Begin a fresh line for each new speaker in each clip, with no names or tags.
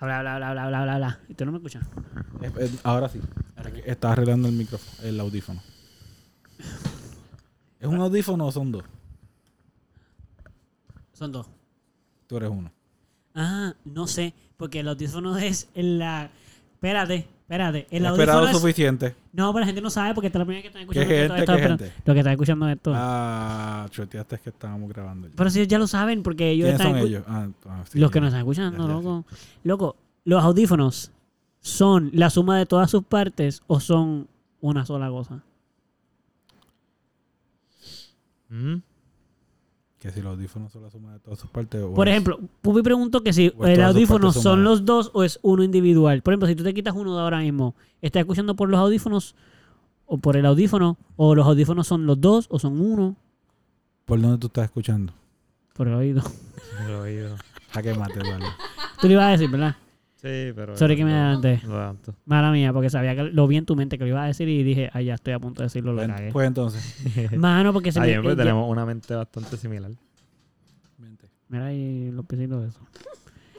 Habla, habla, habla, habla, habla, habla, habla. Y tú no me escuchas.
Eh, eh, Ahora sí. Está arreglando el micrófono, el audífono. ¿Es un audífono o son dos?
Son dos.
Tú eres uno.
Ah, no sé, porque el audífono es en la... Espérate, espérate. El
He esperado
audífono es...
suficiente.
No, pero la gente no sabe porque esta es la primera que están escuchando.
¿Qué
esto,
gente,
esto,
qué
pero-
gente?
Lo que están escuchando esto.
Ah, choteaste que estábamos grabando. ya.
Pero si ya lo saben porque ellos
¿Quiénes
están...
son
escu-
ellos? Ah, ah, sí,
los que
ya.
nos están escuchando,
Ya, ya,
loco. Loco, los audífonos son la suma de todas sus partes o son una sola cosa.
Mm.
Que si los audífonos son la suma de todas sus partes. o
Por
es-
ejemplo, Pupi preguntó que si
O es
el
Pues- todas sus
audífono
partes
son
sumadas.
los dos o es uno individual. Por ejemplo, si tú te quitas uno de ahora mismo, ¿estás escuchando por los audífonos o por el audífono? ¿O los audífonos son los dos o son uno?
¿Por dónde tú estás escuchando?
Por el oído.
Lo he oído.
Jaque mate, Eduardo.
Tú le ibas a decir, ¿verdad?
Sí, pero.
Sorry que me
lo-
adelanté.
Lo adelanto.
Mala mía, porque sabía que lo vi en tu mente que lo ibas a decir y dije, ay, ya estoy a punto de decirlo, lo cagué.
Pues entonces.
Mano, porque se
Ah,
me...
bien, pues
ya-
tenemos una mente bastante similar.
Mira ahí los pisitos de eso.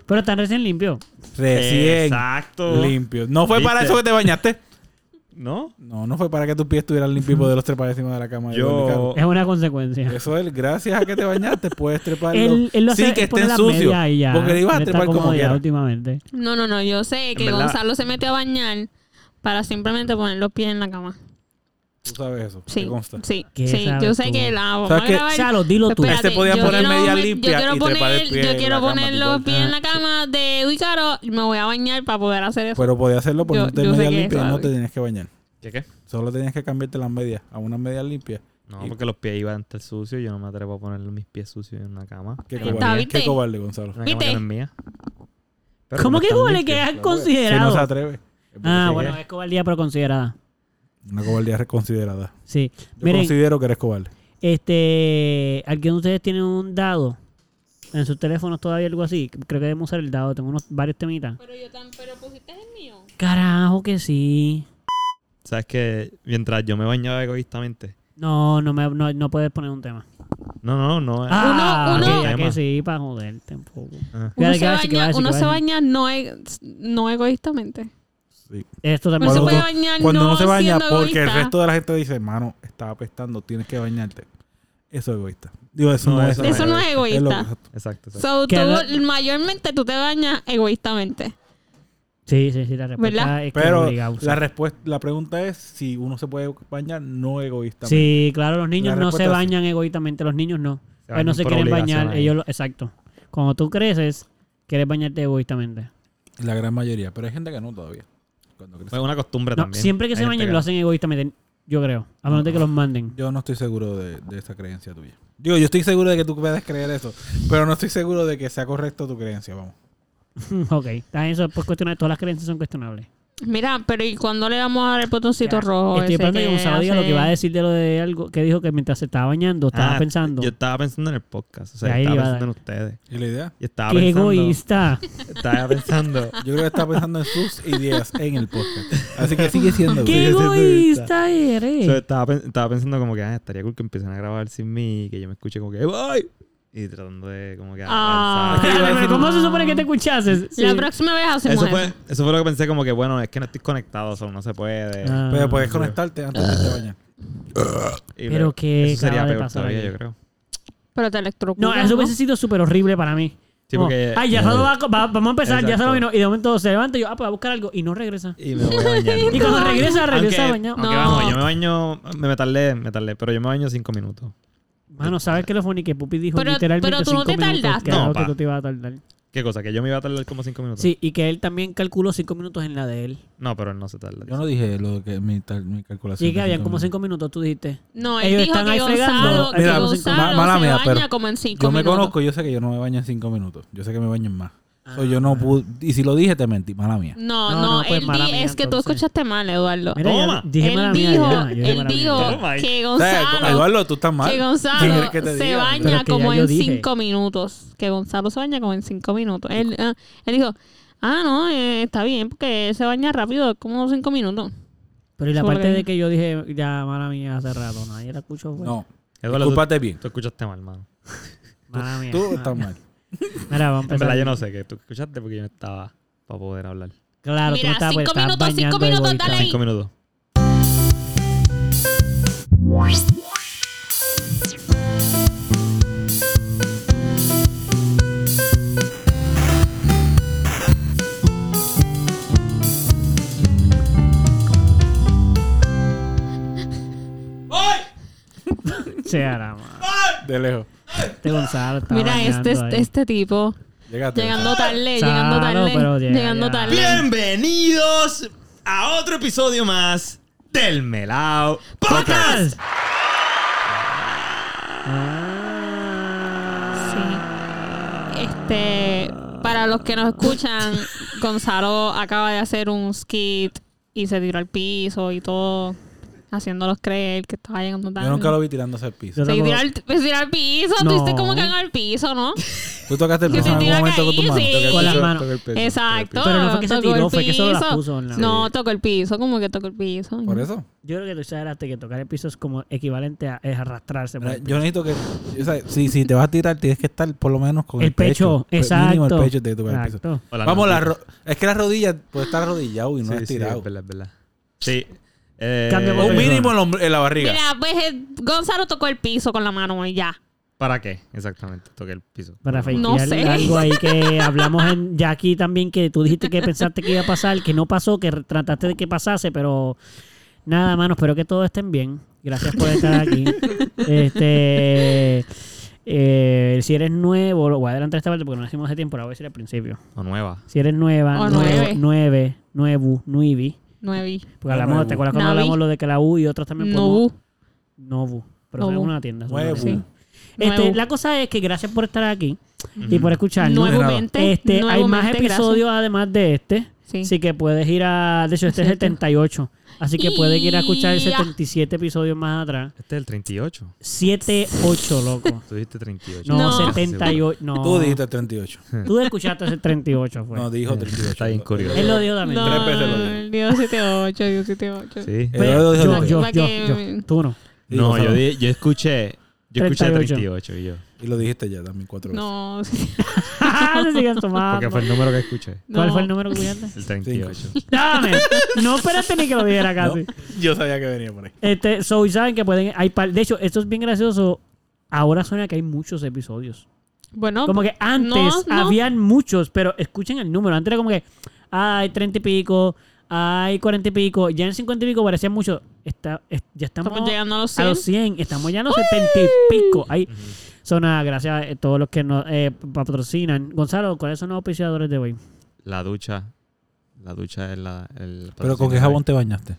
Pero están recién limpios.
Recién
Exacto.
limpio. ¿No fue para
¿Viste?
eso que te bañaste?
¿No?
No, no fue para que tus pies estuvieran limpios y poderlos trepar encima de la cama. de Eduardo
Yo.
Es una consecuencia.
Ricardo. Oh. Eso es, gracias a que te bañaste, puedes treparlo.
Él, él lo hace,
sí, que
él pone
estén
las
sucios.
medias y ya.
Porque le ibas
Él
a
está
trepar como
cómodo ya
quieras.
últimamente.
No, no, no, yo sé que
verdad-
Gonzalo se metió a bañar para simplemente poner los pies en la cama.
Tú sabes eso.
Sí,
Te consta.
sí,
¿Qué
sí,
sabes
yo sé
tú?
que la vamos
¿Sabes
a
qué?
grabar.
Chalo, dilo tú.
Espérate. Este podía
yo
poner
quiero
media
poner-
limpia
Yo quiero
y trepar el
poner,
pie
yo
en
quiero
la cama,
poner
tipo,
los pies en
ah,
la cama de Uicaro. Me voy a bañar para poder hacer eso.
Pero podías hacerlo
Yo-
poniéndote
yo sé
medias
que
limpias
eso
y no
hago.
te tenías que bañar.
¿Qué qué?
Solo tenías que cambiarte las medias a unas medias limpias.
No, porque los pies iban a estar sucios. Yo no me atrevo a ponerle mis pies sucios en una cama.
Qué
Ahí está,
cobarde,
¿viste?
qué cobarde, Gonzalo.
Una cama que
¿Viste?
no es mía. Pero
¿Cómo
como
que
están
gole
limpios,
que has
claro,
Si no
considerado?
se atreve. es porque
ah,
se
bueno,
queda.
es cobardía pero considerada.
Una cobardía reconsiderada.
Sí.
Yo
Miren,
considero que eres cobarde.
este, ¿alguien de ustedes tiene un dado en sus teléfonos todavía algo así? Creo que debemos usar el dado. Tengo unos varios temitas.
Pues-
Pero yo tan, pero pusiste el mío.
Carajo que sí.
¿Sabes que Mientras yo me bañaba egoístamente.
No, no, me, no, no puedes poner un tema.
No, no, no. eh,
Ah,
uno-
quería
tema.
que sí, para joderte un poco.
Ah.
Fíjate
Uno se
que va a decir, que va a
baña,
decir, que va
uno
a
se
decir.
baña no, e- no egoístamente.
Sí.
Esto
Uno
también
se
Cuando
lo-
puede
tú-
bañar
Cuando
Ah, no
no se baña
siendo
porque el
egoísta.
resto de la gente dice, hermano, está apestando, tienes que bañarte. Eso es egoísta. Digo, eso no,
No,
es
eso no
Eso no es
Es lo-
egoísta.
exacto.
Exacto, exacto.
So,
Que
tú
la-
mayormente tú te bañas egoístamente.
Sí, sí, sí, la respuesta
¿Verdad?
es que
Pero
obligado, sí.
la respuesta, la pregunta es si uno se puede bañar no egoístamente.
Sí, claro, los niños
La
no se
respuesta es
bañan egoístamente, los niños no.
Se
Ellos pues no
bañan
se
por
quieren
obligación
bañar,
ahí.
ellos lo- exacto. Cuando tú creces, quieres bañarte egoístamente.
La gran mayoría. Pero hay gente que no todavía. Cuando crece.
Fue una costumbre
No,
también.
siempre que se
Hay gente
bañan lo hacen egoístamente, yo creo. A menos de que los manden.
Yo no estoy seguro de, de esa creencia tuya. Digo, yo estoy seguro de que tú puedes creer eso, pero no estoy seguro de que sea correcto tu creencia, vamos.
ok, también eso es pues, cuestionable. Todas las creencias son cuestionables.
Mira, pero ¿y cuándo le vamos a dar el botoncito
Ya,
rojo?
Estoy
ese
esperando que
que
Gonzalo diga lo que va a
hace-
decir de lo de algo que dijo que mientras se estaba bañando estaba
Ah,
pensando.
Yo estaba pensando en el podcast. O
De
sea,
ahí
estaba
iba a
pensando en ustedes.
¿Y la idea?
Y estaba
¡Qué
pensando.
egoísta!
Estaba pensando.
Yo creo que está pensando en sus ideas en el podcast. Así que sigue siendo.
¡Qué
egoísta.
egoísta eres!
so, estaba, pen- estaba pensando como que ah, estaría cool que empiecen a grabar sin mí. Que yo me escuche como que ¡Voy! Y tratando de como que
Ah.
avanzar.
¿Cómo se supone que te escuchases?
La
Sí.
próxima vez
Eso
hacemos eso.
fue, eso fue lo que pensé, como que bueno, es que no estoy conectado, solo no se puede.
Ah.
Pero puedes conectarte antes de irte a bañar.
Y
Pero
lo-
qué
Eso sería
acaba de
peor
pasar
todavía,
aquí.
yo creo.
Pero te electrocutas.
No, eso hubiese sido súper horrible para mí.
Sí,
Como,
porque- eh,
Ay, ya solo va, va- vamos a empezar, ya
Exacto.
solo vino. Y de momento se levanta y yo, ah, pues voy a buscar algo. Y no regresa.
Y me voy a bañar.
Y cuando regresa, regresa
Aunque-
bañado.
aunque
No.
vamos, yo me baño, me, me tardé, me tardé, pero yo me baño cinco minutos.
Mano, ¿sabes qué lo funny que Pupi dijo
Pero-
literalmente
pero tú no
cinco
te
minutos,
tardaste.
que era
No,
lo que
pa.
tú te ibas a tardar.
¿Qué cosa? ¿Que yo me iba a tardar como cinco minutos?
Sí, y que él también calculó cinco minutos en la de él.
Pues
No, pero él no se tarda.
Yo no dije lo que mi, tal- mi calculación.
Sí, que
de
habían como
minutos.
cinco minutos, tú dijiste.
No,
Ellos
él dijo
están ahí
que
fregando.
Gonzalo, que
Mira, ma-
Gonzalo
mala
se
mía,
baña
pero
como en cinco
Yo me
minutos.
conozco, yo sé que yo no me baño en cinco minutos. Yo sé que me baño en más. So, yo no pude, y si lo dije, te mentí, mala mía.
Ah. No,
No,
no,
no, pues,
él
mala
di-
mía,
es que
entonces.
tú escuchaste mal, Eduardo.
Mira, ya
Toma.
dije mala
él
mía,
dijo,
ya, yo dije
él
mala mía,
dijo
ya.
Toma ahí.
que
O sea,
Gonzalo,
Eduardo, tú estás mal.
que
¿Qué
Gonzalo
quieres que te
se
diga?
Pero es
baña
que
como
ya yo
en
dije.
cinco minutos. Que Gonzalo se baña como en cinco minutos. Él, ah, él dijo, ah, no, eh, está bien, porque él se baña rápido, como cinco minutos.
Pero y la
Sobre-
parte de que yo dije, ya, mala mía, hace rato, nadie la escuchó. pues. fue.
No,
Eduardo,
discúlpate bien.
Tú escuchaste mal, mano.
Mala mía.
Tú
mala
estás
mía.
mal.
Mira, vamos a
En verdad,
empezar.
yo no sé que tú escuchaste porque yo no estaba. para poder hablar.
Claro, tú
Mira,
no estabas, pues,
cinco
estabas
minutos, cinco
bañando el
minutos,
volcán.
dale ahí.
Cinco minutos.
Sí, ahora, man.
De lejos.
Este Gonzalo está
Mira, este, este tipo.
Llegaste.
Llegando
Salo,
tarde, llegando tarde.
pero llega,
llegando
ya.
tarde.
Bienvenidos a otro episodio más del Melao Podcast.
Sí. Este, para los que nos escuchan, Gonzalo acaba de hacer un skit y se tiró al piso y todo, haciéndolos creer que estaba llegando tarde.
Yo nunca lo vi tirándose al piso.
Yo
Se
tampoco-
tiró al, se tiró al piso,
No.
tuviste como que al piso, ¿no?
Tú tocaste el
Yo
piso en
sentí
algún
la
momento con tus manos.
caída, sí.
Toca el
Con las
piso,
manos.
toca el piso, toca el
Exacto.
piso.
Pero no fue que se
tocó el
tiró, fue que solo las
piso.
puso en la-
No, tocó el piso, como que tocó el piso.
Por eso.
Yo creo que tú exageraste que tocar el piso es como equivalente a es arrastrarse. por
Mira,
el
Yo necesito que. o sea, si, si te vas a tirar, tienes que estar por lo menos con pues, el,
el pecho,
Pe-
exacto.
Mínimo el pecho te toca el piso.
exacto.
Hola,
Vamos,
no,
la ro- es que la rodilla puede estar arrodillado y no
sí, sí,
estirado.
es verdad, es verdad. Sí. Eh,
Cambio
O
de
un
persona.
mínimo en, la hombre- en la barriga.
Mira, pues eh, Gonzalo tocó el piso con la mano y ya.
¿Para qué? Exactamente. Toqué el piso.
Para fakear
No sé.
algo ahí que hablamos en ya aquí también, que tú dijiste que pensaste que iba a pasar, que no pasó, que re- trataste de que pasase, pero nada, mano, espero que todos estén bien. Gracias por estar aquí. Este, eh, si eres nuevo, lo voy a adelantar esta parte porque no lo hicimos hace tiempo, la voy a decir al principio.
O nueva.
Si eres nueva,
O
nueve,
Oh, nueve.
nueve, nuevo, nuevi,
Nueve.
porque hablamos, ¿te acuerdas cuando
Navi.
hablamos lo de que la U y otros también
No.
Novu, pero eso
Novu.
es una tienda. eso es
Nuevo.
una tienda.
Nuevo.
Este, la cosa es que gracias por estar aquí y por escucharnos.
Nuevamente.
Este, hay más
nuevamente, gracias.
episodios además de este.
Sí.
Así que puedes ir a. De hecho, este es el
Cierto.
78. Así que
Y-
puedes ir a escuchar el 77 episodios más atrás.
Este es el 38.
78, loco.
Tú dijiste 38.
No,
No.
Casi seguro.
78. No.
Tú dijiste 38.
Tú escuchaste ese 38, fue.
No, dijo 38.
Está bien curioso.
pues. Él lo dijo también.
No,
Tres veces lo
el Dios 78, Dios 78.
Sí.
Eh, Eduardo dijo
yo, yo,
38.
yo,
La que-
yo. Tú no.
No,
Digo,
yo,
¿sabes?
di- yo escuché. Yo escuché
38.
38 y yo.
Y lo dijiste ya también cuatro veces.
No, sí,
Se siguen Ah, tomando.
Porque fue el número que escuché.
no.
¿Cuál fue el número que cuidaste?
El 38.
Dame. No esperaste ni que lo dijera
No,
casi.
Yo sabía que venía por ahí.
Este, so, y saben que pueden. Hay par- de hecho, esto es bien gracioso. Ahora suena que hay muchos episodios.
Bueno,
Como que antes
no, no.
habían muchos, pero escuchen el número. Antes era como que hay 30 y pico, hay 40 y pico. Ya en 50 y pico parecían muchos. Está, es- ya estamos,
estamos llegando a los
a
100.
los 100, estamos ya en los 70 y pico. Hay, son nada, gracias a todos los que nos eh, patrocinan. Gonzalo, ¿cuáles son los auspiciadores de hoy?
La ducha. La ducha es la. El
Pero con qué jabón te bañaste.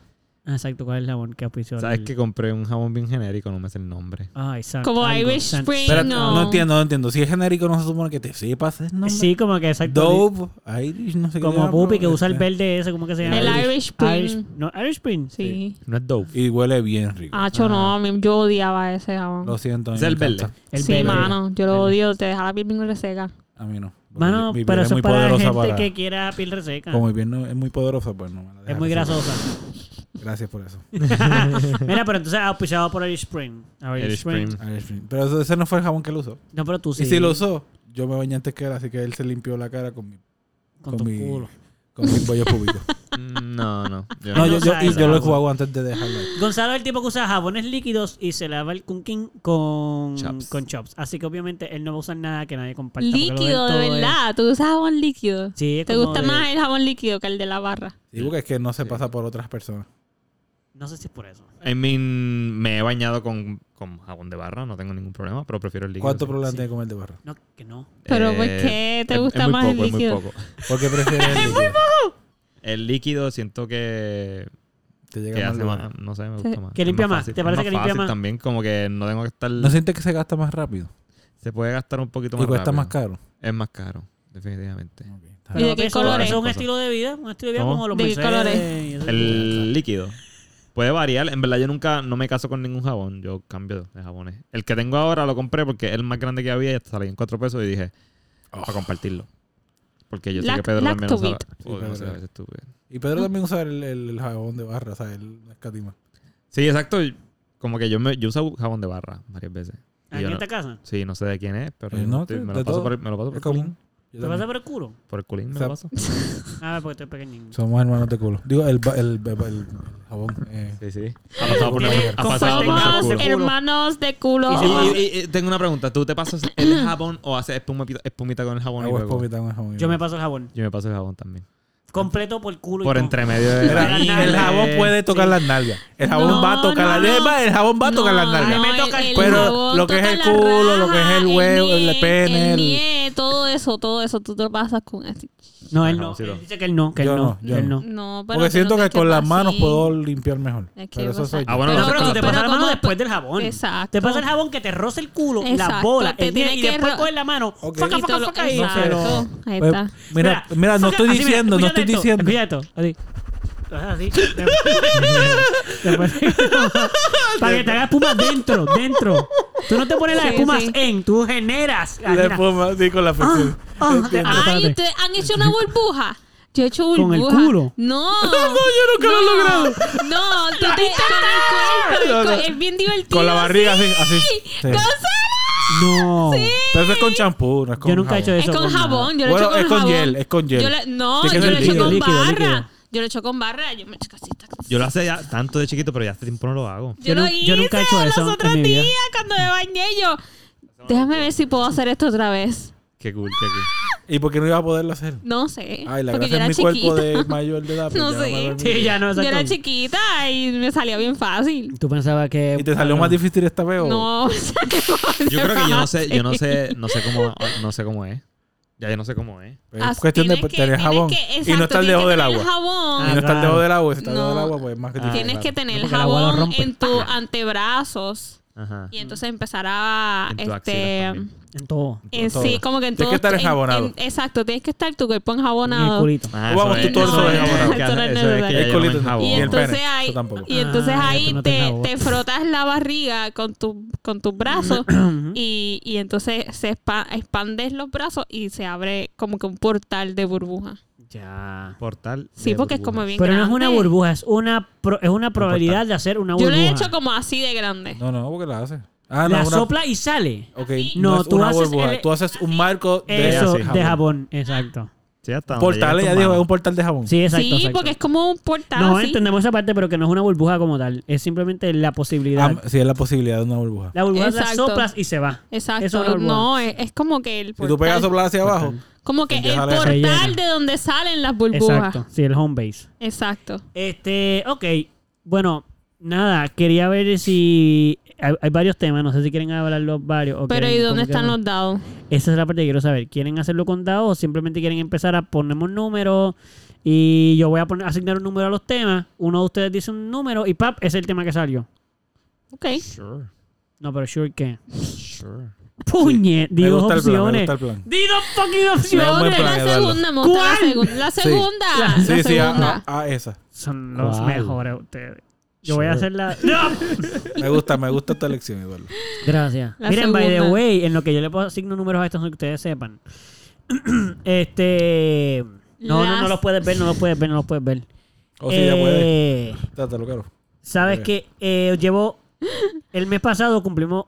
Ah, Exacto, ¿cuál es la bon- que auspició?
Sabes
el-
que compré un jabón bien genérico, no me sé el nombre.
Ah, exacto.
Como
algo,
Irish
san-
Spring.
Pero
no.
no. entiendo, no entiendo. Si es genérico, no se supone que te sepas el nombre.
Sí, como que exacto.
Dope, Irish, no sé qué
Como
diablo,
Pupi que usa el
este.
verde ese, ¿cómo que se llama?
El Irish Spring.
Irish- no, Irish Spring.
Sí.
No es dope.
Y huele bien rico.
Ah,
Hacho, no, mi- yo odiaba ese jabón.
Lo siento. a mí
Es el
me
verde.
encanta.
El
sí,
verde.
mano, yo lo
Verde.
odio, te deja la piel bien reseca.
A mí no. Porque
Mano,
mi piel
pero eso es
muy
para
poderosa
gente
para-
que quiera piel reseca.
Como mi piel no- es muy poderosa, pues no me la
Es
deja
muy
resecar.
grasosa.
Gracias por eso.
Mira, pero entonces auspiciado por Irish Spring. Irish,
Irish
Spring.
Spring.
Irish Spring. Pero eso- ese no fue el jabón que él usó.
No, pero tú sí.
Y si lo usó, yo me bañé antes que él, así que él se limpió la cara con mi,
Con,
con
tu
mi-
culo.
con mi bollo público.
Mm, No, no. Yo
No,
no
yo, yo,
usa
y
eso,
yo
no
lo
usa.
hago antes de dejarlo. ahí.
Gonzalo es el tipo que usa jabones líquidos y se lava el cunquín con
Chops.
con chops. Así que obviamente él no va a usar nada que nadie comparta. porque lo
Líquido,
él
de
todo es-
verdad. Tú usas jabón líquido.
Sí, es
Te
como
gusta
de-
más el jabón líquido que el de la barra.
Sí, porque es que no se pasa por otras personas.
No sé si es por eso.
I mean, me he bañado con, con jabón de barra, no tengo ningún problema, pero prefiero el líquido.
¿Cuánto
sí.
problema tiene con el de barra?
No, que no.
Pero,
Eh,
¿por qué te
es-
gusta
es muy
más el
poco, es muy
líquido?
poco.
Porque prefieres el líquido.
El líquido siento que,
Te
que
llega más
hace
luego.
más, no sé, me gusta más.
Que
Es
limpia más,
fácil,
¿te
es
parece que limpia
fácil
más?
también, como que no tengo que estar...
¿No sientes que se gasta más rápido?
Se puede gastar un poquito
Y
más
cuesta
rápido.
más caro.
Es más caro, definitivamente.
Ok, está
¿Y
bien.
de qué
eso-
colores?
Eso es un estilo de vida. Un estilo de vida
¿Cómo?
como los
¿De qué
Mercedes
colores?
y eso.
El líquido. Puede variar. En verdad, yo nunca no me caso con ningún jabón. Yo cambio de jabones. El que tengo ahora lo compré porque es el más grande que había y hasta salía en 4 pesos y dije, para compartirlo. Porque yo sé que
Lact-
Pedro también lo sabe.
Lactobit.
Sí,
Oh,
Pedro.
no sé, a veces tú, güey.
Y
Mm.
Pedro también usa el, el- el jabón de barra, o sea, él no escatima.
Sí, exacto. Como que yo me yo uso jabón de barra varias veces. Y
¿Aquí
yo
en
no-
esta casa?
sí, no sé de quién es, pero
Eh, no,
estoy-
de-
me,
de
lo paso
todo.
por, me lo paso por
Es común. Yo
¿Te pasa
también.
por el culo?
Por el culín me
O sea,
lo paso.
Ah, porque estoy pequeñín.
Somos hermanos de culo. Digo, el, ba- el, el- el jabón. eh.
Sí, sí. Ha pasado por
Tiene-
nuestro, ha pasado por nuestro
Somos
culo.
Somos hermanos de culo.
Y- y- y- y- tengo una pregunta. ¿Tú te pasas el jabón o haces espumita, espumita con el jabón? y
Agua
luego?
espumita con jabón.
Yo me paso el jabón.
Yo me paso el jabón también.
Completo por culo. y
Por
todo.
entre medio de...
Mira, el jabón
Eh,
puede tocar las nalgas. El jabón
No,
va a tocar
no,
las
no.
nalgas. El jabón va a tocar las
No,
nalgas.
no,
Me toca el
el
Pero
jabón
lo que es
toca
el
la
culo, lo que es el
raja,
huevo, el
nie,
pene, el-
El nie, todo eso, todo eso, tú te lo pasas con así.
No, él no.
Jaboncito.
Él dice que él no, que
Yo
él
no,
no.
yo
que él
no.
no.
No, pero
Porque
eso
siento
no
que
es
con las
pase.
manos puedo limpiar mejor.
Es que
Pero eso
pasa-
soy yo.
Ah, bueno,
Pero,
no,
pero tú
con-
te pasas la
pero
mano
con-
después del jabón.
Exacto.
Te pasas el jabón que te roza el culo, la
Exacto,
bola,
te
el
tiene
nie, y
que
después
ro-
coge la mano.
Ok.
Faca,
Y
faca,
todo lo-
faca, y-
No, pero-
Exacto, ahí
Pues,
está.
mira, mira, no
faca,
estoy
así,
diciendo, no
escúchate
estoy
esto,
diciendo.
Escucha esto, así. Ajá, así. Después- Para que te hagas espuma dentro, dentro. Tú no te pones las
Sí,
espumas
sí.
en, tú generas.
La espuma, sí, con la fricción.
ah,
Entiendo.
ah,
Ay,
Espérate.
¿ustedes han hecho una burbuja? Yo he hecho burbuja.
¿Con el culo?
No. no, yo
nunca lo he logrado.
No, tú te con el cuerpo. el
No, no.
cu- Es bien divertido.
Eh, Con la barriga así, así.
sí.
Sí.
¡Gonzalo!
No.
Pero eso es con champú, no es con
Yo nunca he hecho
jabón.
eso.
Es con
nada.
jabón. Yo lo
Bueno,
he hecho
es
con
con
jabón.
gel, es con gel.
Yo le- no,
Tiene que ser
yo lo he hecho
líquido,
con
líquido,
barra.
líquido.
Yo lo he hecho con barra. Yo me casi está-
Yo lo hacía ya tanto de chiquito, pero ya hace tiempo no lo hago.
Yo
Yo lo
nu-
hice
yo nunca he hecho eso en
los otros
mi vida.
días cuando me bañé yo. Déjame ver si puedo hacer esto otra vez.
Qué cool, qué cool.
¿Y por qué no iba a poderlo hacer?
No sé.
Ay, la
porque
gracia
yo era
es mi
chiquita.
cuerpo de mayor de edad. pues
No
ya
sé.
me lo
Sí, ya no,
Yo era
exacto.
chiquita y me salía bien fácil.
Tú pensabas que. Ah,
¿Y te salió más difícil esta vez o
No, o sea, que
Yo creo que yo no sé, yo no sé, no sé cómo, no sé cómo es. Ya yo no sé cómo es.
es cuestión de
Tienes que-
tener
tienes
jabón
que-
y no
exacto,
estar
tienes
lejos
que
del
tener
agua? Ah,
jabón.
Y no estar
Claro.
lejos del agua, si estás lejos
No.
del agua pues es más que
Ah,
difícil.
Tienes que
No,
tener el
porque el agua lo
jabón
rompe.
en tu antebrazos
Ajá.
Mm.
y entonces empezar a
En tu
este
axilas
En todo.
en
Todo.
sí, como que en
Tienes
todo-
que estar
en-
enjabonado.
en- exacto, tienes que estar tu cuerpo
En el
enjabonado.
culito.
Ah,
Vamos,
eso
tu torso
eso
de jabón.
que hace-
Eso no
eso es
es
que
necesario.
ya
El
yo no me
culito no.
enjabono.
Y
Y el
entonces
pene,
ahí,
eso tampoco.
y entonces
Ah,
ahí
tú no tienes
te,
jabón.
te frotas la barriga con tu con tus brazos y, y entonces se expa- expandes los brazos y se abre como que un portal de burbuja.
Ya.
Portal.
Sí,
de
porque es como
burbujas.
bien
Pero no es una
grande.
burbuja, es una, pro- es una probabilidad de hacer una
Yo
burbuja.
lo he hecho como así de grande.
No, no, porque la hace. Ah,
la
no, una-
sopla y sale.
Ok,
No,
es
tú
una
haces
burbuja,
el-
tú haces un marco de,
Eso,
así,
de jabón, exacto.
Sí, hasta donde
Portal,
llega
ella
tu
dijo, es
mano.
un portal de jabón.
Sí, exacto.
sí,
exacto.
porque es como un portal
No,
así.
entendemos esa parte, pero que no es una burbuja como tal. Es simplemente la posibilidad.
Ah, sí, es la posibilidad de una burbuja.
la burbuja la
Exacto.
soplas y se va.
Exacto.
Eso es una burbuja.
no, es, es como que el
Si tú pegas a
portal-
soplar hacia abajo,
como que el
Deja la-
Se
portal
llena.
de donde salen las burbujas.
Exacto.
Exacto.
Sí, el home base. Este, ok. Bueno, nada, quería ver si. Hay, hay varios temas, no sé si quieren hablar los varios. o
Pero ¿y
quieren
dónde
como que-
están los dados?
Esa es la parte que quiero saber. ¿Quieren hacerlo con dados o simplemente quieren empezar a ponemos números? Y yo voy a poner, asignar un número a los temas. Uno de ustedes dice un número y ¡pap! Es el tema que salió.
Ok.
Sure,
No, pero sure que.
sure.
¡Puñe! Di
me
dos
gusta el plan, me
opciones.
gusta el plan.
¡Di dos fucking
Me gusta el
opciones!
plan,
La
Eduardo.
segunda, me gusta la
¿Cuál?
segunda. La
Sí.
segunda.
La-
la
Sí, ah, sí, a-
segunda.
a, a esa.
Son los
Wow.
mejores ustedes. Yo voy a
Sure.
hacer la. ¡No!
Me gusta, me gusta esta elección, Eduardo.
Gracias.
La
Miren, by the
segunda.
way, en lo que yo le puedo asigno números a estos, que ustedes sepan. este. No, no, no
Las-
los puedes ver, no los puedes ver, no los puedes ver.
O si Oh, ya puede.
Eh,
Trátalo, claro.
Sabes
Ok.
que eh, llevo. El mes pasado cumplimos.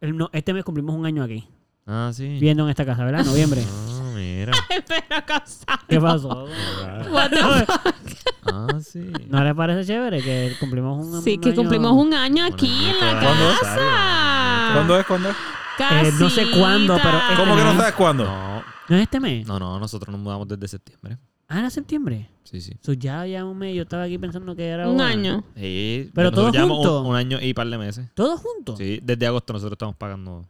el no- este mes cumplimos un año aquí.
Ah, sí.
Viviendo en esta casa, ¿verdad? Noviembre.
Ah, mira.
Pero Gonzalo,
¿Qué pasó?
what the fuck?
Ah, sí.
¿No les parece chévere que cumplimos un
Sí,
un
que
año?
cumplimos un año aquí
Bueno,
en
bonito
la
aniversario,
casa.
ah.
¿Cuándo es? ¿Cuándo es?
Eh, no sé cuándo, pero-
Casita.
¿Cómo que no sabes cuándo?
No,
Ah. ¿No es este mes?
no, no, nosotros nos mudamos desde septiembre.
Ah, era septiembre.
Sí, sí.
So, ya, ya un mes. Yo estaba aquí pensando que era
Un
ahora.
año.
Sí,
Pero
nosotros
todos
llevamos un-
juntos.
Un, año y par de meses.
¿Todos juntos?
Sí, desde agosto nosotros estamos pagando.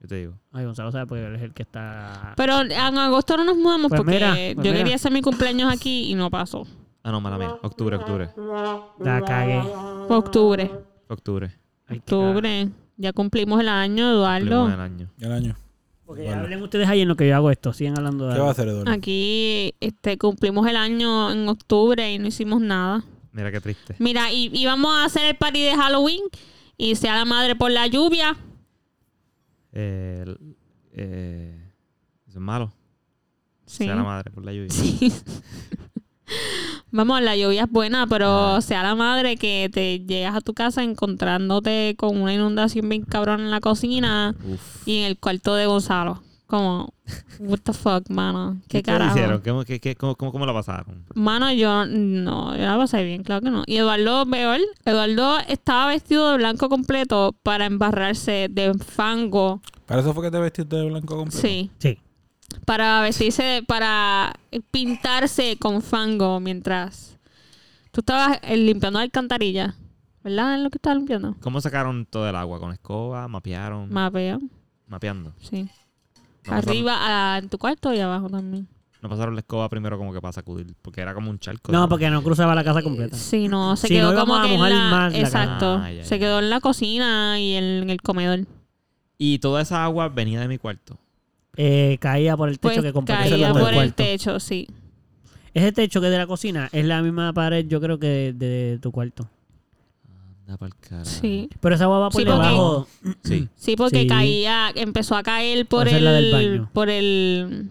Yo te digo.
Ay, Gonzalo sabe porque él es el que está...
Pero en agosto no nos mudamos
Pues
porque
mira, pues
yo
mira.
quería hacer mi cumpleaños aquí y no pasó.
Ah, no, mala mía. Octubre, octubre. Fue
La cagué.
Fue octubre.
Octubre.
Ay, qué caga.
Octubre. Ya cumplimos el año,
Cumplimos
Eduardo.
el año.
El año.
Porque ya hablen ustedes ahí en lo que yo hago esto. Sigan hablando de
¿Qué va a hacer, Eduardo?
Aquí este, cumplimos el año en octubre y no hicimos nada.
Mira qué triste.
Mira, y íbamos a hacer el party de Halloween y sea la madre por la lluvia.
Eh, el- eh, eso es malo.
Sí.
Sea la madre por la lluvia.
Sí. Vamos, la lluvia es buena, pero
Ah.
sea la madre que te llegas a tu casa encontrándote con una inundación bien cabrón en la cocina
Uf.
y en el cuarto de Gonzalo. Como, what the fuck, mano.
¿Qué
¿Qué,
te
carajo?
hicieron? ¿Cómo, qué- qué- cómo- cómo- cómo la pasaron?
Mano, yo no, yo la pasé bien, claro que no. Y Eduardo peor, Eduardo estaba vestido de blanco completo para embarrarse de fango.
Para eso fue que te vestiste de blanco completo.
Sí.
Sí.
Para vestirse, de- para pintarse con fango mientras tú estabas eh, limpiando alcantarilla. ¿Verdad? Es lo que estabas limpiando.
Mm.
¿Cómo sacaron todo el agua? ¿Con escoba? ¿Mapearon?
Mapeo,
mapeando.
sí.
No
Arriba, ah, en tu cuarto y abajo también.
Pasaron, no pasaron la escoba primero como que para sacudir, porque era como un charco.
No, porque no cruzaba la casa completa.
Sí, no, se
Si no,
quedó
íbamos
como
a
que en
mojar
la...
más la cama.
Exacto.
Ah, ya, ya.
se quedó en la cocina y en, en el comedor.
Y toda esa agua venía de mi cuarto.
Eh, caía por el techo
Pues
que compartía
caía
con el
por el
cuarto.
techo, sí.
Ese techo que es de la cocina es la misma pared, yo creo que de, de tu cuarto.
Anda pa'l carajo.
Sí.
Pero esa agua va por
Sí, porque-
debajo.
Sí.
Sí, porque
Sí.
caía, empezó a caer por
Esa es
el,
la del baño.
por el,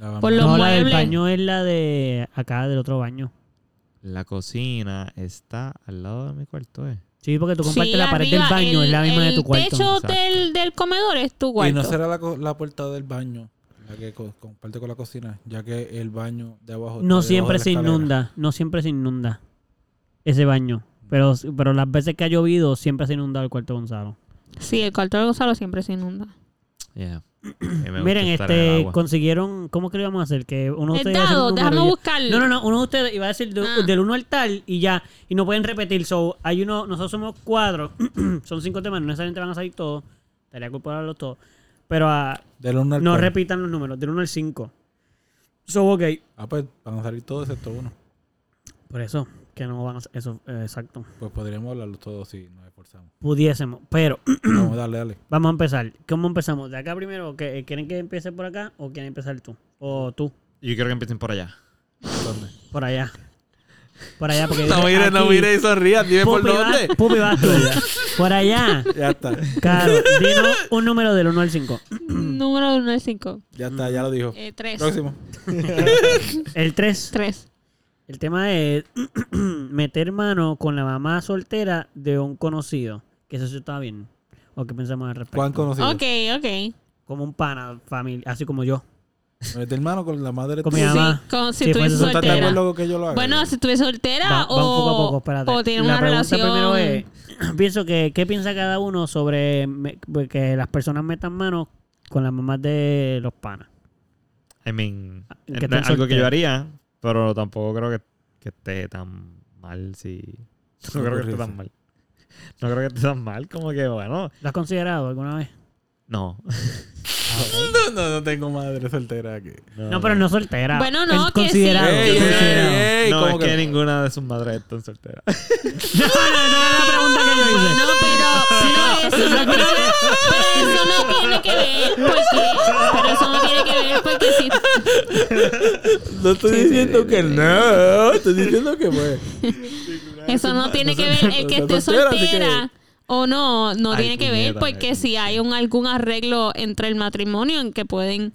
La
Por los
no, la del
muebles.
baño es la de acá, del otro baño.
La cocina está al lado de mi cuarto, ¿eh?
Sí, porque tú compartes
Sí,
la pared
arriba,
del baño,
el-
es la misma de
el
tu cuarto.
techo
Exacto.
del, del comedor es tu
Y
cuarto.
no será la, co- la puerta del baño la que co- comparte con la cocina, ya que el baño de abajo. está
No
debajo
siempre
de la
se
escalera.
inunda, no siempre se inunda ese baño. Pero, pero las veces que ha llovido, siempre se ha inundado el cuarto de Gonzalo.
Sí, el cuarto de Gonzalo siempre se inunda.
Yeah. Y Eh, me gusta
Miren,
estar en el
este,
agua.
consiguieron, ¿cómo que lo íbamos a hacer? Que uno de
El
ustedes iba a hacer
dado,
un
déjame
número y ya-
buscarlo.
No, no, no, uno de ustedes iba a decir de-
Ah.
del 1 al tal y ya, y no pueden repetir. So, hay uno, nosotros somos cuatro, son cinco temas, no necesariamente van a salir todos, estaría culpable todos, pero ah,
Del uno al
no
cual.
repitan los números, del 1 al 5. So, ok,
Ah, pues van a salir todos excepto uno.
por eso, que no van a eso, eh, exacto,
Pues podríamos hablarlos todos si nos esforzamos.
pudiésemos, pero
Vamos, dale, dale.
Vamos a empezar. ¿Cómo empezamos? ¿De acá primero? ¿Qué- eh, ¿Quieren que empiece por acá o quieren empezar tú? O tú,
Yo quiero que empiecen por allá.
¿Dónde?
por allá. Por allá, porque.
No
dice
mires, no
aquí.
mires y sonrías. Dime por
Pupi, va-
dónde.
Pupi, vas tú. Por allá.
Ya está,
Claro, dinos un número del 1 al 5.
Número de 1 al 5.
ya está, ya lo dijo.
3.
Próximo.
El 3.
3.
El tema es meter mano con la mamá soltera de un conocido. Que eso sí está bien. ¿O qué pensamos al respecto?
Juan conocido.
Ok, ok.
Como un pana, familia, así como yo.
Mete hermano con la madre.
Con mi
tuya.
mamá.
Sí, con- si
Sí,
estuviese
pues,
¿Tú estás de
soltera.
acuerdo que yo lo haga? Ah,
Bueno, si estuviese soltera
Va-
o,
va un poco a poco, espérate.
o tiene
la
una
pregunta
relación.
primero es, pienso que, ¿qué piensa cada uno sobre me- que las personas metan manos con las mamás de los panas?
I mean,
Ah, Que
no es
estén
algo que
solteros.
yo haría, pero tampoco creo que, que esté tan mal si... No creo que esté tan mal. No creo que esté tan mal, como que, bueno,
¿Lo has considerado alguna vez?
no.
No, no, no tengo madre soltera aquí.
No, pero no soltera.
Bueno, no,
En-
que sí.
considerado,
Ey, ey,
considerado.
ey,
no,
¿cómo
es que,
que?
ninguna de sus madres es tan soltera.
No, no, no, no, la pregunta que yo hice.
No, pero, pero, eso no tiene, pero eso no tiene que ver porque, pero eso no tiene que ver porque si
No estoy diciendo que no. Estoy diciendo que pues.
Eso no tiene que ver el que
Está
esté
soltera, así que-
soltera o no, no
Ay,
tiene que ver
puñeta,
porque
ay,
si hay un algún arreglo entre el matrimonio en que pueden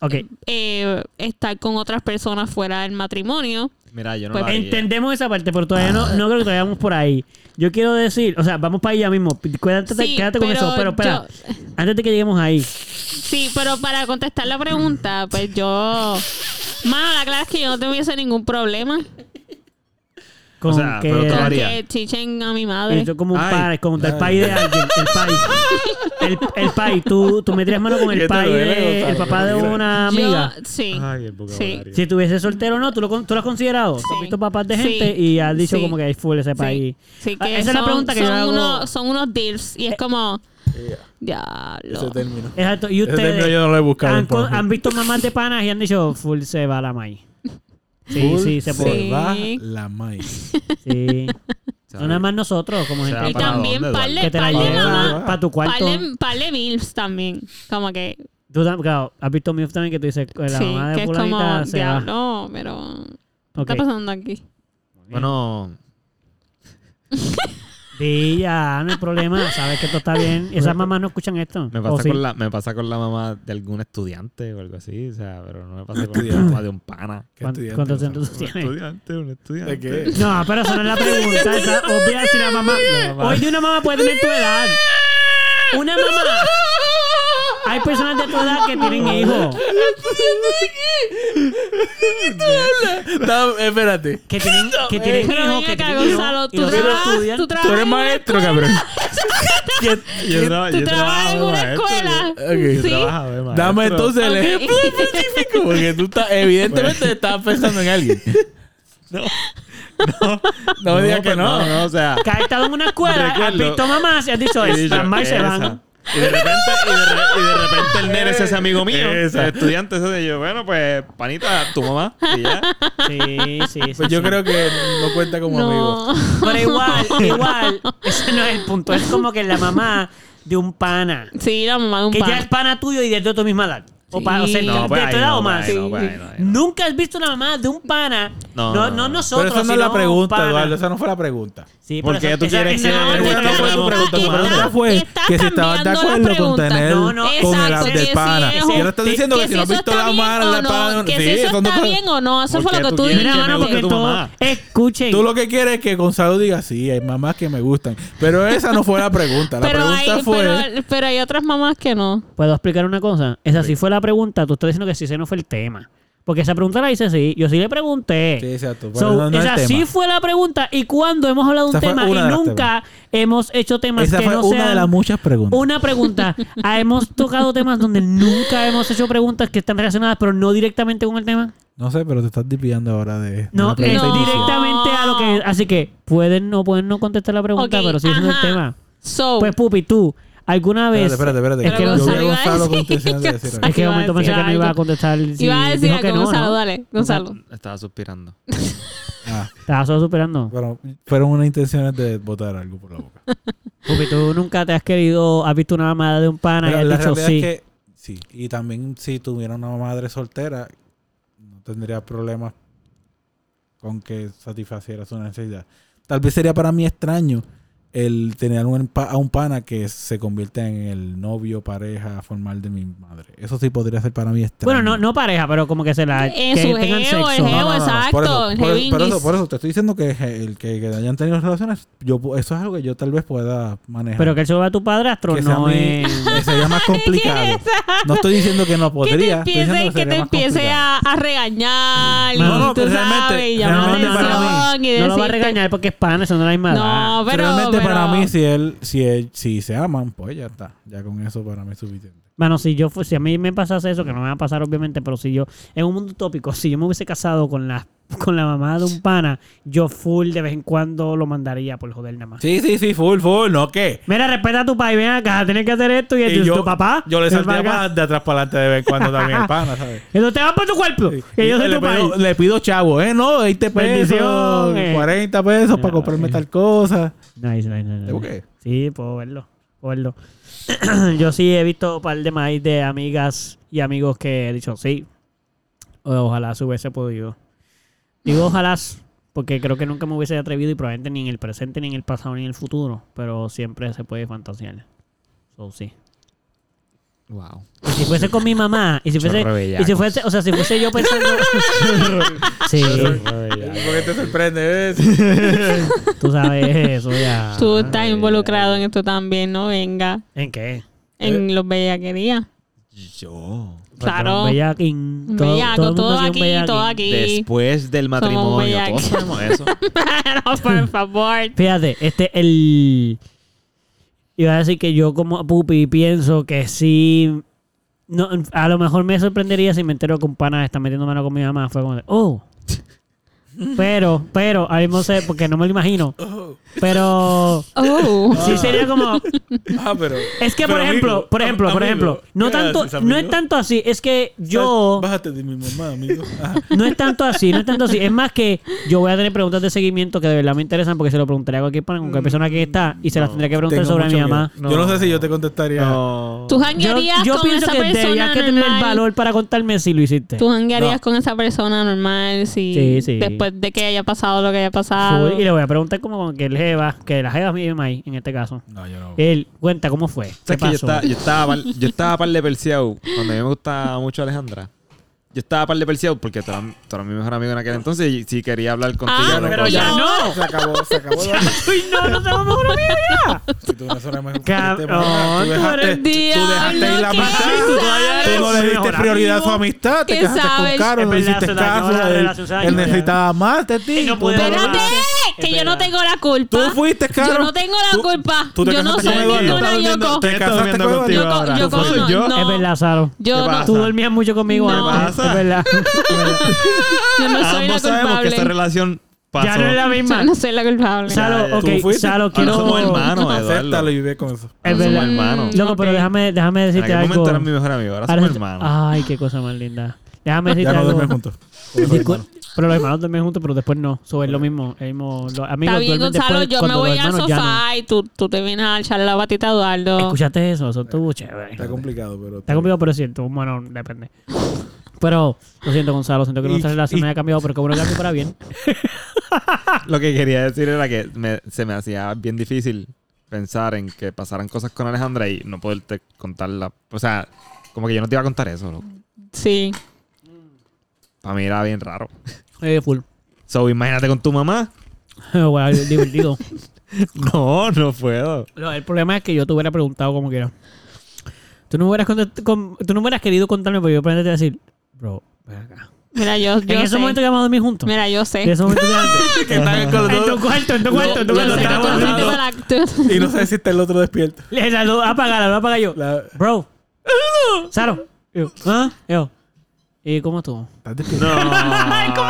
Ok,
eh, estar con otras personas fuera del matrimonio.
Mira, yo no
Pues
la haría.
entendemos esa parte, pero todavía no, no creo que todavía vamos por ahí. Yo quiero decir, o sea, vamos para allá mismo. Quédate,
Sí,
quédate con
pero
eso, pero espera. Antes de que lleguemos ahí.
Sí, pero para contestar la pregunta, pues yo Mano, la clave es que yo no tuviese ningún problema
Con
sea,
que,
pero
con
todavía- María.
que chichen a mi
Y
madre.
tú como un
Ay.
padre, como del
Ay.
país de alguien, el país. El, el país, tú, tú meterías mano con el
¿Qué te
país,
duele,
de-
Gonzalo?
el papá de
Mira.
una amiga.
Yo, sí.
Ay, el vocabulario.
Si estuviese soltero o no, tú lo, con- tú lo has considerado. Tú has
Sí.
visto papás de
Sí.
gente y has dicho
Sí.
como que hay full ese país.
Sí,
Ah,
que
esa es la
son-
pregunta que yo
son
hago. Eh,
unos, son unos divs y es como
Ese
diablo.
término.
Exacto. Y
Ese término
ustedes
yo no lo he buscado.
han, con-
por
han visto mamás de panas y han dicho full se va la maíz. Sí,
Full
sí, se puede.
Sí.
va la maíz.
Sí.
Se
No nada más nosotros, como
Se
gente
va
que-
Y
para
también
dónde,
par de-
que te la
par de mamás-
lleva para tu cuarto.
Parle, parle MILFs también. Como que.
Tú tam- claro, has visto míos también que tú dices la
sí,
mamá
que
de
es como.
fulanita se va.
Diablo, pero. ¿Qué
Ok.
está pasando aquí?
Bueno,
Sí, ya, no hay problema. Sabes que todo está bien. Esas mamás no escuchan esto.
Oh,
me
¿O
pasa,
sí?
con la, me pasa con la mamá de algún estudiante o algo así, o sea, pero no me pasa con la
Estudiante.
mamá de un pana.
¿Qué
¿Cuán-
estudiante?
¿Cuántos
no
centros
sé.
tú
Un
tienes?
estudiante, un estudiante.
¿De qué?
No, pero eso no es la pregunta. Está obvia si la mamá.
La mamá.
Hoy de una mamá puede tener tu edad. Una mamá. Hay personas de tu edad que tienen hijos.
No, espérate.
Que tienen, que tienen
Pero
hijos.
ven
Que
acá,
tienen hijos,
Gonzalo,
y
tú
los hijos
trabajas,
estudian.
tú
Tú eres
trabajas,
maestro, cabrón.
¿Qué-
Yo,
qué-
traba-
tú
yo
trabajas en
trabajo,
una
maestro.
escuela.
Ok.
Yo
Sí.
trabajo de maestro. pues.
Dame entonces el
Ok.
ejemplo específico. Porque tú estás, evidentemente estás pensando en alguien. No, no, no me digas que
pues
no.
No, no, o sea.
Que ha estado en una escuela, has
Recuerdo.
visto mamás y has dicho,
y
pues,
he
es
dicho,
mamá y se
esa.
van.
Y de repente, y de, re- y de repente el nene es ese amigo mío.
Esa.
El estudiante ese de yo, bueno, pues, panita, tu mamá. Y ya.
Sí, sí, sí.
Pues yo
sí.
creo que no cuenta como amigo.
No.
Pero igual, igual, ese no es el punto. Es como que la mamá de un pana.
Sí, la mamá de un
Que ya
pan.
es pana tuyo y de tu misma edad. O, pa- o sea,
Sí.
de
No,
tu
pues ahí
edad
no,
o
pues
más.
ahí no, pues ahí no, ahí no.
Nunca has visto la mamá de un pana. No,
No,
no,
no, no.
nosotros.
Pero esa no es
sino
la pregunta,
un pana.
Eduardo. Esa no fue la pregunta.
Sí,
¿Por
pero
qué
esa-
tú
esa-
quieres
esa
que-
mamá
Pero
de
bueno,
un
no fue tu
pana.
pregunta,
tu
está-
pregunta fue
está
que si estabas de
cambiando
acuerdo
la
con
pregunta.
tener
No, no,
con el
Exacto,
app del
que
pana.
si
Si
es
ahora
un-
estás diciendo que, si no has
eso
visto
está
la
bien
mano,
o
la
no,
pana,
que si
sí,
eso
son dos
está
cosas.
bien o no, eso fue
Porque
lo que
tú
tú
quieres
Mira,
dijiste.
que
mano,
me
porque
guste tu
todo.
mamá.
Escuchen.
Tú lo que quieres es que Gonzalo diga sí, hay mamás que me gustan. Pero esa no fue la pregunta. La
Pero
pregunta
hay,
fue.
pero, pero hay otras mamás que no.
¿Puedo explicar una cosa? Esa sí fue la pregunta. Tú estás diciendo que sí, ese no fue el tema. Porque esa pregunta la hice sí. Yo sí le pregunté.
Sí, exacto. Pero
So,
no, no es
esa
el
sí
tema.
fue la pregunta. Y cuando hemos hablado de un
Esa fue
tema
una
y
de las
nunca hemos hecho temas
Esa
que
fue
no
una
sean
de las muchas preguntas.
una pregunta. Ah, hemos tocado temas donde nunca hemos hecho preguntas que están relacionadas, pero no directamente con el tema.
No sé, pero te estás desviando ahora de.
No, eh,
una
es
pregunta
no.
inicial.
directamente a lo que. Así que pueden no pueden no contestar la pregunta,
Ok,
pero sí es el
ajá. Oh.
tema.
So,
Pues Pupi, tú alguna vez.
Espérate, espérate,
Es
espérate.
que
Yo vi a
Gonzalo
iba a
Gonzalo
decir-
contestando de decir algo.
es que de
Iba a
momento pensé
decir
que no iba a
algo.
contestar. si
iba a decir
dijo
algo,
no,
Gonzalo,
¿no?
dale, Gonzalo.
Estaba suspirando.
Ah,
Estaba solo superando.
pero fueron unas intenciones de botar algo por la boca.
Pupi, tú nunca te has querido. Has visto una mamada de un pana y
Pero
has
la
dicho
realidad
sí.
es que sí. Y también si tuviera una madre soltera, no tendría problemas con que satisfaciera su necesidad. Tal vez sería para mí extraño el tener un pa- a un pana que se convierta en el novio, pareja formal de mi madre. Eso sí podría ser para mí extraño.
Bueno, no, no pareja, pero como que se la.
Eh,
que
su
tengan
jeo, el
sexo.
jeo.
Por
exacto,
eso, por,
heavy
eso, por eso-
kiss.
por eso te estoy diciendo que el que, que hayan tenido relaciones, yo pu- eso es algo que yo tal vez pueda manejar.
Pero que él se va a tu padrastro,
que sea
no
mi-
es.
que sería más complicado. no estoy diciendo que no
que te
podría. estoy diciendo
empiece, que
sería
te
más
empiece
complicado.
a, a regañar
No,
y
no,
tú
pero realmente-
sabes y llamar
realmente
la
para mí,
atención y
No
decirte,
lo va a regañar porque es pana, eso no es la misma edad.
No, pero,
Realmente
pero-
para mí, si él, si él, si se aman, pues ya está. Ya con eso para mí es suficiente.
Mano, si yo fu- si a mí me pasase eso, que no me va a pasar obviamente, pero si yo, en un mundo utópico, si yo me hubiese casado con la con la mamá de un pana, yo full de vez en cuando lo mandaría por joder nada más.
Sí, sí, sí, full, full, ¿no qué?
Mira, respeta a tu país, ven acá, tienes que hacer esto y,
Y
tu- tu papá.
Yo le
te va
salté
acá.
Ah, de atrás para adelante de vez en cuando también el pana, ¿sabes?
Entonces te vas para tu cuerpo. Que
Y
yo soy
le,
tu país.
pido, le pido chavo, ¿eh? No, 20 pesos,
Bendiciones.
40 pesos
Ya,
para comprarme
eh.
tal cosa.
Nice, nice, nice.
¿Tengo
nice.
qué?
Sí, puedo verlo. Puedo verlo. Yo sí he visto un par de maíz de amigas y amigos que he dicho sí. O- Ojalá se hubiese podido. Digo ojalá, porque creo que nunca me hubiese atrevido y probablemente ni en el presente, ni en el pasado, ni en el futuro. Pero siempre se puede fantasear. So, sí.
Wow.
Y si fuese con mi mamá, y si fuese.
Chorro bellaco.
Y si fuese, o sea, si fuese yo pensando. sí,
¿Por qué te sorprende eso?
tú sabes eso ya.
Tú estás involucrado en esto también, ¿no? Venga,
¿En qué?
en los bellaquerías.
Yo.
Claro.
Un bellaquín. Todo,
Bellaco,
todo
todo,
el mundo hacía un
aquí,
bellaquín.
todo aquí.
Después del matrimonio,
bellacos.
todos sabemos eso.
no, por favor.
Fíjate, este, el. Iba a decir que yo, como pupi, pienso que sí. No, a lo mejor me sorprendería si me entero que un pana está metiendo mano con mi mamá. Fue como de, oh. Pero, pero, ahí no sé, porque no me lo imagino. Pero.
Oh.
Sí sería como.
Ah, pero.
Es que, por
pero,
ejemplo,
amigo,
por ejemplo, por
amigo,
ejemplo.
¿qué
No tanto,
haces,
no
amigo?
es tanto así. Es que yo.
Bájate de mi mamá, amigo. Ah,
No es tanto así, no es tanto así. Es más que yo voy a tener preguntas de seguimiento que de verdad me interesan porque se lo preguntaré a cualquier, pana, con
Mm.
cualquier persona que está y se las tendría que preguntar
tengo
sobre
mucho
mi
miedo.
mamá.
Yo no sé si yo te contestaría.
No.
Tú
Yo,
janguearías
yo
con
pienso
esa
que
persona
deberías que tener el
normal.
valor para contarme si lo hiciste.
Tú janguearías
No.
con esa persona normal si
Sí, sí.
después de que haya pasado lo que haya pasado.
Fui- Y le voy a preguntar como con que el jeva, que la jeva es mi mamá ahí, en este caso.
No, yo no.
Él, cuenta cómo fue, qué
¿Sabes que yo
pasó.
estaba, yo estaba, par- yo estaba par de perseado cuando a mí me gustaba mucho Alejandra. yo estaba par de perseguido porque tú eras, tú eras mi mejor amigo en aquel entonces y sí quería hablar contigo.
Ah,
de
pero
cosas.
ya no.
Se acabó, se acabó. Dani.
Uy, no, no tengo mejor amigo ya.
Si tú no eres mejor,
Cabrón,
tú dejaste,
eres
tú dejaste ir
diablo,
la
¿qué
amistad.
sabes?
Tú todavía eres no le diste
mejor
prioridad a su
amigo.
amistad. Te
¿Qué
quedaste
sabes?
con Caro,
Es
no
verdad,
hiciste
se dañó
caso.
la
él-
relación, se dañó,
Él
ya.
necesitaba más de ti.
Y no
tú
pude
no-
volver. Es
Espérate, que yo no
verdad.
tengo la culpa.
Tú fuiste, Caro.
Yo no tengo la
Tú-
culpa.
tú te
yo no
casaste
soy
con Eduardo.
ninguna
Estaba
Yoko.
durmiendo-
Yo,
te
Estoy
casaste
durmiendo
con
contigo
Eduardo.
co-
ahora.
yo
¿Tú fuiste
cono-
yo?
no.
Es verdad, Saro.
yo
¿Qué
no,
pasa?
Tú dormías mucho conmigo
No.
antes.
¿Qué pasa?
Es verdad.
yo no soy la
Ah, Ambos sabemos que
culpable.
esta relación pasó.
Ya no es la misma.
Yo no soy la culpable.
Ya, ya.
Salo, ok,
Tú fuiste.
Salo,
Ahora
quiero.
somos hermanos,
Acéptalo
Eduardo.
y vive con eso.
Es
somos
verdad.
hermanos.
Loco, pero
Ok.
déjame, déjame
En
decirte
aquel momento eras
algo.
mi mejor amigo, ahora
Ahora
somos
te-
hermanos.
Ay, qué cosa más linda. Déjame decirte
Ya no
algo.
duermen juntos.
Discu- Pero los hermanos duermen juntos, pero después no. So, es lo mismo. el mismo- los amigos
Está bien,
duermen
Gonzalo,
después,
yo me
cuando los
voy al
hermanos ya
sofá y tú, tú te vienes a echar la batita a Eduardo.
no. Escuchaste eso, eso estuvo chévere.
Está complicado, pero.
Está complicado, pero es cierto. Bueno, depende. Pero lo siento, Gonzalo. Siento que
Y-
nuestra relación
y-
haya cambiado, pero que bueno que cambió para bien.
Lo que quería decir era que me- se me hacía bien difícil pensar en que pasaran cosas con Alejandra y no poderte contarla. O sea, como que yo no te iba a contar eso.
Sí.
Para mí era bien raro.
Eh, full.
So, imagínate con tu mamá.
Bueno, divertido.
No, no puedo.
Lo- el problema es que yo te hubiera preguntado como quiera. Tú no hubieras, contest- con- tú no hubieras querido contarme, pero yo probablemente te iba a decir, bro, ven acá.
Mira, yo,
en
yo
ese
sé.
momento que vamos a dormir juntos.
Mira, yo
En
sé.
ese momento que antes. En tu cuarto, en tu cuarto, en tu
Yo
cuarto.
sé que tú
Estamos
no te
hablando.
vas a la- tú-
Y no sé si está el otro despierto.
Le- La luz, apágala, la apaga yo.
La-
Bro. Saro. Yo, ¿ah? Yo. ¿Y cómo estuvo?
¿Estás despierto?
No. ¿Cómo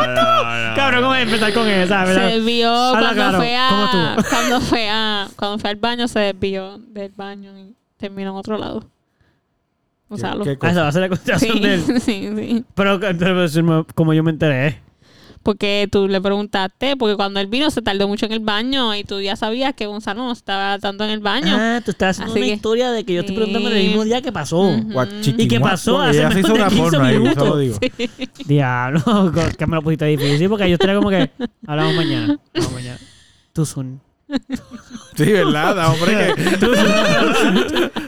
tú?
Cabrón, ¿cómo es empezar con él? ¿Sabes?
Se desvió
Habla claro.
cuando fue
¿Cómo
a,
estuvo?
cuando fue a, cuando fue al baño se desvió del baño y terminó en otro lado. O sea, lo-
¿Qué
Ah, esa va
cosa?
a ser la contestación
sí,
de él.
sí, sí.
Pero, pero si me- como yo me enteré.
Porque tú le preguntaste, porque cuando él vino se tardó mucho en el baño y tú ya sabías que Gonzalo no estaba tanto en el baño.
Ah, tú estás haciendo
Así
una
que-
historia de que yo estoy
Sí.
preguntando el mismo día que pasó.
Mm.
Guachiqui,
¿Y qué pasó?
guaco.
Hace
Ella se
menos
hizo
de
una
15
porno ahí,
minutos.
se lo digo.
Diablo, que me lo pusiste difícil porque yo estaría como que hablamos mañana. Hablamos mañana. Tú son.
Sí, ¿verdad? Hombre, que.
Tú son.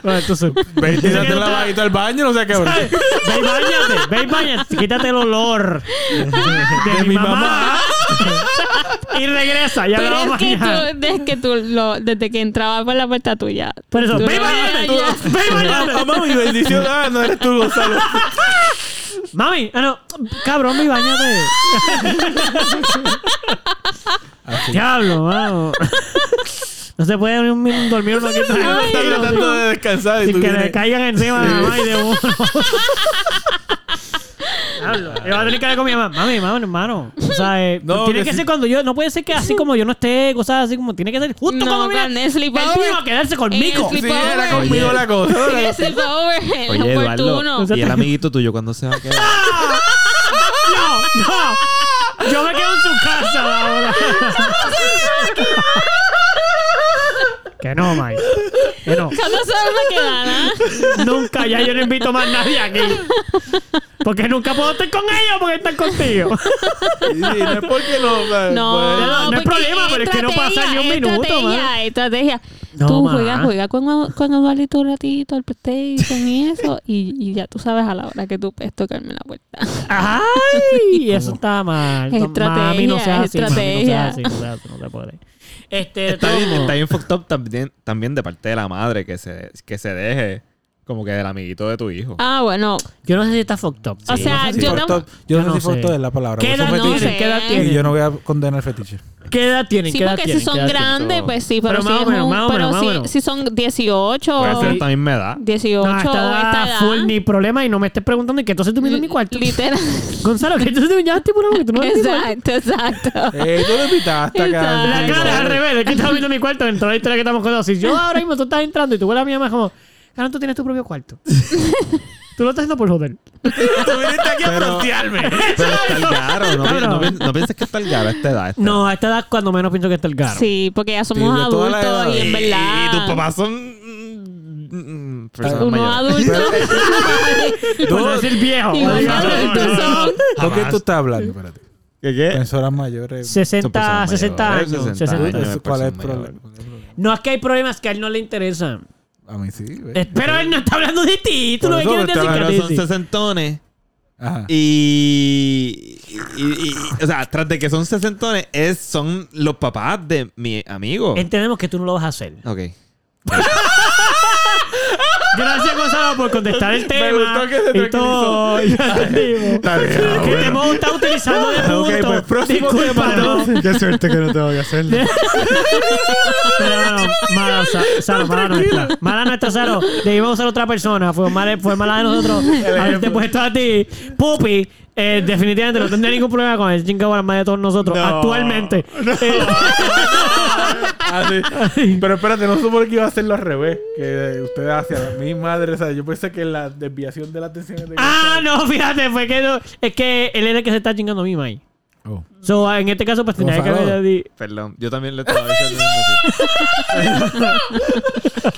Bueno, tú son.
Ve y
Yo sé que
tírate
tú
la
estás-
bajita al baño, no sé qué. bro.
Ve y bañate, ve y bañate. Quítate el olor de, mi mamá. y regresa, ya
Pero
hablamos
es que
mañana.
tú, desde que tú lo- desde que entraba por la puerta tuya.
Por eso,
tú
ve y
no
bañate.
veías ya.
Ve y bañate.
Ah, mami, bendición. Ah, no eres tú, Gonzalo.
Mami, ah, no, cabrón, mi bañate. Ah, Diablo, mano. No se puede ni un minuto dormir uno aquí
Estás tratando de descansar y
sin
tú
que le
vienes-
caigan encima a la mamá y de uno. Diablo. Yo voy a tener que hablar con mi mamá. Mami, mami, hermano. O sea, eh,
No,
tiene
que
que,
sí.
ser cuando yo. No puede ser que así como yo no esté, cosas así como. Tiene que ser justo
No,
cuando mira.
con el sleepover.
Él vino a quedarse conmigo.
El
Sí, era
Oye.
conmigo la cosa.
Oye, sleepover, el
Oye,
oportuno.
Eduardo. ¿Y el amiguito tuyo cuándo se va a quedar?
No, no. Yo me quedo en su casa ahora. que no, Mike. Que no.
¿Cuándo se van a quedar, ah?
Nunca, ya yo no invito más nadie aquí. Porque nunca puedo estar con ellos porque están contigo.
Sí, no es porque no. o sea,
No,
pues-
no hay
porque
problema, pero es que no pasa
estrategia,
ni un minuto,
Estrategia,
mano.
estrategia.
No,
tú
ma.
juegas, juegas con, con Eduardo un ratito, el PlayStation y eso, y, y ya tú sabes a la hora que tú puedes tocarme la puerta.
Ay, eso está mal. No,
Estrategia,
mami, no seas así, mami, no
estrategia.
seas así, no seas así, no te puedes. Este, de
Está
todos
bien,
modos.
está bien fucked up también, también de parte de la madre que se, que se deje como que del amiguito de tu hijo.
Ah, bueno.
Yo no sé si está fucked up.
O
sí,
sea,
no sé si-
ah, yo
Fucked
tam-
up.
yo
Yo no sé
no
si fucked
sé.
up es la palabra.
¿Qué
porque
edad
fue
no
tienen?
fetiche.
sé.
¿Qué edad
Y yo
tienen?
no voy a condenar el fetiche.
¿Qué edad tienen?
Sí,
¿Qué edad
porque si
tienen? ¿Qué
son
edad tienen?
grandes, pues sí, pero,
Pero
si
más o
es
menos,
un-
más o
pero
menos, más
si,
o menos.
si son 18
Puede ser también me da.
18
No,
o
esta edad,
esta edad.
full ni problema y no me estés preguntando y que entonces tú me en mi cuarto.
Literal.
Gonzalo, que entonces tú ya te que tú no me
exacto, exacto.
Eh, tú lo invitaste a
Exacto.
La
que-
cara es al revés, es que estaba viendo mi cuarto en toda la historia que estamos contando. Si yo ahora mismo tú estás entrando y tú hueles a mi mamá, es como, Carlos, tú tienes tu propio cuarto. tú lo estás haciendo por joder.
Tú viniste aquí a frontearme.
Pero está el garo. No, pi-
Claro.
no pi- no pienses que está el garo a esta edad. a esta edad.
No, a esta edad cuando menos pienso que está el caro.
Sí, porque ya somos
Sí, de todas las
adultos y
edades.
en verdad.
Y tus papás son. mm, personas
Unos
mayores.
adultos.
Por no decir viejo.
y unos
Oiga,
adultos son.
¿Por qué
Jamás.
tú estás hablando? Espérate.
¿Qué qué?
Pensoras mayores.
Son
60,
personas
60
mayores,
años.
60
60
años.
años.
Entonces, ¿Cuál es el
persona mayor.
problema? ¿Cuál es el problema?
No es que hay problemas que a él no le interesan.
A mí sí. güey.
Eh, Pero él no está hablando de ti. Tú
Por
lo que
eso
quieres
me está
decir
Pero
que
son
sí, sí.
sesentones
Ajá.
Y, y- y- y- O sea, tras de que son sesentones, es, son los papás de mi amigo.
Entendemos que tú no lo vas a hacer.
Ok.
Gracias, Gonzalo, por contestar el tema.
gustó que se
y todo. Ya entendimos.
Está bien, ah,
Que te
bueno.
hemos estado utilizando de punto.
Ok, pues, próximo tema,
Discúlpanos.
Qué suerte que no tengo que hacerlo.
Pero no, no, mala, Sa- Saro, mala nuestra. Mala nuestra, Saro. Debimos usar otra persona. Fue mala, fue mala de nosotros. Haberte puesto a ti. Pupi, eh, definitivamente no tendría ningún problema con el chingado más de todos nosotros.
No.
Actualmente. Eh,
Ah, sí. Pero espérate, no supone que iba a hacerlo al revés. Que ustedes hacia la- mi madre, o sea, yo pensé que la desviación de la atención es de
ah, no, fíjate, fue que no- Es que él era el que se está chingando a mí, May.
Oh.
So, en este caso, pues tenía que
Gonzalo.
haber di-
Perdón. Yo también le estaba diciendo.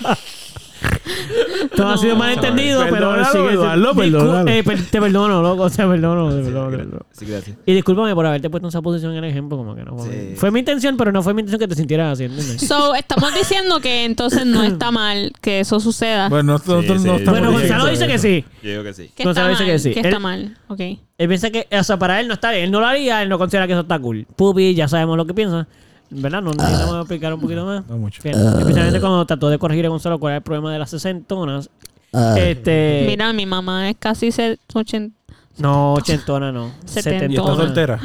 así.
Todo ha sido
No.
malentendido, pero
Perdónalo,
sigue-
Eduardo,
discu-
perdónalo.
eh, per- te perdono, loco, te perdono, te perdono. loco.
Sí, gracias.
Y discúlpame por haberte puesto en esa posición en el ejemplo, como que no. fue-
Sí.
Fue mi intención, pero no fue mi intención que te sintieras así, ¿entiendes?
So, estamos diciendo que entonces no está mal que eso suceda.
Bueno, nosotros
Sí, sí,
no
yo-
estamos
Ah. Bueno,
Estamos
Gonzalo
diciendo
dice que
eso.
sí.
Yo digo que sí.
que está
Gonzalo
mal,
dice que eh, sí.
que está
Él-
mal. Ok.
Él piensa que, o sea, para él no está bien. Él no lo haría, él no considera que eso está cool. Pupi, ya sabemos lo que piensa. ¿Verdad? No necesitamos explicar un poquito más.
No mucho.
Fíjate, Especialmente cuando trató de corregir a Gonzalo cuál era el problema de las sesentonas. Este.
Mira, mi mamá es casi se- 80.
No, ochentona no.
Setentona.
¿Y está
Setentona.
soltera?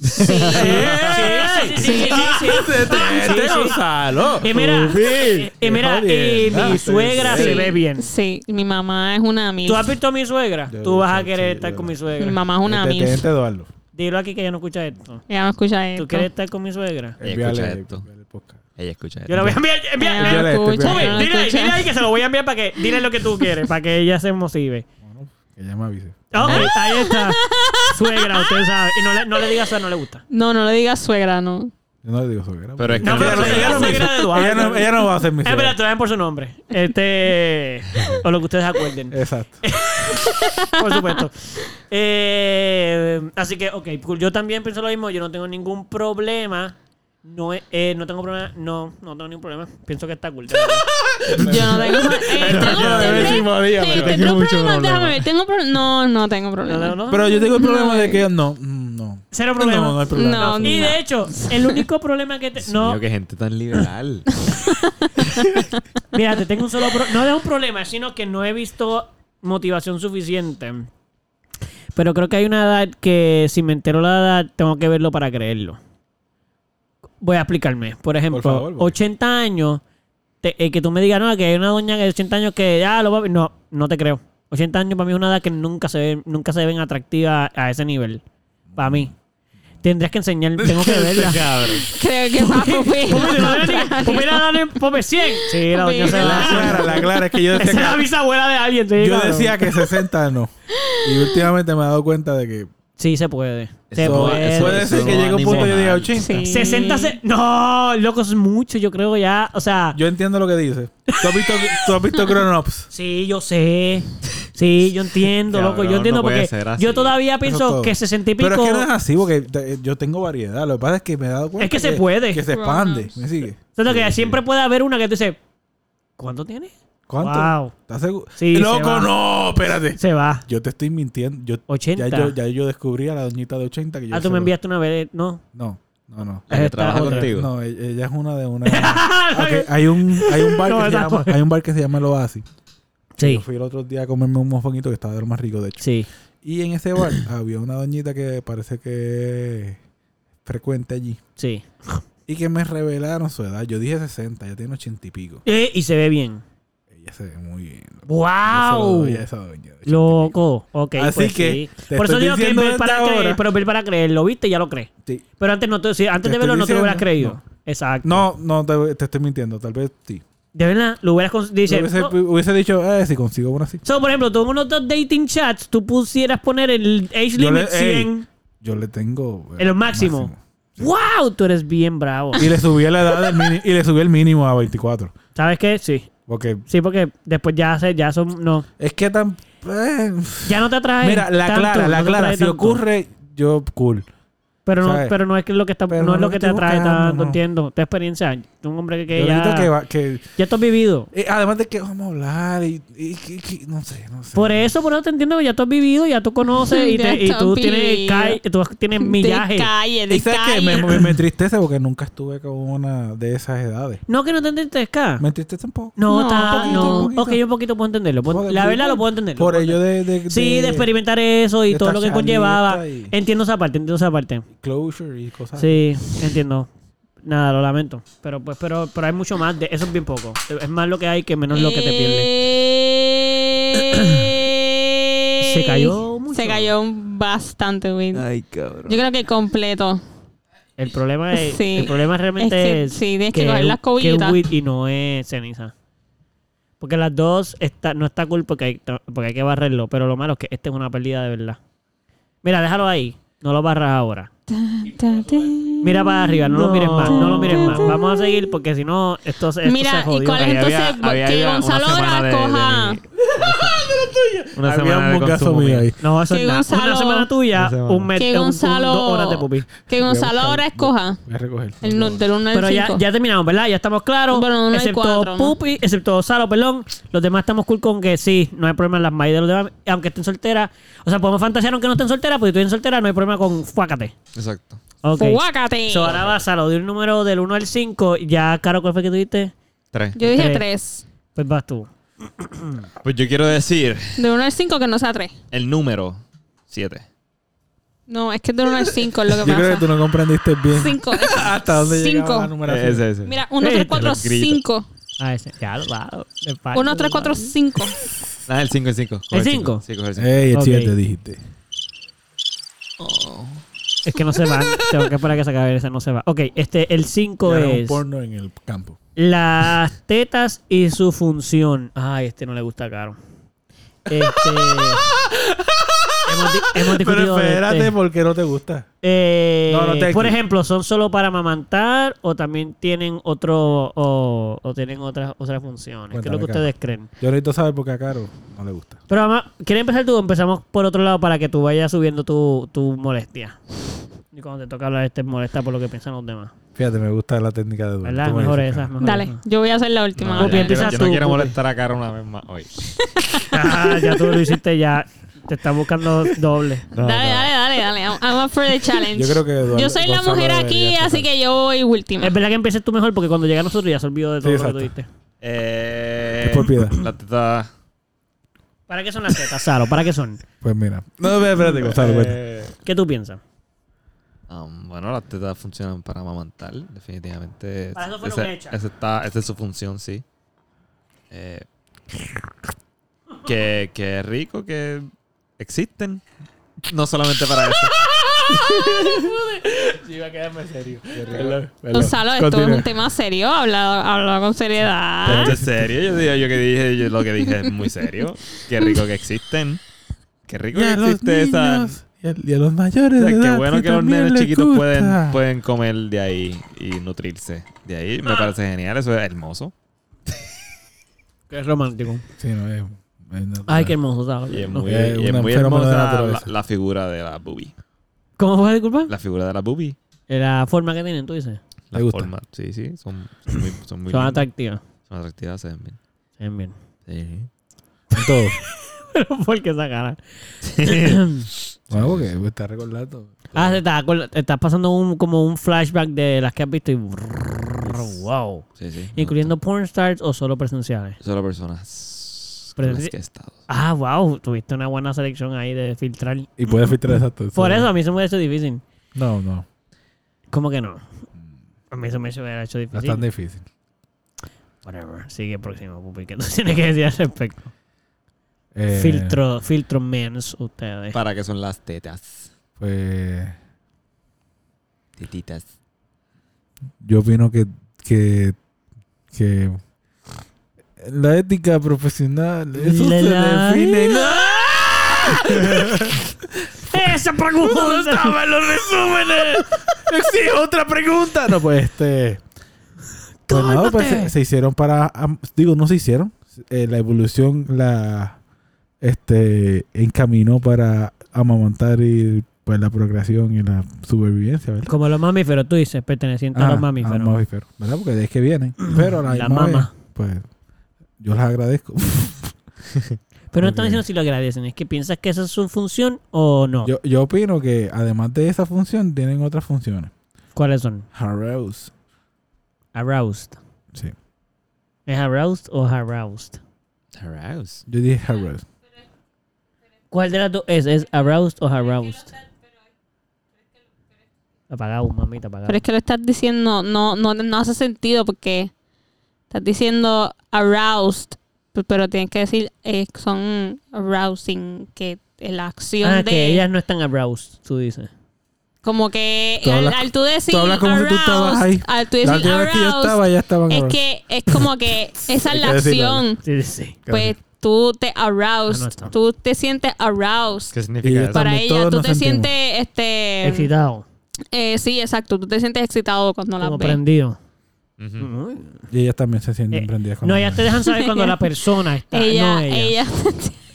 Sí, sí, sí, sí, sí, sí, sí.
Este,
sí, sí.
Gonzalo!
Y mira,
Ubi,
y mira,
qué
y mi
jodienda.
suegra
Sí.
se ve bien.
Sí, mi mamá es una
¿Tú
amiga.
has visto a mi suegra?
Yo
Tú vas a
sí,
querer
sí,
estar
yo-
con mi
Mi
suegra.
mamá es una
Detente,
este,
amiga.
Este, Eduardo.
Dilo aquí que ella no escucha esto.
Ella no escucha esto.
¿Tú quieres estar con mi suegra?
Ella
Envíale,
escucha esto.
envíale el podcast.
Ella escucha.
Yo lo voy a enviar. enviar-
Ella no
Dile,
escucha,
Pupi,
ella no
Dile, dile,
escucha.
dile ahí que se lo voy a enviar para que. Dile lo que tú quieres, para que ella se motive.
Bueno, que ella me avise.
Ok, ahí está. Suegra, usted sabe. Y no le, no le digas eso, no le gusta.
No, no le digas suegra, no.
Yo no le digo suegra.
Pero es que
No, pero no le digas
no,
suegra de Eduardo.
Ella no, ella no va a ser mi
Es verdad,
suegra.
te lo dan por su nombre. Este. O lo que ustedes acuerden.
Exacto.
Ah. Por supuesto. Eh, así que, ok, cool. Yo también pienso lo mismo. Yo no tengo ningún problema. No, es- eh, no tengo problema. No, no tengo ningún problema. Pienso que está cool. de verdad.
Yo no tengo. eh, tengo
yo debe decir
tengo-
María,
tengo
pero
tengo
problemas,
mucho problema.
déjame ver, tengo problemas. No, no tengo
No,
problemas.
no, no.
Pero yo tengo el problema de que no, mm, no.
Cero
No,
problema.
no hay problema.
No,
y de hecho, el único problema que te. No,
Mío, qué gente tan liberal.
mira, te tengo un solo problema. No es un problema, sino que no he visto motivación suficiente. Pero creo que hay una edad que, si me entero la edad, tengo que verlo para creerlo. Voy a explicarme. Por ejemplo,
favor, voy.
80 años, te- eh, que tú me digas, no, que hay una doña de 80 años que ya lo va a... No, no te creo. 80 años para mí es una edad que nunca se, ve- nunca se ven atractiva a ese nivel. Para mí. Tendrías que enseñar, tengo que verla.
Creo que va a
Pobre, pues la doña- Pobre la doña- Pobre 100. Sí, la doña se
La clara, la clara es que yo
Esa era
decía
la bisabuela de alguien. sí,
que, yo
claro.
decía que 60 no. Y últimamente me he dado cuenta de que
Sí, se puede. Se
Eso-
puede.
eso
puede
es-
ser que llegue un punto que yo diga 80.
Sí.
60 se... No, loco, eso es mucho, yo creo ya. O sea,
Yo entiendo lo que dices. ¿Tú has visto, tú has visto Grown Ups?
sí, yo sé. Sí, yo entiendo, loco. Yo
Cabrón,
entiendo
no puede
porque
ser así.
yo todavía
Eso es
pienso
todo.
que 60 y pico.
Pero es que no es así, porque te- eh, yo tengo variedad. Lo que pasa es que me he dado cuenta.
Es que se puede.
Que se expande. ¿Me sigue?
Siento que siempre puede haber una que te dice, ¿cuánto tiene?
¿Cuánto?
Wow.
¿Estás seguro?
Sí, se va.
Loco, no, espérate.
Se va.
Yo te estoy mintiendo. Yo,
80.
Ya yo, ya yo descubrí a la doñita de 80 que yo
Ah, tú
se
me
lo-
enviaste una vez, ¿no?
No, no, no.
La que
Esta
trabaja
otra.
contigo.
No, e- ella es una de una. Ok, hay un hay un bar
No,
que se
esa
llama,
fue.
hay un bar que se llama El Oasis. Yo
Sí,
fui el otro día a comerme un mofonito que estaba de lo más rico de hecho.
sí.
Y en ese bar había una doñita que parece que es frecuente allí
Sí.
y que me revelaron su edad. Yo dije 60, ella tiene 80 y pico.
Eh, y se ve bien.
Ella se ve muy bien. loco. Yo se lo
¡Wow!
doy a esa doña. de 80 y pico.
Loco. Ok,
Así
pues
que,
sí.
te
Por eso
estoy
digo que
diciendo
ver para
desde
creer,
ahora-
pero ver para creer. Lo viste y ya lo crees.
Sí.
Pero antes no te, si antes
Te
de verlo
estoy
no te lo hubieras creído.
diciendo,
Exacto.
No, no, te, te estoy mintiendo. Tal vez sí.
De verdad, lo hubieras cons- dice,
hubiese,
no.
hubiese dicho, eh, si consigo una así.
So, por ejemplo, tú en unos dos dating chats, tú pusieras poner el age
Yo le,
limit 100
ey, yo le tengo... eh,
en lo máximo. ¡Wow! Tú eres bien bravo.
Y le subí la edad del mini- y le subí el mínimo a 24.
¿Sabes qué? Sí.
Porque
Sí, porque después ya se, ya son, no.
es que tan... eh,
Ya no te atrae.
mira, la
tanto,
clara,
no
la
te
clara.
atrae
Si
tanto.
ocurre, yo cool.
Pero no,
¿sabes?
pero no es que lo que está,
Pero
no
no
es lo que te
estoy
atrae
buscando,
tanto,
no.
entiendo. Tu experiencia. un hombre que
Yo
ya,
necesito que, va- que-
ya tú has vivido.
eh, además de que vamos a hablar y, y- y- y- no sé, no sé.
Por eso, por eso te entiendo que ya tú has vivido, ya tú conoces y,
Ya
te- y
tú has
tú, tienes
vivido.
calle, tú tienes millaje.
De calle, de
Y sabes
calle.
que me, me, me entristece porque nunca estuve con una de esas edades.
No que no te entristezca.
Me entristece un poco.
No,
No,
ta-
un poquito,
no.
un poquito.
Ok, yo un poquito puedo entenderlo. Puedo-
Joder,
la
sí,
verdad
por-
lo puedo entender. lo
Por
puedo
ello de, de-
Sí, de experimentar eso y
de
todo lo que
tachar
conllevaba.
y- Ah.
Entiendo esa parte, entiendo esa parte.
Closure y cosas.
Sí, entiendo. Nada, lo lamento. Pero pues, pero, pero hay mucho más. De, eso es bien poco. Es más lo que hay que menos lo que te pierdes.
pierdes.
Se cayó mucho.
Eh, Se cayó bastante, güey. Yo
Ay, cabrón.
creo que completo.
El problema es,
Sí.
el problema realmente
Es que
es
sí, tienes que coger
es-
las
que es
cobillitas.
weed y no es ceniza. Porque las dos está, no está cool porque hay, porque hay que barrerlo. Pero lo malo es que esta es una pérdida de verdad. Mira, déjalo ahí. No lo barras ahora. Mira para arriba, no, lo
No.
mires más, no lo mires más. Vamos a seguir porque si no, esto, esto se
Mira,
jodió.
¿y cuál es
Ahí había-
entonces?
había
que
ido una
Gonzalo
semana
ahora
de- de
coja.
mi- Una
Había
semana
un
de
mocazo
consumo
mío
mío.
ahí.
No, eso
Que
es nada. Una
Gonzalo-
semana tuya,
Una semana.
un mes,
Que
un- un-
Gonzalo-
dos horas de pupi.
que Gonzalo ahora escoja.
Voy a recoger.
El nu- del 1 al
Pero ya,
5.
ya terminamos, ¿verdad? Ya estamos claros.
Bueno, no hay
excepto
cuatro, ¿no?
Pupi, excepto Salo, perdón. Los demás estamos cool con que sí, no hay problema en las maíz de los demás, aunque estén solteras. O sea, podemos fantasear aunque no estén solteras, porque si estén solteras no hay problema con fuácate.
Exacto.
Ok.
Fuácate.
So, ahora va Salo, di un número del 1 al 5. Ya, Caro, ¿cuál fue que tú diste?
Tres.
Yo dije
Tres.
3.
Pues vas tú.
Pues yo quiero decir
De 1 al 5 que no sea 3.
el número siete.
No, es que es del 1 al 5 es lo
Yo
que
creo que
pasa.
tú no comprendiste bien
5.
hasta dónde llegaba la
5.
numeración.
Ese, ese.
Mira, 1, 3, 4,
Los gritos.
5.
A ese. Ya, lo wow.
1, 3, 4, 5.
Ah, el 5, el 5.
¿El cinco?
Sí, coge el 5.
Ey, el
Ok.
7 dijiste.
Es que no se van. Tengo que esperar que se acabe esa, no se va. Ok, este, el 5
Era un
es.
porno en el campo.
Las tetas y su función. Ay, este no le gusta caro. Este. hemos, di- hemos discutido. de
Pero espérate,
este.
¿por qué no te gusta?
Eh,
No, no te-
por ejemplo, ¿son solo para amamantar o también tienen otro o, o tienen otras otras funciones? ¿Qué es lo que
Cuéntame,
ustedes creen?
Yo necesito saber por qué a Caro no le gusta.
Pero mamá, ¿quieres empezar tú? Empezamos por otro lado para que tú vayas subiendo tu, tu molestia. Y cuando te toca hablar, te molesta por lo que piensan los demás.
Fíjate, me gusta la técnica de Duarte.
¿Verdad?
Tú me
Mejor
dices,
esas,
Caro.
mejor
Dale,
esas.
yo voy a hacer la última.
No,
Pupi,
ya,
Dale.
yo,
empieza
no- yo no
tú,
quiero
Pupi.
molestar a Cara una vez más hoy.
Ah, ya tú lo hiciste ya. Te están buscando doble.
dale, dale, dale, dale. I'm- I'm up for the challenge.
Yo creo que Eduardo-
Yo soy la
Gonzalo
mujer
debería
aquí,
tocar.
así que yo voy última.
Es verdad que empieces tú mejor porque cuando llega a nosotros ya se olvidó de todo
Sí,
lo que tú
exacto.
diste.
Eh,
Es por piedad.
La teta.
¿Para qué son las tetas, Saro? ¿Para qué son?
Pues mira. No, espérate, Gonzalo, espérate.
Eh,
¿Qué tú piensas?
um, bueno, las tetas funcionan para amamantar, definitivamente.
Para eso fueron
Ese-
hechas.
ese está, esa es su función, sí. Eh, que, que rico que existen. No solamente para eso.
Gonzalo, esto es un tema serio, hablado, hablado con seriedad.
¿En serio? Yo, digo, yo que dije, yo lo que dije es muy serio. Qué rico que existen. Qué rico
Y a
que
los
existe esa.
niños y a, y a los mayores
O sea,
de
qué
edad
bueno que los
también
nenes
les
chiquitos
gusta.
pueden, pueden comer de ahí y nutrirse de ahí. Me parece genial, eso es hermoso.
Que es romántico.
Sí, no, es... es natural.
Ay, qué hermoso, Saro.
Y es
No.
muy,
Eh,
y es
una
muy
fenómeno de
hermosa la,
naturaleza.
la figura de la boobie.
¿Cómo fue, disculpa?
La figura de la boobie.
La forma que tienen, tú dices.
La
Me gusta.
forma. Sí, sí, son, son muy, son muy
Son
lindas.
atractivas.
Son atractivas, se ven bien.
Se ven bien.
Sí.
En todo.
Pero ¿por qué esa cara?
Bueno, porque me está recordando.
ah, te estás, acuerda- te estás pasando un, como un flashback de las que has visto y... wow.
Sí, sí.
¿Incluyendo porn stars o solo presenciales?
Solo personas con
Pero
las
sí.
que he estado.
Ah, wow. Tuviste una buena selección ahí de filtrar.
Y puedes filtrar exacto.
Por eso a mí se me hubiera hecho difícil.
No, no.
¿Cómo que no? A mí se me hubiera hecho
No es
difícil.
tan difícil.
Whatever. Sigue próximo, Pupi. ¿Qué tú tienes que decir al respecto?
Eh,
Filtro, filtro mens ustedes.
¿Para qué son las tetas?
Pues...
Tetitas.
Yo opino que, que, que la ética profesional, eso
La,
se
la.
define. ¡No!
¡Esa pregunta!
los resúmenes! ¡Exijo otra pregunta! No, pues este. Pues nada, pues, se, se hicieron para. am- Digo, no se hicieron. Eh, la evolución la este encaminó para amamantar y pues la procreación y la supervivencia, ¿verdad?
Como los mamíferos, tú dices, pertenecientes a
Ah,
los mamíferos.
a los mamíferos, ¿verdad? Porque de ahí es que vienen. Pero a la,
La
misma vez,
mama.
pues yo las agradezco.
Pero no están
Ok.
diciendo si lo agradecen, es que piensas que esa es su función o no.
Yo, yo opino que además de esa función, tienen otras funciones.
¿Cuáles son?
Haraus.
Aroused.
Sí.
¿Es aroused o aroused?
Arouse.
Yo dije haraus.
¿Cuál de las dos es? ¿Es aroused o aroused? Apagado, mamita, apagado.
Pero es que lo estás diciendo, no, no, no hace sentido porque estás diciendo aroused, p- pero tienes que decir eh, son arousing, que la acción
Ah,
de...
que ellas no están aroused, tú dices.
Como que
Tú
al,
hablas-
al tú decir
tú hablas como si tú estabas
aroused,
ahí.
al tú
La
decir
última vez que yo
aroused,
estaba, ya estaban
es
haraus.
que es como que esa es la
que decirlo, ¿no?
acción.
Sí, sí, sí.
Pues tú te
Ah, no
aroused,
está.
tú te sientes aroused.
¿Qué significa
Y-
eso?
Para
También
ella,
todos
tú
nos
te
sentimos.
sientes este
Excitado,
eh, sí, exacto, tú te sientes excitado cuando la
como
ves.
prendido.
Mm.
Ujú.
Y ellas también se sienten
Eh,
prendidas con
No,
la
ellas te
madre.
dejan saber cuando la persona
Ah,
está.
Ella,
no
ella,
ellas.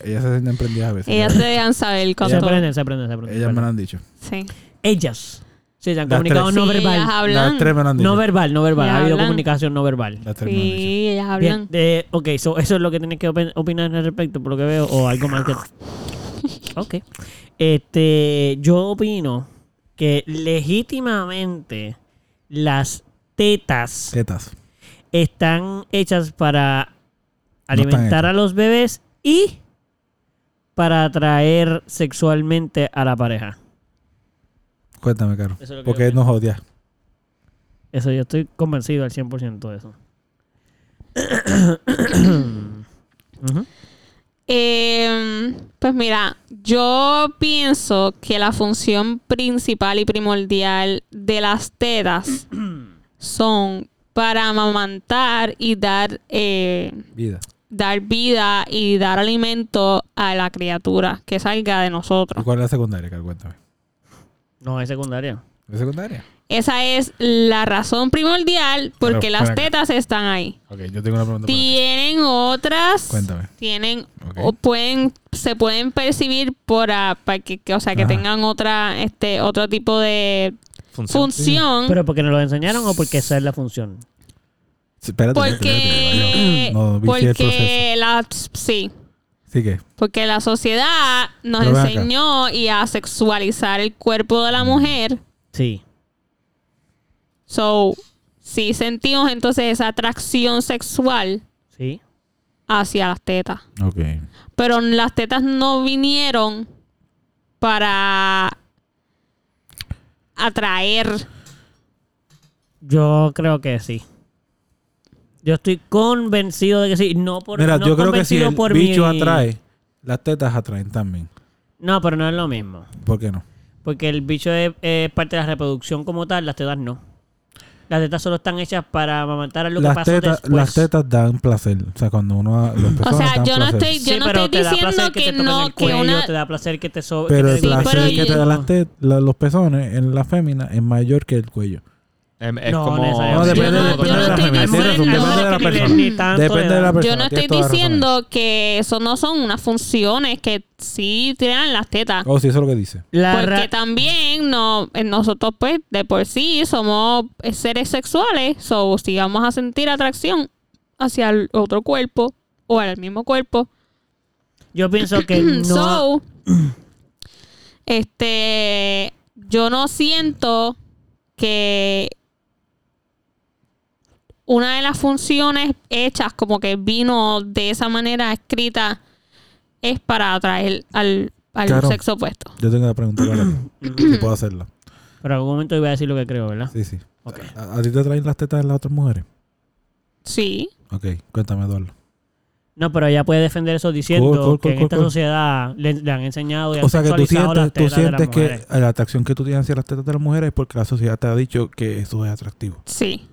Ellas se sienten prendidas a veces.
ella te dejan saber
Se
cuando.
aprenden, se aprenden, se aprenden.
Ellas
se
me lo
aprenden.
han dicho.
Sí.
Ellas. Sí, se han
Las
comunicado
tres.
no
Sí, ellas
verbal.
Las
hablan.
tres me lo han dicho.
No verbal, no verbal.
Ya
Ha habido
hablan.
comunicación no verbal.
Las tres me lo han dicho.
Sí, ellas
Bien,
hablan.
de- ok, so, eso es lo que tienes que opin- opinar al respecto, por lo que veo, o algo más que... Ok. Este, yo opino que legítimamente las tetas
Tetas.
están hechas para
No están
alimentar a los bebés y para atraer sexualmente a la pareja.
Cuéntame, Caro.
Eso es lo que yo
Porque
opino.
nos odias.
Eso yo estoy convencido al 100% de eso. Ujú.
Eh, pues mira, yo pienso que la función principal y primordial de las tetas son para amamantar y dar, eh,
Vida.
dar vida y dar alimento a la criatura que salga de
¿Y
nosotros.
cuál es la secundaria, Caro? Cuéntame.
No, es secundaria.
¿La secundaria?
Esa es la razón primordial porque
Pero,
las
espera.
tetas están ahí.
Ok, yo tengo una pregunta para ti.
Tienen otras.
Cuéntame.
Tienen
Ok.
o pueden se pueden percibir por ah, para que, que- o sea que
Ajá.
tengan otra este otro tipo de
Función.
función
¿Pero porque nos lo enseñaron o porque esa es la función?
Sí, Espérate.
porque
espérate, espérate. No, vi el proceso.
porque la sí
Sí que.
porque la sociedad nos
Pero ven acá. Mm.
enseñó y a sexualizar el cuerpo de la mujer
Sí.
so si sentimos entonces esa atracción sexual
Sí.
hacia las tetas
Ok.
pero las tetas no vinieron para atraer
Yo creo que sí. Yo estoy convencido de que sí. No por
Mira,
no
yo creo que si
convencido
el
por
bicho
mi-
atrae, las tetas atraen también.
No, pero no es lo mismo.
¿Por qué no?
Porque el bicho es, es parte de la reproducción como tal, las tetas no. Las tetas solo están hechas para amamantar a lo que
las,
pasó
tetas,
después.
las tetas dan placer. O sea, cuando uno. las
O
personas
sea,
dan
yo no
placer.
estoy, yo
Sí,
no
pero
estoy
te da
diciendo
placer que,
que
te toquen el
no, que
cuello,
una...
te da placer que te so-
Pero
que
el
te-
placer
pero
que te
yo-
dan las tet- la- los pezones en la fémina es mayor que el cuello.
Es, es
No,
como...
necesariamente. No, depende- depende
de la
Hay
Depende
mujeres
de
que no
la persona.
les
Depende de la
piden ni tanto
Depende
edad.
de la persona.
Yo no
Pues tienes
estoy
toda la razón ahí.
diciendo que eso no son unas funciones que sí tiran las tetas.
Oh, sí, eso es lo que dice.
La ra-
Porque también no, eh, nosotros pues de por sí somos eh, seres sexuales, so si vamos a sentir atracción hacia el otro cuerpo o al mismo cuerpo.
Yo pienso que no...
So, este, yo no siento que una de las funciones hechas como que vino de esa manera escrita es para atraer al, al
Claro.
sexo opuesto.
Yo tengo una pregunta para ti. si puedo hacerla.
Pero en algún momento iba a decir lo que creo, ¿verdad?
Sí, sí.
Ok.
¿A, a ti te traen las tetas de las otras mujeres?
Sí.
Ok, cuéntame, Eduardo.
No, pero ella puede defender eso diciendo
Cool, cool,
que en
cool,
esta
cool.
sociedad le, le han enseñado y han
O sea, que tú
sexualizado
sientes,
las
tú
tetas de las
sientes que
mujeres.
la atracción que tú tienes hacia las tetas de las mujeres es porque la sociedad te ha dicho que eso es atractivo.
Sí.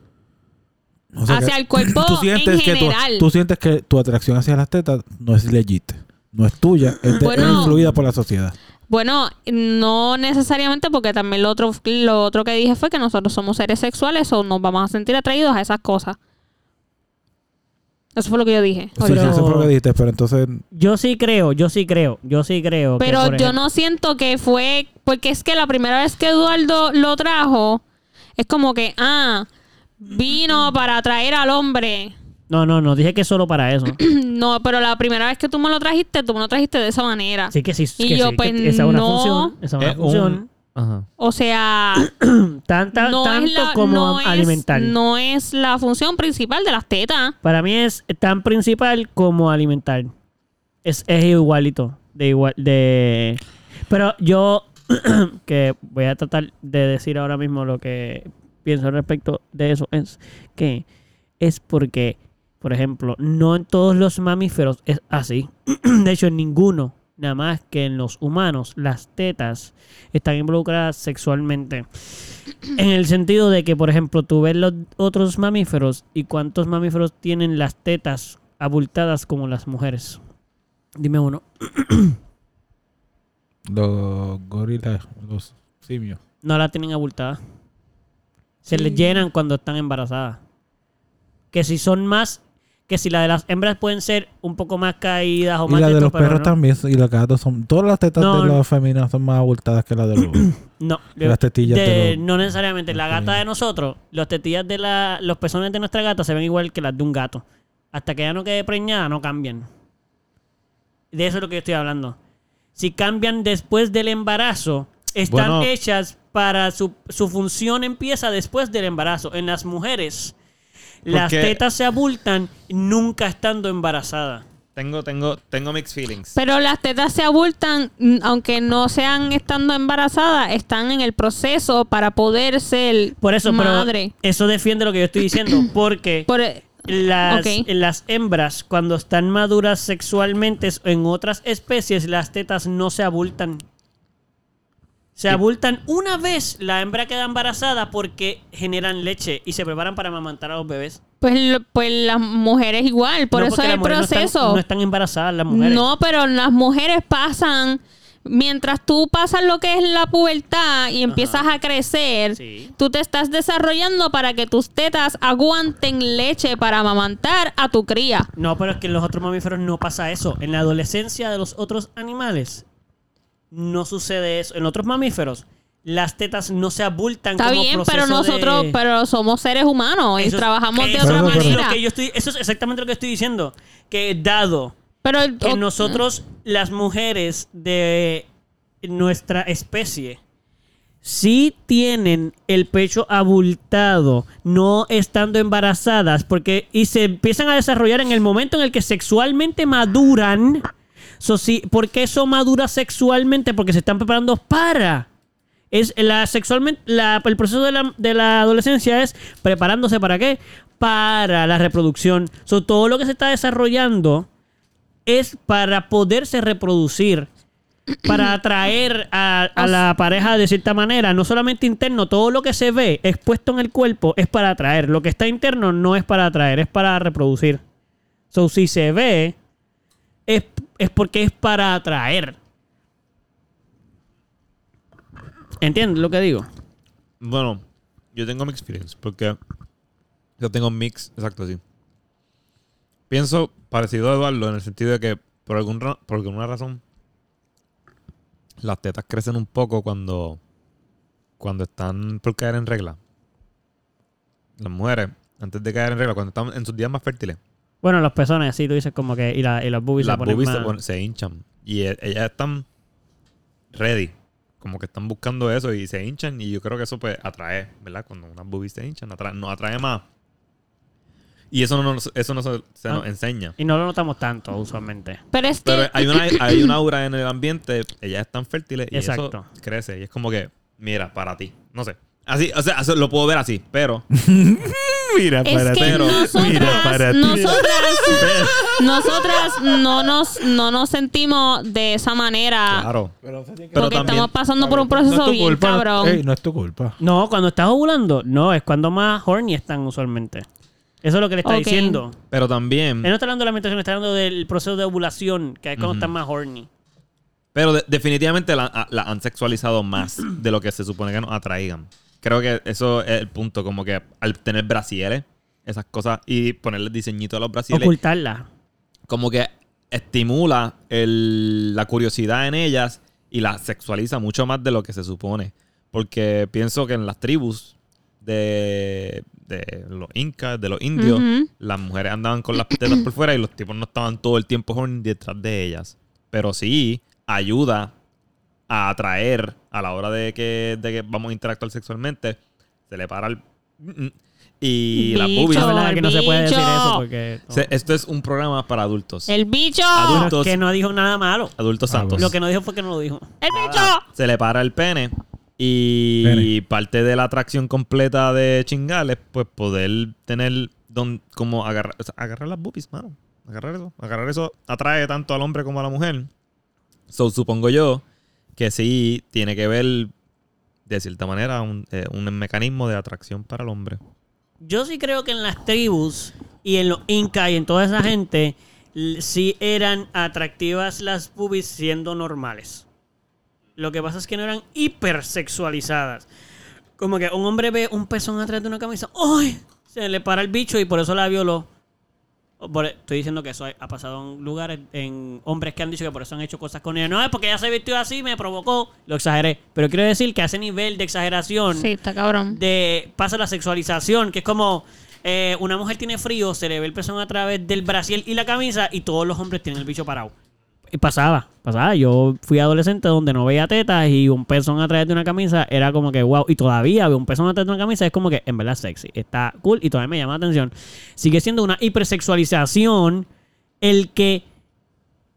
O sea, que
hacia el cuerpo
tú
en
sientes, que tu,
general.
tú sientes que tu atracción hacia las tetas no es legit. No es tuya, es, de- es
Bueno.
influida por la sociedad.
Bueno, no necesariamente porque también lo otro, lo otro que dije fue que nosotros somos seres sexuales o nos vamos a sentir atraídos a esas cosas. Eso fue lo que yo dije.
Sí,
Pero-
sí, eso fue lo que dijiste, pero entonces.
Yo sí creo, yo sí creo, yo sí creo. que,
Pero
por
yo
ejemplo-
no siento que fue. Porque es que la primera vez que Eduardo lo trajo, es como que, ah, vino para atraer al hombre.
No, no, no, dije que solo para eso.
No, pero la primera vez que tú me lo trajiste, tú me lo trajiste de esa manera.
Sí que sí,
Y
que
yo,
sí,
pues,
que esa es una
no.
función, esa es una
Es un-
función.
Ajá.
O sea,
Tanta,
no
tanto
es la,
como
no
a-
es-
alimentar.
no es la función principal de las tetas.
Para mí es tan principal como alimentar. Es, es igualito. De igual, de. Pero yo que voy a tratar de decir ahora mismo lo que pienso al respecto de eso. Es que es porque, por ejemplo, no en todos los mamíferos es así. De hecho, en ninguno. Nada más que en los humanos, las tetas están involucradas sexualmente. En el sentido de que, por ejemplo, tú ves los otros mamíferos y cuántos mamíferos tienen las tetas abultadas como las mujeres. Dime uno.
Los gorilas, los simios.
No la tienen abultada. Se les
Sí.
llenan cuando están embarazadas. Que si son más, que si la de las hembras pueden ser un poco más caídas o
Y
más
la de
esto,
los
pero
perros
no.
también, y los gatos son. Todas las tetas
No,
de
no.
las feminas son más abultadas que las de los.
No,
de las tetillas
de-
de los-
no necesariamente. La
los
gata
caninos.
de nosotros, los tetillas de la, los pezones de nuestra gata se ven igual que las de un gato. Hasta que ya no quede preñada, no cambian. De eso es lo que yo estoy hablando. Si cambian después del embarazo, están
Bueno.
hechas para su, su función empieza después del embarazo. En las mujeres, las
Porque-
tetas se abultan nunca estando embarazadas.
Tengo, tengo, tengo mixed feelings.
Pero las tetas se abultan, mm, aunque no sean estando embarazadas, están en el proceso para poder ser
Por eso, pero
madre.
eso defiende lo que yo estoy diciendo. Porque
Por, es
Las,
Ok.
las hembras, cuando están maduras sexualmente en otras especies, las tetas no se abultan. Se abultan una vez la hembra queda embarazada porque generan leche y se preparan para amamantar a los bebés.
pues, lo- pues las mujeres igual, por
No
eso
porque
es
las
el
mujeres no están-
proceso.
No están, embarazadas las mujeres.
No, pero las mujeres pasan. Mientras tú pasas lo que es la pubertad y empiezas a crecer,
Sí.
tú te estás desarrollando para que tus tetas aguanten leche para amamantar a tu cría.
No, pero es que en los otros mamíferos no pasa eso. En la adolescencia de los otros animales no sucede eso. En otros mamíferos las tetas no se abultan
Está
como
bien, pero
proceso de-
nosotros pero somos seres humanos y
Eso es-
trabajamos de
eso
otra
es lo que
manera.
yo estoy- eso es exactamente lo que estoy diciendo. Que dado
Pero
que
o-
nosotros, las mujeres de nuestra especie, sí tienen el pecho abultado, no estando embarazadas, porque y se empiezan a desarrollar en el momento en el que sexualmente maduran. So, sí, ¿Por qué eso madura sexualmente? Porque se están preparando para. Es la sexualmente, la- el proceso de la, de la adolescencia es preparándose para qué? Para la reproducción. So, todo lo que se está desarrollando es para poderse reproducir, para atraer a, a la pareja de cierta manera, no solamente interno, todo lo que se ve expuesto en el cuerpo es para atraer, lo que está interno no es para atraer, es para reproducir. So, si se ve, es, es porque es para atraer. ¿Entiendes lo que digo?
Bueno, yo tengo mixed feelings porque yo tengo mix, exacto, sí. Pienso parecido a Eduardo en el sentido de que por, algún ra- por alguna razón las tetas crecen un poco cuando, cuando están por caer en regla. Las mujeres, antes de caer en regla, cuando están en sus días más fértiles,
Bueno, los pezones, así tú dices como que... Y, la, y las boobies
las
se ponen
boobies se,
más-
ponen- se hinchan. Y e- ellas están ready. Como que están buscando eso y se hinchan. Y yo creo que eso pues atrae, ¿verdad? Cuando unas boobies se hinchan, atrae, nos atrae más. Y eso no, nos- eso no se, se nos
Ah.
enseña.
Y no lo notamos tanto usualmente.
pero es que
Pero hay una, hay una aura en el ambiente, ellas están fértiles y
Exacto.
eso crece. Y es como que, mira, para ti. No sé. Así, o sea, eso lo puedo ver así, pero.
Mira,
es que
pero-
nosotras,
mira, para ti.
nosotras, nosotras no nos no nos sentimos de esa manera
Claro.
no se tiene que-
pero
porque
también-
estamos pasando por un
No es
proceso
tu
bien
culpa, no-
cabrón.
ey, no es tu culpa.
No, cuando estás ovulando, no, es cuando más horny están usualmente. Eso es lo que le está
Ok.
diciendo.
Pero también.
Él no está hablando de la menstruación, está hablando del proceso de ovulación, que es cuando están más horny.
Pero de- definitivamente la, a- la han sexualizado más de lo que se supone que nos atraían. Creo que eso es el punto, como que al tener brasieres, esas cosas y ponerle diseñito a los brasiles.
Ocultarla.
Como que estimula el- la curiosidad en ellas y la sexualiza mucho más de lo que se supone. Porque pienso que en las tribus de, de los incas, de los indios,
Ujú.
las mujeres andaban con las tetas por fuera y los tipos no estaban todo el tiempo horny detrás de ellas. Pero sí ayuda a atraer a la hora de que, de que vamos a interactuar sexualmente. Se le para el... Y las
Bicho.
boobies...
La verdad que no se puede decir
Bicho.
eso porque... no.
Se- esto es un programa para adultos.
¡El bicho!
Adulto.
Pero es que no dijo nada malo.
Adultos
Ah,
santos.
bueno.
Lo que no dijo fue que no lo dijo.
¡El
Ah.
bicho!
Se le para el pene. Y
Pene.
parte de la atracción completa de chingales, pues poder tener don, como agarrar, o sea, agarrar las boobies, mano. Agarrar eso. Agarrar eso atrae tanto al hombre como a la mujer. So, supongo yo que sí tiene que ver, de cierta manera, un, eh, un mecanismo de atracción para el hombre.
Yo sí creo que en las tribus y en los incas y en toda esa gente l- sí eran atractivas las boobies siendo normales. Lo que pasa es que no eran hipersexualizadas. Como que un hombre ve un pezón atrás de una camisa, ¡ay! Se le para el bicho y por eso la violó. O por- Estoy diciendo que eso ha ha pasado en lugares, en hombres que han dicho que por eso han hecho cosas con ella. No, es porque ella se vistió así, me provocó. Lo exageré. Pero quiero decir que a ese nivel de exageración
Sí, está cabrón.
de pasa la sexualización, que es como eh, una mujer tiene frío, se le ve el pezón a través del brasier y la camisa y todos los hombres tienen el bicho parado. Y pasaba, pasaba. Yo fui adolescente donde no veía tetas y un pezón a través de una camisa era como que wow. Y todavía veo un pezón a través de una camisa, es como que en verdad sexy. Está cool y todavía me llama la atención. Sigue siendo una hipersexualización el que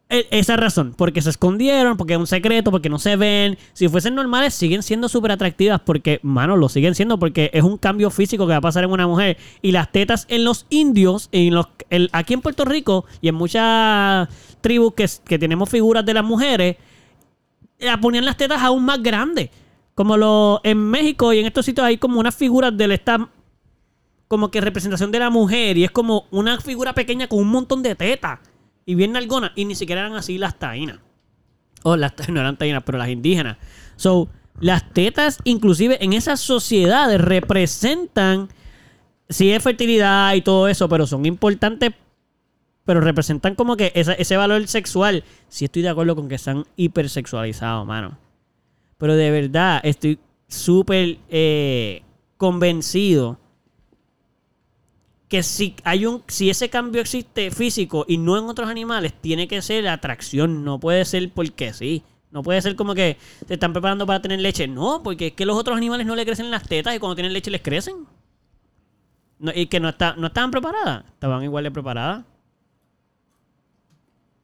e- esa razón, porque se escondieron, porque es un secreto, porque no se ven. Si fuesen normales, siguen siendo súper atractivas porque, mano, lo siguen siendo porque es un cambio físico que va a pasar en una mujer. Y las tetas en los indios, en los, el- aquí en Puerto Rico y en muchas tribus que, s- que tenemos figuras de las mujeres, la ponían las tetas aún más grandes. Como lo, en México y en estos sitios hay como unas figuras del esta como que representación de la mujer y es como una figura pequeña con un montón de tetas y bien nalgona y ni siquiera eran así las taínas. O las ta- no eran taínas, pero las indígenas. So, las tetas inclusive en esas sociedades representan sí es fertilidad y todo eso, pero son importantes pero representan como que esa- ese valor sexual. Sí estoy de acuerdo con que están hipersexualizados, mano. Pero de verdad estoy súper eh, convencido que si hay un si ese cambio existe físico y no en otros animales tiene que ser atracción no puede ser porque sí no puede ser como que se están preparando para tener leche no porque es que los otros animales no le crecen las tetas y cuando tienen leche les crecen No, y que no está no estaban preparadas estaban igual de preparadas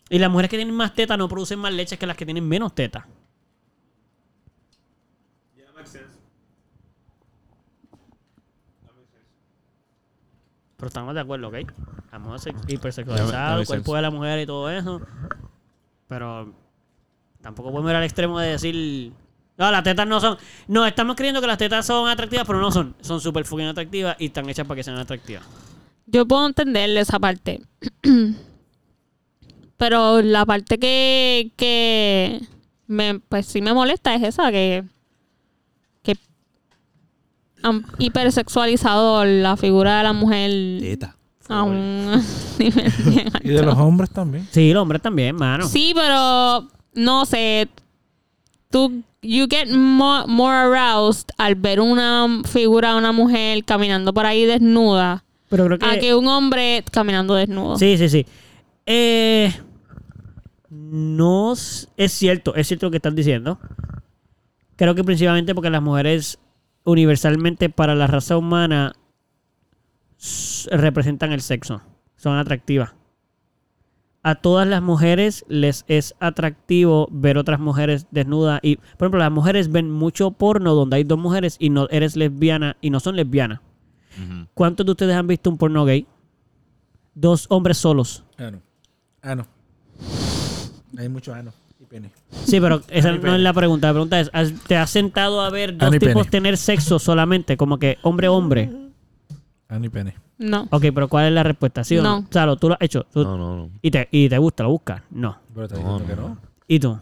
y las mujeres que tienen más tetas no producen más leche que las que tienen menos tetas Pero estamos de acuerdo, ¿ok? Estamos
Ya me- ya
hipersexualizados,
me
el cuerpo
sense.
de la mujer y todo eso. Pero tampoco podemos ir al extremo de decir. No, las tetas no son. No, estamos creyendo que las tetas son atractivas, pero no son. Son súper fucking atractivas y están hechas para que sean atractivas.
Yo puedo entenderle esa parte. Pero la parte que, que me, pues sí me molesta es esa, que, que han hipersexualizado la figura de la mujer
Teta.
a un nivel bien
Y de los hombres también.
Sí, los hombres también, mano.
Sí, pero no sé. Tú, you get more, more aroused al ver una figura de una mujer caminando por ahí desnuda
Pero creo
a que un hombre caminando desnudo.
Sí, sí, sí. Eh, no s- es cierto, es cierto lo que están diciendo. Creo que principalmente porque las mujeres universalmente para la raza humana s- representan el sexo, son atractivas. A todas las mujeres les es atractivo ver otras mujeres desnudas y, por ejemplo, las mujeres ven mucho porno donde hay dos mujeres y no eres lesbiana y no son lesbianas.
Ujú.
¿Cuántos de ustedes han visto un porno gay? Dos hombres solos.
Ah, no. Ah, no. Hay mucho ano y pene.
Sí, pero esa no es la pregunta. La pregunta es, ¿has- ¿te has sentado a ver dos
Ani
tipos
pene.
tener sexo solamente? Como que hombre-hombre.
Ano y pene.
No.
Ok, pero ¿cuál es la respuesta? ¿Sí o no?
No.
Salo, tú lo has hecho. Tú-
No, no, no.
Y, te, y te gusta, lo buscas. No.
Pero te
No,
diciendo que
no,
no.
¿Y tú?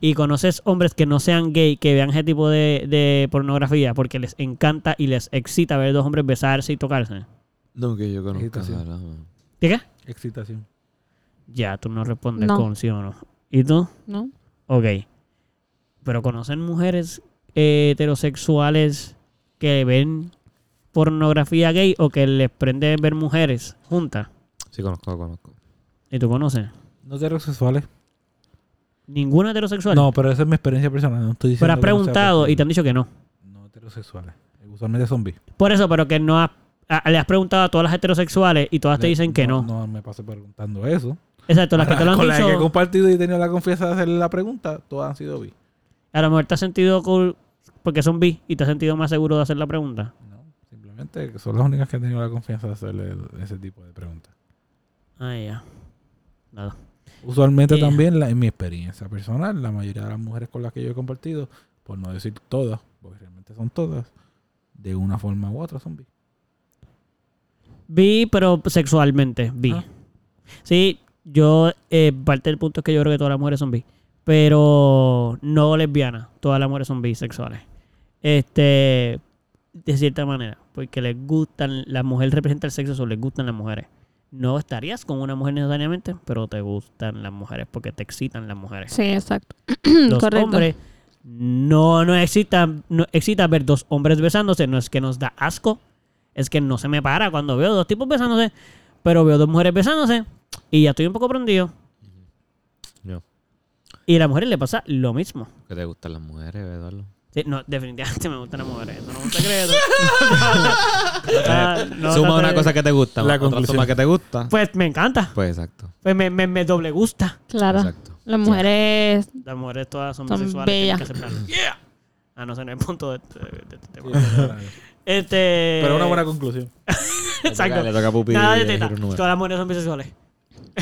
Y conoces hombres que no sean gay, que vean ese tipo de, de pornografía porque les encanta y les excita ver dos hombres besarse y tocarse.
No, que yo conozca.
Agitación.
caramba.
¿De qué?
Excitación.
Ya, tú no respondes
No.
con sí o no. ¿Y tú?
¿no?
Ok. Pero conocen mujeres eh, heterosexuales que ven pornografía gay o que les prende ver mujeres juntas.
Sí, conozco, conozco.
¿Y tú conoces?
No heterosexuales.
Ninguna heterosexual.
No, pero esa es mi experiencia personal. No estoy diciendo
Pero has
que no sea
preguntado y te han
heterosexual.
dicho que no.
No heterosexuales. Usualmente zombies.
Por eso, pero que no has, a- le has preguntado a todas las heterosexuales y todas Ah, te dicen que no.
No, me paso preguntando eso.
Exacto, las que te lo han
Con las que he
dicho.
compartido y he tenido la confianza de hacerle la pregunta, todas han sido bi.
A lo mejor te has sentido cool porque son bi y te has sentido más seguro de hacer la pregunta.
No, simplemente que son las únicas que he tenido la confianza de hacerle ese tipo de preguntas.
Ah, ya. Nada.
Usualmente
Yeah.
también, la- en mi experiencia personal, la mayoría de las mujeres con las que yo he compartido, por no decir todas, porque realmente son todas, de una forma u otra son bi.
Bi, pero sexualmente, bi.
Ah.
Sí, yo, eh, parte del punto es que yo creo que todas las mujeres son bi. Pero no lesbianas, todas las mujeres son bisexuales. Este, de cierta manera, porque les gustan, la mujer representa el sexo, o les gustan las mujeres. No estarías con una mujer necesariamente, pero te gustan las mujeres porque te excitan las mujeres.
Sí, exacto.
Los
Mm, Correcto.
hombres no no excitan, no excita ver dos hombres besándose, no es que nos da asco, es que no se me para cuando veo dos tipos besándose, pero veo dos mujeres besándose y ya estoy un poco prendido.
Yo.
Y a las mujeres le pasa lo mismo.
Que te gustan las mujeres, Eduardo.
Sí, no, definitivamente me gustan las mujeres. Eso no es un secreto. Ah, no,
Eh, Suma
no
una
sé.
cosa que te gusta,
La
la otra
conclusión.
suma que te gusta.
Pues me encanta.
Pues exacto.
Pues me, me, me doble gusta.
Claro.
Exacto.
Las mujeres
Las mujeres todas son,
Son
bisexuales.
bellas.
tienen que aceptarlo. Ah, no sé, no es punto de, de- de este tema.
pero
Este.
una buena conclusión.
Exacto.
Le toca a Pupi
Nada de
elegir
teta.
un número.
Todas las mujeres son bisexuales.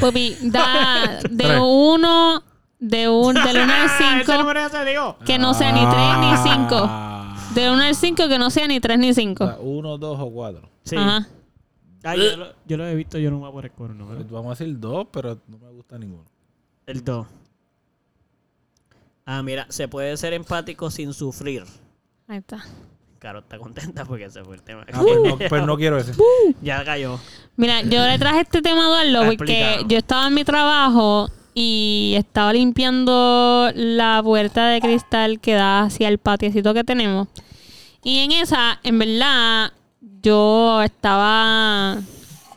Pupi, pues, da de
Tres.
uno, de un, del uno al
Ese
cinco,
número ya se digo.
que no sea ni tres ni
Ah.
cinco. Del uno al cinco, que no sea ni tres ni cinco.
Uno, dos o cuatro.
Sí.
Ajá.
Ay, yo, lo, yo lo he visto, yo no me voy a poner con un número.
Vamos a decir dos, pero no me gusta ninguno.
El 2. Ah, mira, se puede ser empático sin sufrir.
Ahí está.
Caro está contenta porque ese fue el tema.
Ah, pues, no, pues no quiero ese.
ya cayó.
Mira, yo le traje este tema a Eduardo
Ah,
porque
explícalo.
yo estaba en mi trabajo y estaba limpiando la puerta de cristal que da hacia el patiecito que tenemos. Y en esa, en verdad, yo estaba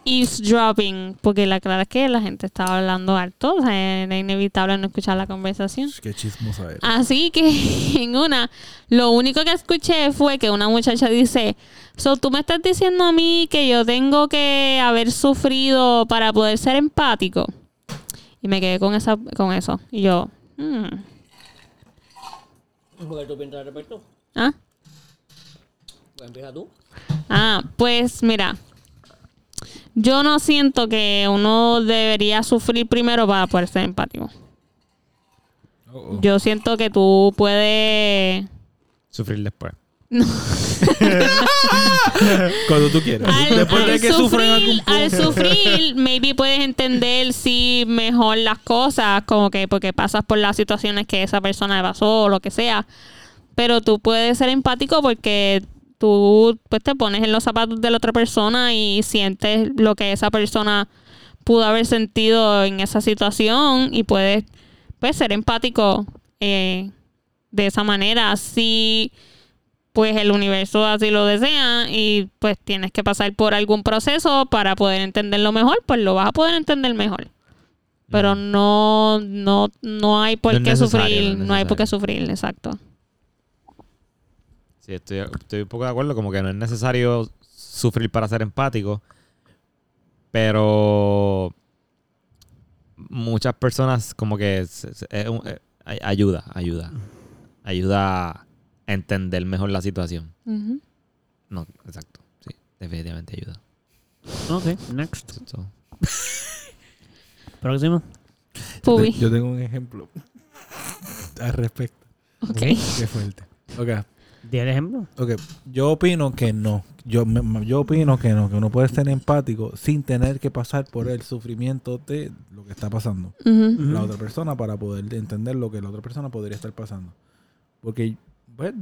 eavesdropping porque la clara es que la gente estaba hablando alto, o sea, era inevitable no escuchar la conversación.
Qué chismosa eres.
Así que en una, lo único que escuché fue que una muchacha dice, so tú me estás diciendo a mí que yo tengo que haber sufrido para poder ser empático. Y me quedé con esa, con eso. Y yo, "Mm, ¿ah?
Pues Empieza tú.
Ah, pues mira, yo no siento que uno debería sufrir primero para poder ser empático.
Oh,
Yo siento que tú puedes
Sufrir después.
Cuando tú quieras.
al,
Después de
al
que sufren algún
sufrir, al sufrir, maybe puedes entender si mejor las cosas, como que porque pasas por las situaciones que esa persona le pasó o lo que sea. Pero tú puedes ser empático porque tú pues, te pones en los zapatos de la otra persona y sientes lo que esa persona pudo haber sentido en esa situación y puedes pues, ser empático eh, de esa manera. Si pues el universo así lo desea y pues tienes que pasar por algún proceso para poder entenderlo mejor, pues lo vas a poder entender mejor.
Mm.
Pero no, no, no hay por
No es
qué
necesario, no
sufrir,
es
no, hay por qué
necesario.
sufrir, exacto.
Sí, estoy, estoy un poco de acuerdo, como que no es necesario sufrir para ser empático, pero muchas personas como que se- se- es un- eh, ay- ayuda, ayuda, ayuda a entender mejor la situación.
Ujú.
No, exacto, sí, definitivamente ayuda.
Ok, next.
Eso es todo.
Próximo.
Pubi.
Yo tengo un ejemplo al respecto.
Ok.
Qué fuerte. Ok,
Di el ejemplo.
ok. Yo opino que no. Yo, me- yo opino que no, que uno puede ser empático sin tener que pasar por el sufrimiento de lo que está pasando.
Ujú.
la otra persona para poder entender lo que la otra persona podría estar pasando. Porque, pues,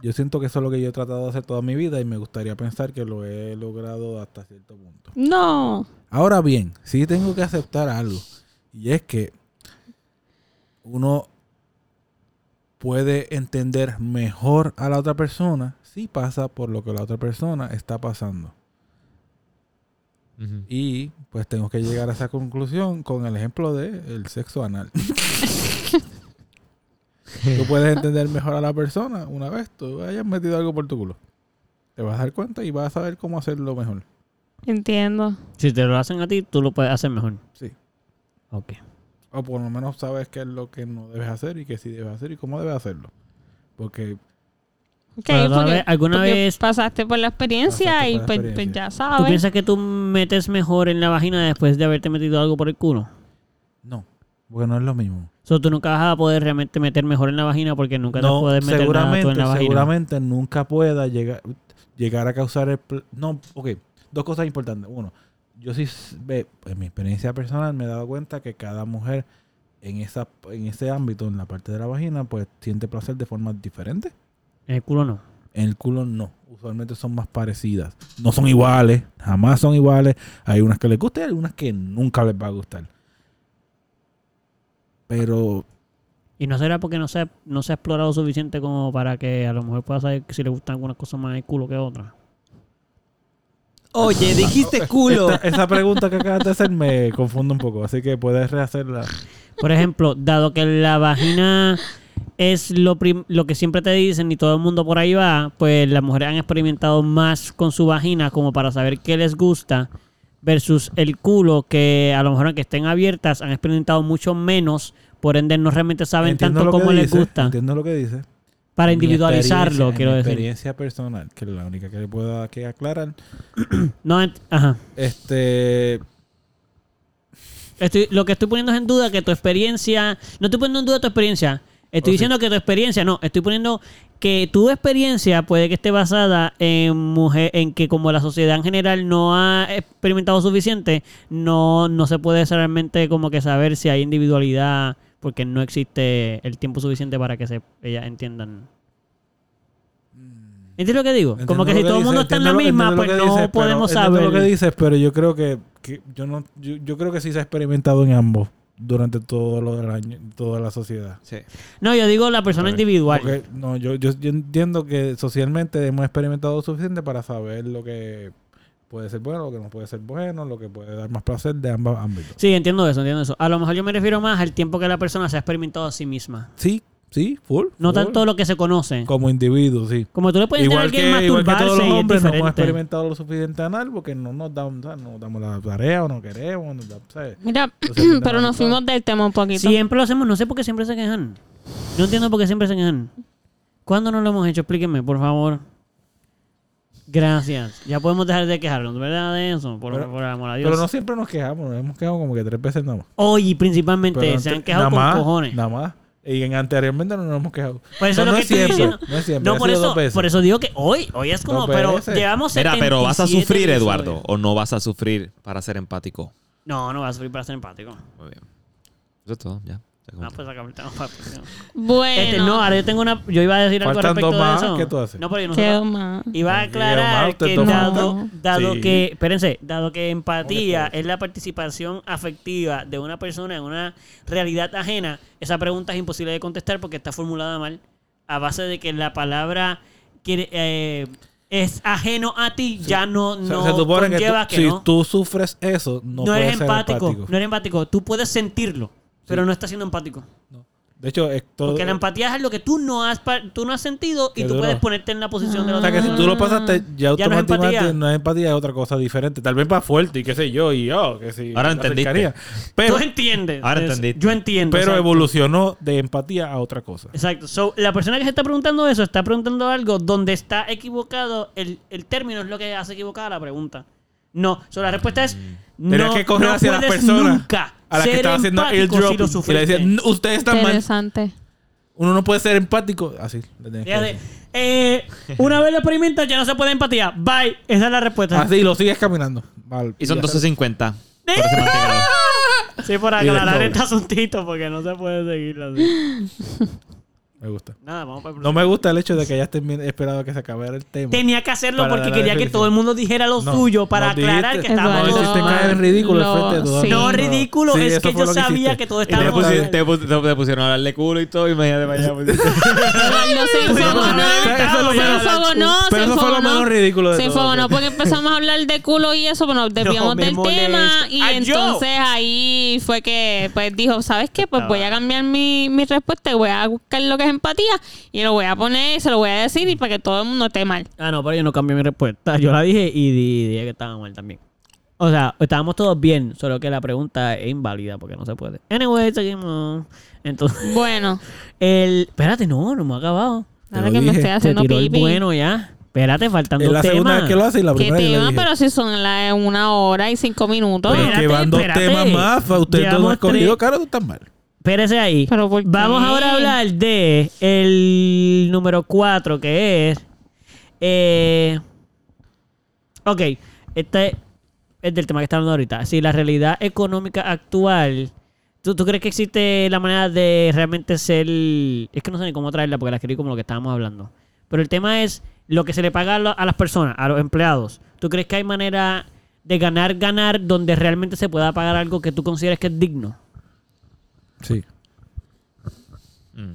Yo siento que eso es lo que yo he tratado de hacer toda mi vida y me gustaría pensar que lo he logrado hasta cierto punto.
No.
Ahora bien, sí tengo que aceptar algo. Y es que uno puede entender mejor a la otra persona si pasa por lo que la otra persona está pasando.
Ujú.
Y pues tengo que llegar a esa conclusión con el ejemplo de el sexo anal. tú puedes entender mejor a la persona una vez tú hayas metido algo por tu culo. Te vas a dar cuenta y vas a saber cómo hacerlo mejor.
Entiendo.
Si te lo hacen a ti, tú lo puedes hacer mejor.
Sí.
Ok.
O por lo menos sabes qué es lo que no debes hacer y qué sí debes hacer y cómo debes hacerlo. Porque
Ok,
Pero,
porque-
¿alguna
porque
vez-
pasaste por la experiencia
Pasaste
y
por la
pues,
experiencia.
pues ya
¿Tú
sabes.
piensas que tú metes mejor en la vagina después de haberte metido algo por el culo?
no, porque no es lo mismo.
O sea, tú nunca vas a poder realmente meter mejor en la vagina porque nunca te puedes meter nada tú en la vagina.
seguramente nunca pueda llegar, llegar a causar el... pl- No, ok, dos cosas importantes. Uno, yo sí, s- ve, en mi experiencia personal me he dado cuenta que cada mujer en, esa, en ese ámbito, en la parte de la vagina, pues siente placer de formas diferentes.
En el culo no.
En el culo no. Usualmente son más parecidas. No son iguales. Jamás son iguales. Hay unas que les gusta y hay unas que nunca les va a gustar. Pero
Y no será porque no se, ha- no se ha explorado suficiente como para que a lo mejor pueda saber si le gustan algunas cosas más en el culo que otras.
Oye, dijiste culo.
esta- esa pregunta que acabas de hacer me confunde un poco. Así que puedes rehacerla.
Por ejemplo, dado que la vagina es lo, prim- lo que siempre te dicen y todo el mundo por ahí va, pues las mujeres han experimentado más con su vagina como para saber qué les gusta versus el culo que a lo mejor aunque estén abiertas han experimentado mucho menos, por ende no realmente saben
Entiendo
tanto
lo que
como les
dice,
gusta
Entiendo lo que dice.
para
Mi
individualizarlo,
experiencia-
quiero
mi
decir.
experiencia personal, que es la única que le puedo aquí aclarar.
No, ent- ajá.
Este.
Estoy, lo que estoy poniendo es en duda que tu experiencia. No estoy poniendo en duda tu experiencia. Estoy
Oh,
diciendo que tu experiencia, no, estoy poniendo que tu experiencia puede que esté basada en mujer, en que como la sociedad en general no ha experimentado suficiente, no, no se puede realmente como que saber si hay individualidad, porque no existe el tiempo suficiente para que se ellas entiendan. ¿Entiendes lo que digo?
Mm. entiendo
como que
lo
si todo el
dice,
mundo está en la
entiendo lo-
misma,
entiendo lo
pues
que
no
dices, pero-
podemos
entiendo
saber.
lo que dices, pero yo creo que, que yo no yo, yo creo que sí se ha experimentado en ambos durante todo lo del año, toda la sociedad.
Sí.
No, yo digo la persona individual.
Porque, no, yo, yo, yo entiendo que socialmente hemos experimentado lo suficiente para saber lo que puede ser bueno, lo que no puede ser bueno, lo que puede dar más placer de ambos ámbitos.
Sí, entiendo eso, entiendo eso. A lo mejor yo me refiero más al tiempo que la persona se ha experimentado a sí misma.
Sí, sí, full.
No
full.
tanto lo que se conoce.
como individuo, sí.
Como tú le puedes decir a
Igual que,
alguien
igual que todos
masturbarse
los
y es
hombres no hemos
diferente.
experimentado lo suficiente anal porque no nos damos, o sea, no nos damos la tarea o no queremos, no da- ¿sabes?
Mira,
Entonces,
pero
no,
nos fuimos del tema un poquito.
Siempre lo hacemos, no sé por qué siempre se quejan. No entiendo por qué siempre se quejan. ¿Cuándo no lo hemos hecho? Explíquenme, por favor. Gracias. Ya podemos dejar de quejarnos, ¿verdad? De eso, por,
Pero-
por amor a Dios.
Pero no siempre nos quejamos, nos hemos quejado como que tres veces nada más.
Oye, principalmente,
Pero
se
antes-
han quejado
nada
con
más,
cojones.
Nada más. Y en anteriormente no nos hemos quejado.
Por eso
O sea,
es lo
no
que
es
estoy
siempre,
diciendo.
no es siempre,
No,
ha
por
sido
eso,
dos veces.
por eso digo que hoy, hoy es como,
Dos
pero
veces.
llevamos
Mira, pero vas a
77
sufrir,
episodios.
Eduardo, o no vas a sufrir para ser empático.
No, no vas a sufrir para ser empático.
Muy bien. Eso es todo, ya. Se acabó.
No, pues acá ahorita no, papi, no.
Bueno,
Este, no, ahora yo tengo una. Yo iba a decir algo
Faltan
respecto
dos más,
de eso.
¿qué tú haces?
No, pero yo no
quedó
sé.
más.
Iba a
Porque Omar,
aclarar
usted
que
toma
dado,
nota.
dado
Sí.
que, espérense, dado que empatía
Ok, pues.
es la participación afectiva de una persona en una realidad ajena, esa pregunta es imposible de contestar porque está formulada mal, a base de que la palabra quiere, eh, es ajeno a ti, ya no,
O sea,
no
se supone que, tú-
conlleva que,
si
no.
tú sufres eso, no,
no
puedes
eres
ser
empático,
empático.
no eres empático, tú puedes sentirlo, pero no estás siendo empático.
De hecho, es todo.
Porque la empatía es algo que tú no has, pa- tú no has sentido y
Qué
tú
duro.
puedes ponerte en la posición de la
O
otra
sea, que si
persona.
tú lo pasaste, ya
Ya no es
automáticamente no
empatía.
es, empatía, es otra cosa diferente. Tal vez más fuerte y qué sé yo, y yo, que sí.
Ahora
la
entendiste.
cercanía. Pero,
Tú entiendes.
Ahora
Eso.
entendiste.
Yo entiendo.
pero
exacto.
evolucionó de empatía a otra cosa.
Exacto. So, la persona que se está preguntando eso está preguntando algo donde está equivocado. El, el término es lo que hace equivocada la pregunta. No. So, la respuesta es.
Tenías
No,
Mm. que correr
no
hacia las
puedes
personas
nunca
a la que
ser
estaba haciendo el
empático si
drop.
lo
y le
sufriste.
decían, "No, ustedes están mal.
Interesante.
Uno no puede ser empático. Así. le tenías que
Fíjate,
decir.
eh, una vez lo experimentas, ya no se puede empatía. Bye. Esa es la respuesta.
Así, lo sigues caminando. Mal.
Y son 12.50.
¡Ah!
por ese mantecado.
Sí, por
Y del
aclarar
doble.
este asuntito, porque no se puede seguir así.
Me gusta.
Nada, vamos para el
No me gusta el hecho de que ya estén bien- esperado a que se acabara el tema.
Tenía que hacerlo
Para
porque
dar la
quería que
definición.
todo el mundo dijera lo
No,
suyo para
nos dijiste-
aclarar que
Exacto.
estábamos...
No,
Lo-
hiciste caer en ridículo
lo-
al frente de todos.
sí.
No, ridículo,
Sí,
es
eso
que
fue
yo
lo que
sabía
hiciste.
que todo
Y te
estaba...
pusi-
mal.
Te, pus- te pusieron a hablarle culo y todo, imagínate para allá. pues.
Los
Pudimos
Simpsons
haber
no.
evitado,
Se
pero-
enfogonó, se
Pero eso fue lo
enfogonó.
menos ridículo de
Se
todo.
enfogonó porque empezamos a hablar de culo y eso, pero nos desviamos
me
del tema.
molesta.
Y
Ah,
¡Ay, yo!
entonces ahí fue que pues dijo, ¿sabes qué? Pues
Ah.
voy a cambiar mi, mi respuesta y voy a buscar lo que es empatía y lo voy a poner y se lo voy a decir y para que todo el mundo esté mal.
Ah, no, pero yo no cambié mi respuesta. Yo la dije y di- dije que estaba mal también. O sea, estábamos todos bien, solo que la pregunta es inválida porque no se puede. Anyway, seguimos. Entonces,
Bueno,
el... Espérate, no, no me ha acabado.
Te
ahora
lo
que me
dije,
estoy
Se
haciendo
tiró el
pipi.
bueno ya. Espérate, faltando
Es la segunda
temas.
vez que lo hace y la
¿Qué
primera que le
tema?
dije.
Pero si son la una hora y cinco minutos.
Pero
Pues-
es que van dos
Espérate,
temas más. fa- Usted todo
Llevamos
no escondido.
tres.
Claro, tú estás mal.
Espérese ahí.
¿Pero por qué?
Vamos ahora a hablar de el número 4, que es. eh, ok, este es del tema que estamos hablando ahorita. Si la realidad económica actual. ¿tú, tú crees que existe la manera de realmente ser.? Es que no sé ni cómo traerla porque la escribí como lo que estábamos hablando. Pero el tema es lo que se le paga a, lo- a las personas, a los empleados. ¿Tú crees que hay manera de ganar, ganar, donde realmente se pueda pagar algo que tú consideres que es digno?
Sí.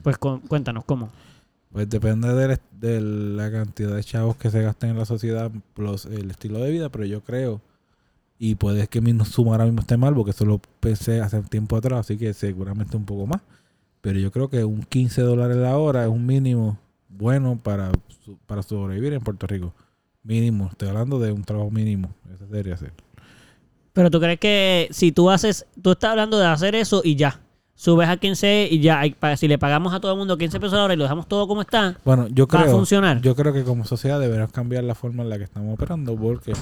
Pues cu- cuéntanos cómo.
Pues depende del- de la cantidad de chavos que se gasten en la sociedad, plus el estilo de vida, pero yo creo, y puede que mi suma ahora mismo esté mal, porque eso lo pensé hace tiempo atrás, así que seguramente un poco más. Pero yo creo que un 15 dólares la hora es un mínimo bueno para, su- para sobrevivir en Puerto Rico. Mínimo, estoy hablando de un trabajo mínimo. Eso debería ser.
Pero tú crees que si tú haces, tú estás hablando de hacer eso y ya. Subes a 15 y ya. Ay, pa- Si le pagamos a todo el mundo 15 pesos la hora y lo dejamos todo como está,
Bueno, yo
Va a
creo,
funcionar.
yo creo que como sociedad deberemos cambiar la forma en la que estamos operando porque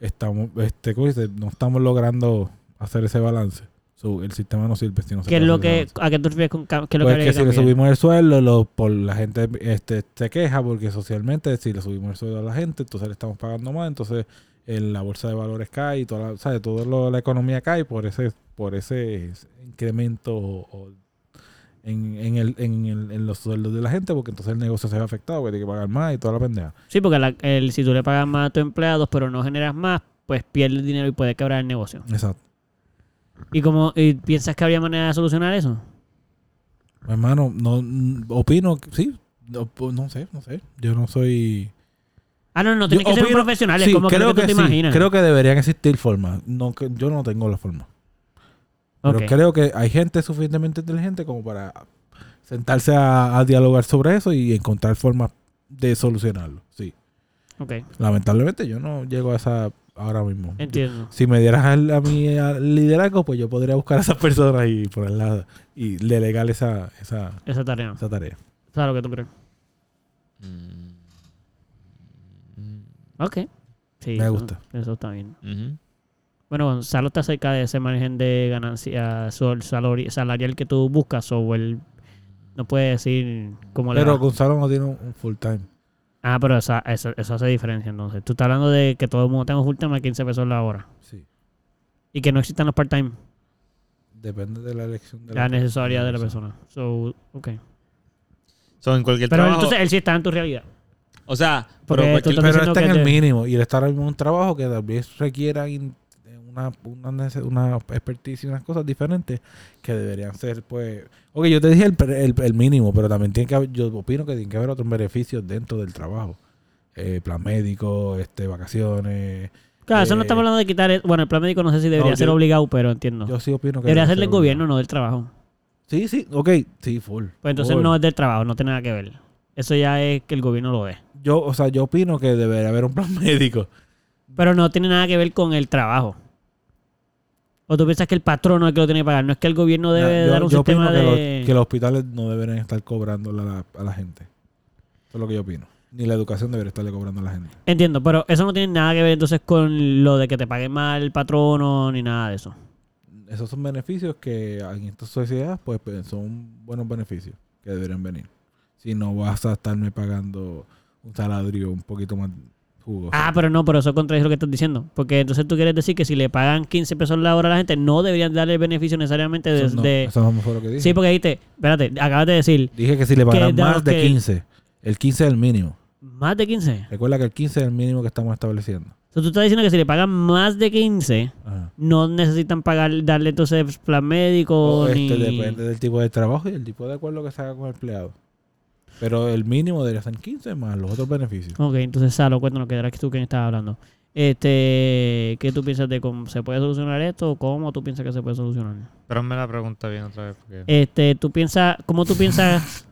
estamos, este, ¿cómo dice? no estamos logrando hacer ese balance. So, el sistema no sirve si no se
¿qué es
puede
lo
hacer
que,
ese balance.
¿a qué tú refieres con cam- qué es lo
Pues
que,
que
habría
si le
cambiar?
subimos el sueldo, lo- por la gente este, se queja porque socialmente si le subimos el sueldo a la gente, entonces le estamos pagando más, entonces en la bolsa de valores cae y toda la, ¿sabe? Todo lo- la economía cae por ese, por ese incremento o- o en, en, el, en, el- en los sueldos de la gente, porque entonces el negocio se ve afectado, porque tiene que pagar más y toda la pendeja.
Sí, porque la- el- si tú le pagas más a tus empleados pero no generas más, pues pierdes dinero y puede quebrar el negocio.
Exacto.
¿Y cómo y piensas que habría manera de solucionar eso?
Hermano, no mm, opino, que- sí, no, pues, no sé, no sé. Yo no soy...
Ah, no, no, tienes
Yo
que ser un
opino-
profesional, es
sí,
como creo que, tú te
sí,
imaginas.
Creo que deberían existir formas. No, que- yo no tengo la forma. Pero
Ok.
creo que hay gente suficientemente inteligente como para sentarse a, a dialogar sobre eso y encontrar formas de solucionarlo. Sí.
Ok,
Lamentablemente yo no llego a esa ahora mismo.
entiendo.
Si me dieras al- a mi a- liderazgo, pues yo podría buscar a esas personas y ponerla y delegar esa, esa,
Esa tarea.
esa tarea.
¿Sabes lo que tú crees?
Mm.
Ok. Sí,
Me
eso-
gusta.
Eso está bien.
Ujú.
Bueno, Gonzalo está cerca de ese margen de ganancia sol- salari- salarial que tú buscas o el no puede decir cómo le
Pero
va.
Gonzalo no tiene un, un full time.
Ah, pero esa, esa- eso hace diferencia entonces. Tú estás hablando de que todo el mundo tenga full time a 15 pesos la hora
Sí.
y que no existan los part-time,
Depende de la elección de
la necesidad de la persona. So, ok.
So, en cualquier
Pero
trabajo.
entonces él sí está en tu realidad.
o sea,
Porque tú
pero cualquier-
estás
Pero
diciendo
está en
que
el
te-
mínimo y el estar en un trabajo que tal vez requiera in- eh, una, una, nece- una expertise y unas cosas diferentes que deberían ser, pues. Ok, yo te dije el, pre- el- el mínimo, pero también tiene que haber, yo opino que tiene que haber otros beneficios dentro del trabajo. Eh, plan médico, este, vacaciones.
Claro, eso no
Eh,
estamos hablando de quitar. el- Bueno, el plan médico no sé si debería
no,
ser
yo-
obligado, pero entiendo.
Yo sí opino que.
Ah. debería ser
ser
del
obligado.
gobierno, no del trabajo.
Sí, sí, ok, sí, full.
Pues entonces
full.
no es del trabajo, no tiene nada que ver. Eso ya es que el gobierno lo dé.
Yo, o sea, yo opino que debería haber un plan médico.
Pero no tiene nada que ver con el trabajo. O tú piensas que el patrón no es el que lo tiene que pagar, no es que el gobierno debe
Nah, yo,
dar un
yo opino
sistema
que, los,
de.
que los hospitales no deberían estar cobrando a la, a la gente. Eso es lo que yo opino. Ni la educación debería estarle cobrando a la gente.
Entiendo, pero eso no tiene nada que ver entonces con lo de que te pague mal el patrono ni nada de eso.
Esos son beneficios que en esta sociedad pues, pues, son buenos beneficios que deberían venir. Si no vas a estarme pagando un salario un poquito más jugó.
Ah, pero no, pero eso contradice lo que estás diciendo. Porque entonces tú quieres decir que si le pagan 15 pesos la hora a la gente, no deberían darle el beneficio necesariamente
eso,
desde...
no, eso no fue lo que dije.
Sí, porque dijiste, espérate, acabas de decir,
Dije que si le pagan
Que-
más de
que-
15, el 15 es el mínimo.
más de 15. Entonces
Recuerda que el 15 es el mínimo que estamos estableciendo.
tú estás diciendo que si le pagan más de 15,
Ajá.
no necesitan pagar, darle entonces plan médico
O este,
ni...
Depende del tipo de trabajo y el tipo de acuerdo que se haga con el empleado. Pero el mínimo debería ser 15 más los otros beneficios.
Ok, entonces Salo, cuéntanos que eras tú quien estabas hablando. Este, ¿qué tú piensas de cómo se puede solucionar esto? ¿Cómo tú piensas que se puede solucionar?
Pero me la pregunta bien otra vez. Porque...
Este, tú piensas, ¿cómo tú piensas?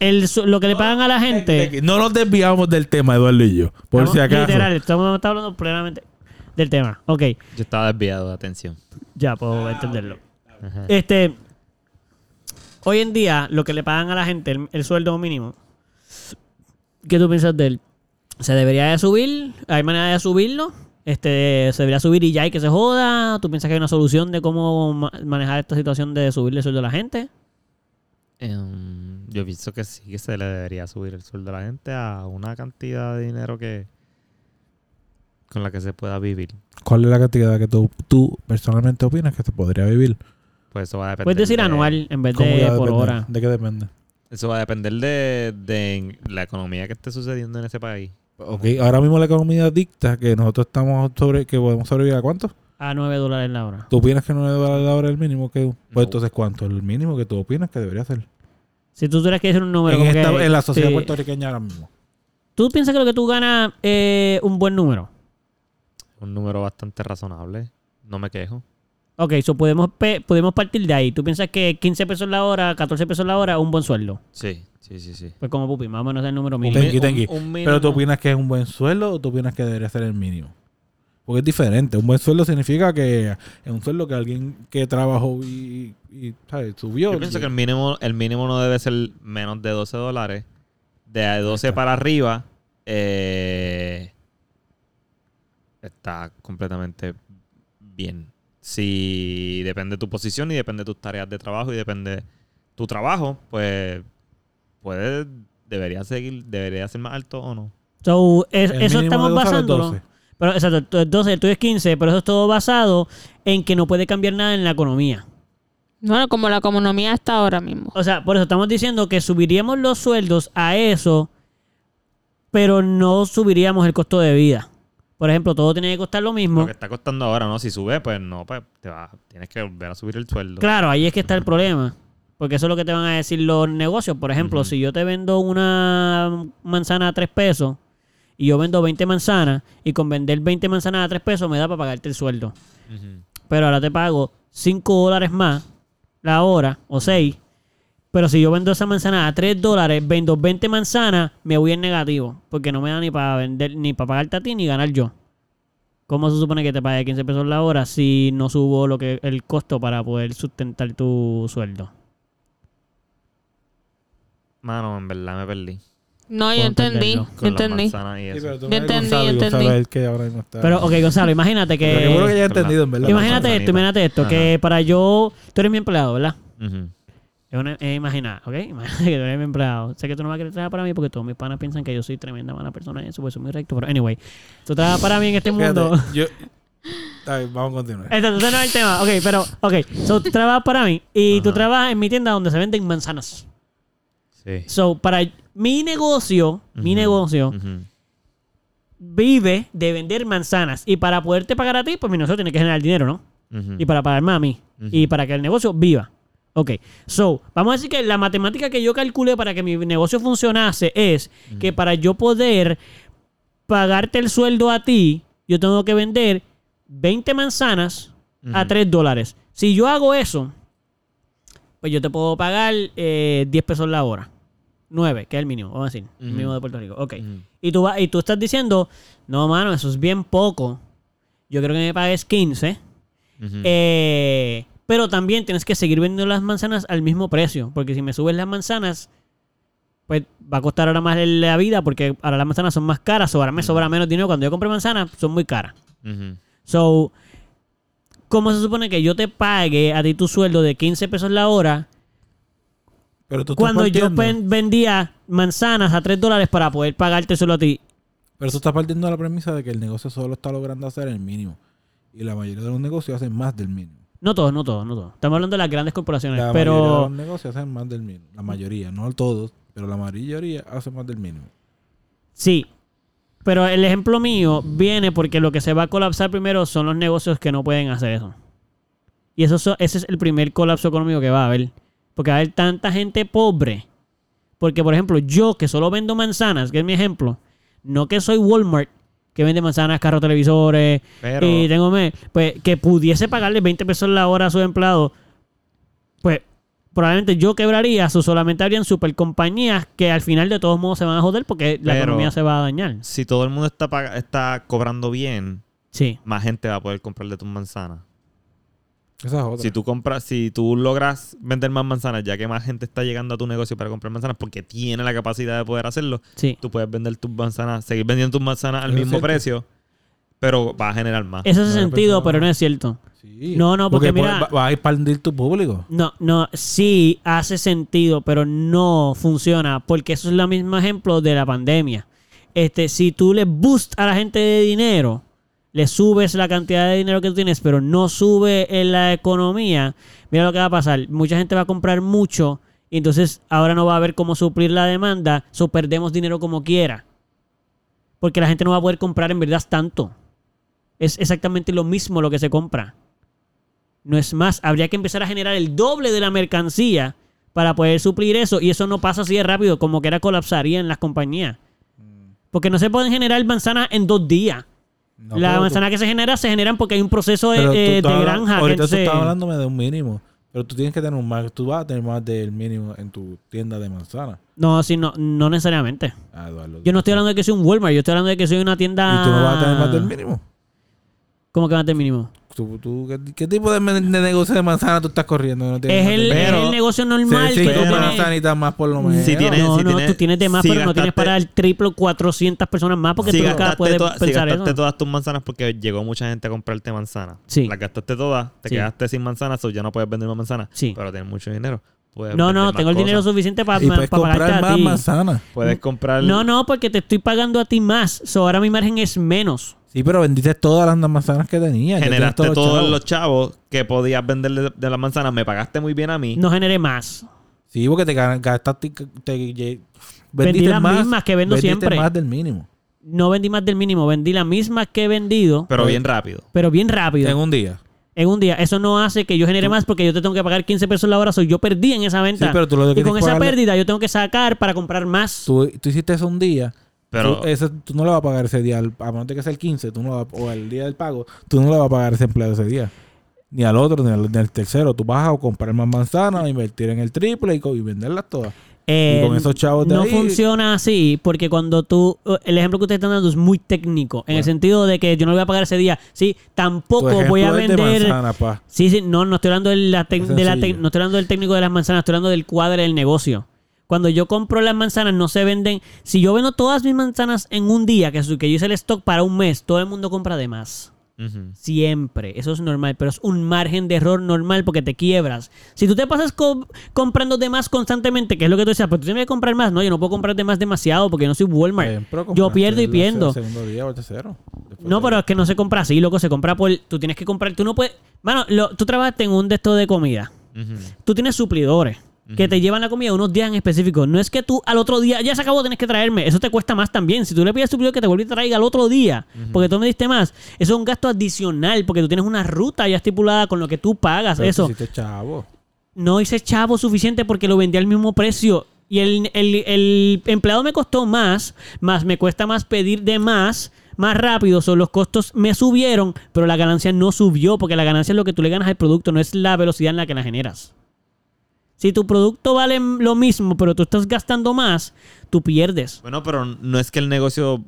el, su- lo que le pagan a la gente.
No nos desviamos del tema, Eduardo y yo. Por
Estamos-
si acaso.
Literal, estamos, estamos hablando plenamente del tema. Ok,
Yo estaba desviado de atención.
ya puedo entenderlo. Este, hoy en día, lo que le pagan a la gente, el, el sueldo mínimo, ¿qué tú piensas de él? ¿Se debería de subir? ¿Hay manera de subirlo? Este, ¿Se debería subir y ya y que se joda? ¿Tú piensas que hay una solución de cómo ma- manejar esta situación de subirle el sueldo a la gente?
Em, yo pienso que sí que se le debería subir el sueldo a la gente a una cantidad de dinero que con la que se pueda vivir.
¿Cuál es la cantidad que tú, tú personalmente opinas que se podría vivir?
Pues eso va a depender.
Puedes decir
de-
anual en vez
¿Cómo que va
de
a
por
depender?
hora.
¿De qué depende?
Eso va a depender de, de la economía que esté sucediendo en ese país.
Ok, ahora mismo la economía dicta que nosotros estamos sobre que podemos sobrevivir a cuánto.
A 9 dólares la hora.
¿Tú opinas que no es la hora el mínimo que pues
No.
entonces cuánto el mínimo que tú opinas que debería ser?
Si tú tuvieras que decir un número.
en,
como
esta-
que-
en la sociedad
sí.
puertorriqueña ahora mismo.
¿Tú piensas que lo que tú ganas es un buen número?
Un número bastante razonable. No me quejo.
Ok, so podemos, pe- podemos partir de ahí. ¿Tú piensas que 15 pesos la hora, 14 pesos la hora es un buen sueldo?
Sí, sí, sí, sí.
Pues como Pupi, más o menos es el número
Un
mínimo.
Thank
mi-
you, thank you.
un- un
Pero tú
mínimo-
opinas que es un buen sueldo o tú opinas que debería ser el mínimo? Porque es diferente. Un buen sueldo significa que es un sueldo que alguien que trabajó y, y, ¿sabes? subió.
Yo pienso que el mínimo, el mínimo no debe ser menos de 12 dólares. De 12 para arriba eh, está completamente bien. Si depende de tu posición y depende de tus tareas de trabajo y depende tu trabajo, pues puede, debería seguir, debería ser más alto o no.
So, es-
El
eso
mínimo
estamos
de 12 a los
basándolo.
12.
Pero, exacto, tú- entonces el tuyo es 15, pero eso es todo basado en que no puede cambiar nada en la economía.
Bueno, como la economía está ahora mismo.
O sea, por eso estamos diciendo que subiríamos los sueldos a eso, pero no subiríamos el costo de vida. Por ejemplo, todo tiene que costar lo mismo.
Lo que está costando ahora, ¿no? Si sube, pues no, pues te va, tienes que volver a subir el sueldo.
Claro, ahí es que está el problema. Porque eso es lo que te van a decir los negocios. Por ejemplo, si yo te vendo una manzana a 3 pesos y yo vendo 20 manzanas y con vender 20 manzanas a 3 pesos me da para pagarte el sueldo.
Ujú.
Pero ahora te pago 5 dólares más la hora o 6. Pero si yo vendo esa manzana a 3 dólares, vendo 20 manzanas, me voy en negativo. Porque no me da ni para vender, ni para pagarte a ti, ni ganar yo. ¿Cómo se supone que te pague 15 pesos la hora si no subo lo que el costo para poder sustentar tu sueldo?
Mano, en verdad me perdí.
No, yo
Puedo
entendí.
entenderlo.
Yo
Con las
entendí.
manzanas y
Sí,
eso.
pero tú
Yo
ves a
entendí,
Gonzalo,
yo
Gonzalo
entendí.
es el que ahora mismo está-
Pero, ok, Gonzalo, imagínate
Pero qué bueno que
que...
haya
Con la-
entendido, en verdad.
Imagínate esto,
manzanita.
imagínate esto,
Ajá.
que para yo... Tú eres mi empleado, ¿verdad?
Ujú.
Es una, es imaginar, ¿ok? Imagínate que tú eres mi empleado. Sé que tú no vas a querer trabajar para mí porque todos mis panas piensan que yo soy tremenda mala persona y eso, pues soy muy recto. Pero, anyway, tú trabajas para mí en este
Fíjate,
mundo. Eh,
yo- Está bien, vamos a continuar.
Entonces, no es el tema. Ok, pero, ok. So, tú trabajas para mí y tú trabajas en mi tienda donde se venden manzanas.
Sí.
So, para mi negocio, mi
Ujú.
negocio
Ujú.
vive de vender manzanas. Y para poderte pagar a ti, pues mi negocio tiene que generar dinero, ¿no?
Ujú.
y para pagarme a mí y para que el negocio viva. Ok, so, vamos a decir que la matemática que yo calculé para que mi negocio funcionase es que para yo poder pagarte el sueldo a ti, yo tengo que vender 20 manzanas a 3 dólares. Si yo hago eso, pues yo te puedo pagar eh, 10 pesos la hora. 9, que es el mínimo, vamos a decir, el
Ujú.
mínimo de Puerto Rico. Ok.
Ujú.
y, tú va- y tú estás diciendo, no, mano, eso es bien poco. Yo creo que me pagues 15.
Ujú.
Eh, pero también tienes que seguir vendiendo las manzanas al mismo precio. Porque si me subes las manzanas, pues va a costar ahora más la vida. Porque ahora las manzanas son más caras. O ahora me sobra menos dinero. Cuando yo compré manzanas, son muy caras.
Ujú.
So, ¿cómo se supone que yo te pague a ti tu sueldo de 15 pesos la hora?
Pero tú estás
Cuando yo
partiendo-
pen- vendía manzanas a 3 dólares para poder pagarte solo a ti.
Pero eso está partiendo de la premisa de que el negocio solo está logrando hacer el mínimo. Y la mayoría de los negocios hacen más del mínimo.
No todos, no todos, no todos. Estamos hablando de las grandes corporaciones,
La mayoría de los
pero
negocios hacen más del mínimo. La mayoría, no todos, pero la mayoría hacen más del mínimo.
sí. Pero el ejemplo mío viene porque lo que se va a colapsar primero son los negocios que no pueden hacer eso. Y eso so- ese es el primer colapso económico que va a haber. Porque va a haber tanta gente pobre. Porque, por ejemplo, yo que solo vendo manzanas, que es mi ejemplo, no que soy Walmart, que vende manzanas, carros, televisores,
Pero-
y tengo me- pues, que pudiese pagarle 20 pesos la hora a sus empleados, pues probablemente yo quebraría, su- solamente habrían super compañías que al final de todos modos se van a joder porque la
Pero-
economía se va a dañar.
Si todo el mundo está, paga- está cobrando bien,
Sí.
más gente va a poder comprarle tus manzanas.
Esa es otra.
Si tú compras, si tú logras vender más manzanas, ya que más gente está llegando a tu negocio para comprar manzanas porque tiene la capacidad de poder hacerlo,
Sí.
tú puedes vender tus manzanas, seguir vendiendo tus manzanas al
Eso es
mismo
cierto.
precio, pero va a generar más.
Eso hace
No había
sentido,
pensado.
pero no es cierto.
Sí.
No, no, porque
por-
mira-
va- vas a expandir tu público.
No, no, sí hace sentido, pero no funciona porque eso es el mismo ejemplo de la pandemia. Este, si tú le boost a la gente de dinero, le subes la cantidad de dinero que tú tienes, pero no sube en la economía, mira lo que va a pasar. Mucha gente va a comprar mucho y entonces ahora no va a haber cómo suplir la demanda, so perdemos dinero como quiera. Porque la gente no va a poder comprar en verdad tanto. Es exactamente lo mismo lo que se compra. No es más, habría que empezar a generar el doble de la mercancía para poder suplir eso. Y eso no pasa así de rápido, como que era colapsaría en las compañías. Porque no se pueden generar manzanas en dos días.
No,
la
pero tú-
manzana que se genera, se generan porque hay un proceso eh,
pero tú
eh,
estás
de
habla-
granja. que
Ahorita tú
se-
estás hablándome de un mínimo. Pero tú tienes que tener un más. Tú vas a tener más del mínimo en tu tienda de manzana.
No, sí, no, no necesariamente.
Ah, Eduardo.
Yo no estoy hablando de que soy un Walmart, yo estoy hablando de que soy una tienda...
¿Y tú no vas a tener más
Ah.
del mínimo?
¿Cómo que más del mínimo?
¿Tú, tú, qué, qué tipo de, men- de negocio de manzana tú estás corriendo? No tienes
Es
más
el,
del-
es
Pero-
el negocio normal.
Sí,
que
cinco
tú tienes-
manzanitas más por lo menos.
Si tienes-
no,
si
no,
tienes-
tú tienes de más,
si
pero no tienes
gastaste-
para el triple 400 personas más porque
si
tú nunca
gastaste,
puedes
todas- si
pensar
gastaste
eso.
todas tus manzanas porque llegó mucha gente a comprarte manzanas,
Sí.
las gastaste todas, te
Sí.
quedaste sin manzanas o ya no puedes vender más manzanas,
Sí.
pero tienes mucho dinero. puedes
No, no,
vender Pues, más
tengo el
cosas.
dinero suficiente para,
Y puedes
pagarte
comprar
a
más
ti.
manzanas.
Puedes comprar
No, no, porque te estoy pagando a ti más. So, ahora mi margen es menos.
Sí, pero vendiste todas las manzanas que tenías. ya tienes
generaste todos
chavos.
los chavos que podías venderle de las manzanas. Me pagaste muy bien a mí.
No generé más.
Sí, porque te gan- gastaste. Te,
Vendí
ye- vendiste
las
más,
mismas que vendo
vendiste
siempre.
más del mínimo.
No vendí más del mínimo, vendí la misma que he vendido,
Pero bien rápido.
pero bien rápido.
En un día.
en un día. Eso no hace que yo genere más porque yo te tengo que pagar 15 pesos la hora. Soy yo perdí en esa venta.
Sí, pero tú lo que
y con
tienes que
esa
pagarle-
pérdida yo tengo que sacar para comprar más.
Tú, tú hiciste eso un día.
Pero-
Tú, eso- tú no le vas a pagar ese día. al- A menos de que sea el 15 tú no lo vas- o el día del pago. Tú no le vas a pagar ese empleado ese día. Ni al otro, ni al, ni al tercero. Tú vas a comprar más manzanas, invertir en el triple y, co- y venderlas todas.
Eh,
y con esos chavos de
no
ahí-
funciona así porque cuando tú... eh, El ejemplo que ustedes están dando es muy técnico. En el sentido de que yo no le voy a pagar ese día. Sí,
Tu
tampoco
ejemplo
voy a
es de
vender...
manzana, pa.
Sí, sí, no, no estoy hablando de la tec-
Es
de la tec-
sencillo.
no estoy hablando del técnico de las manzanas, estoy hablando del cuadro del negocio. Cuando yo compro las manzanas, no se venden. Si yo vendo todas mis manzanas en un día, que, su- que yo hice el stock para un mes, todo el mundo compra de más.
Ujú.
Siempre. Eso es normal, pero es un margen de error normal porque te quiebras. Si tú te pasas co- comprando de más constantemente, que es lo que tú decías, pero tú tienes que comprar más. No, yo no puedo comprar de más demasiado porque yo no soy Walmart.
Eh, pero
yo
compraste
pierdo y
el-
pierdo.
el segundo día o el tercero. Después
No,
de-
pero es que no se compra así, loco. Se compra por. Tú tienes que comprar. Tú no puedes. Mano, lo- tú trabajaste en un de estos de comida. Tú tienes suplidores que te llevan la comida unos días en específico. No es que tú al otro día, ya se acabó, tienes que traerme. Eso te cuesta más también. Si tú le pides al suplidor que te vuelva y te traiga al otro día, porque tú me diste más, eso es un gasto adicional, porque tú tienes una ruta ya estipulada con lo que tú pagas.
pero tú
eso
hiciste chavo.
no hice chavo suficiente porque lo vendí al mismo precio. Y el, el- el empleado me costó más, más me cuesta más pedir de más, más rápido. Son los costos me subieron, pero la ganancia no subió porque la ganancia es lo que tú le ganas al producto, no es la velocidad en la que la generas. Si tu producto vale lo mismo, pero tú estás gastando más, tú pierdes.
Bueno, pero no es que el negocio.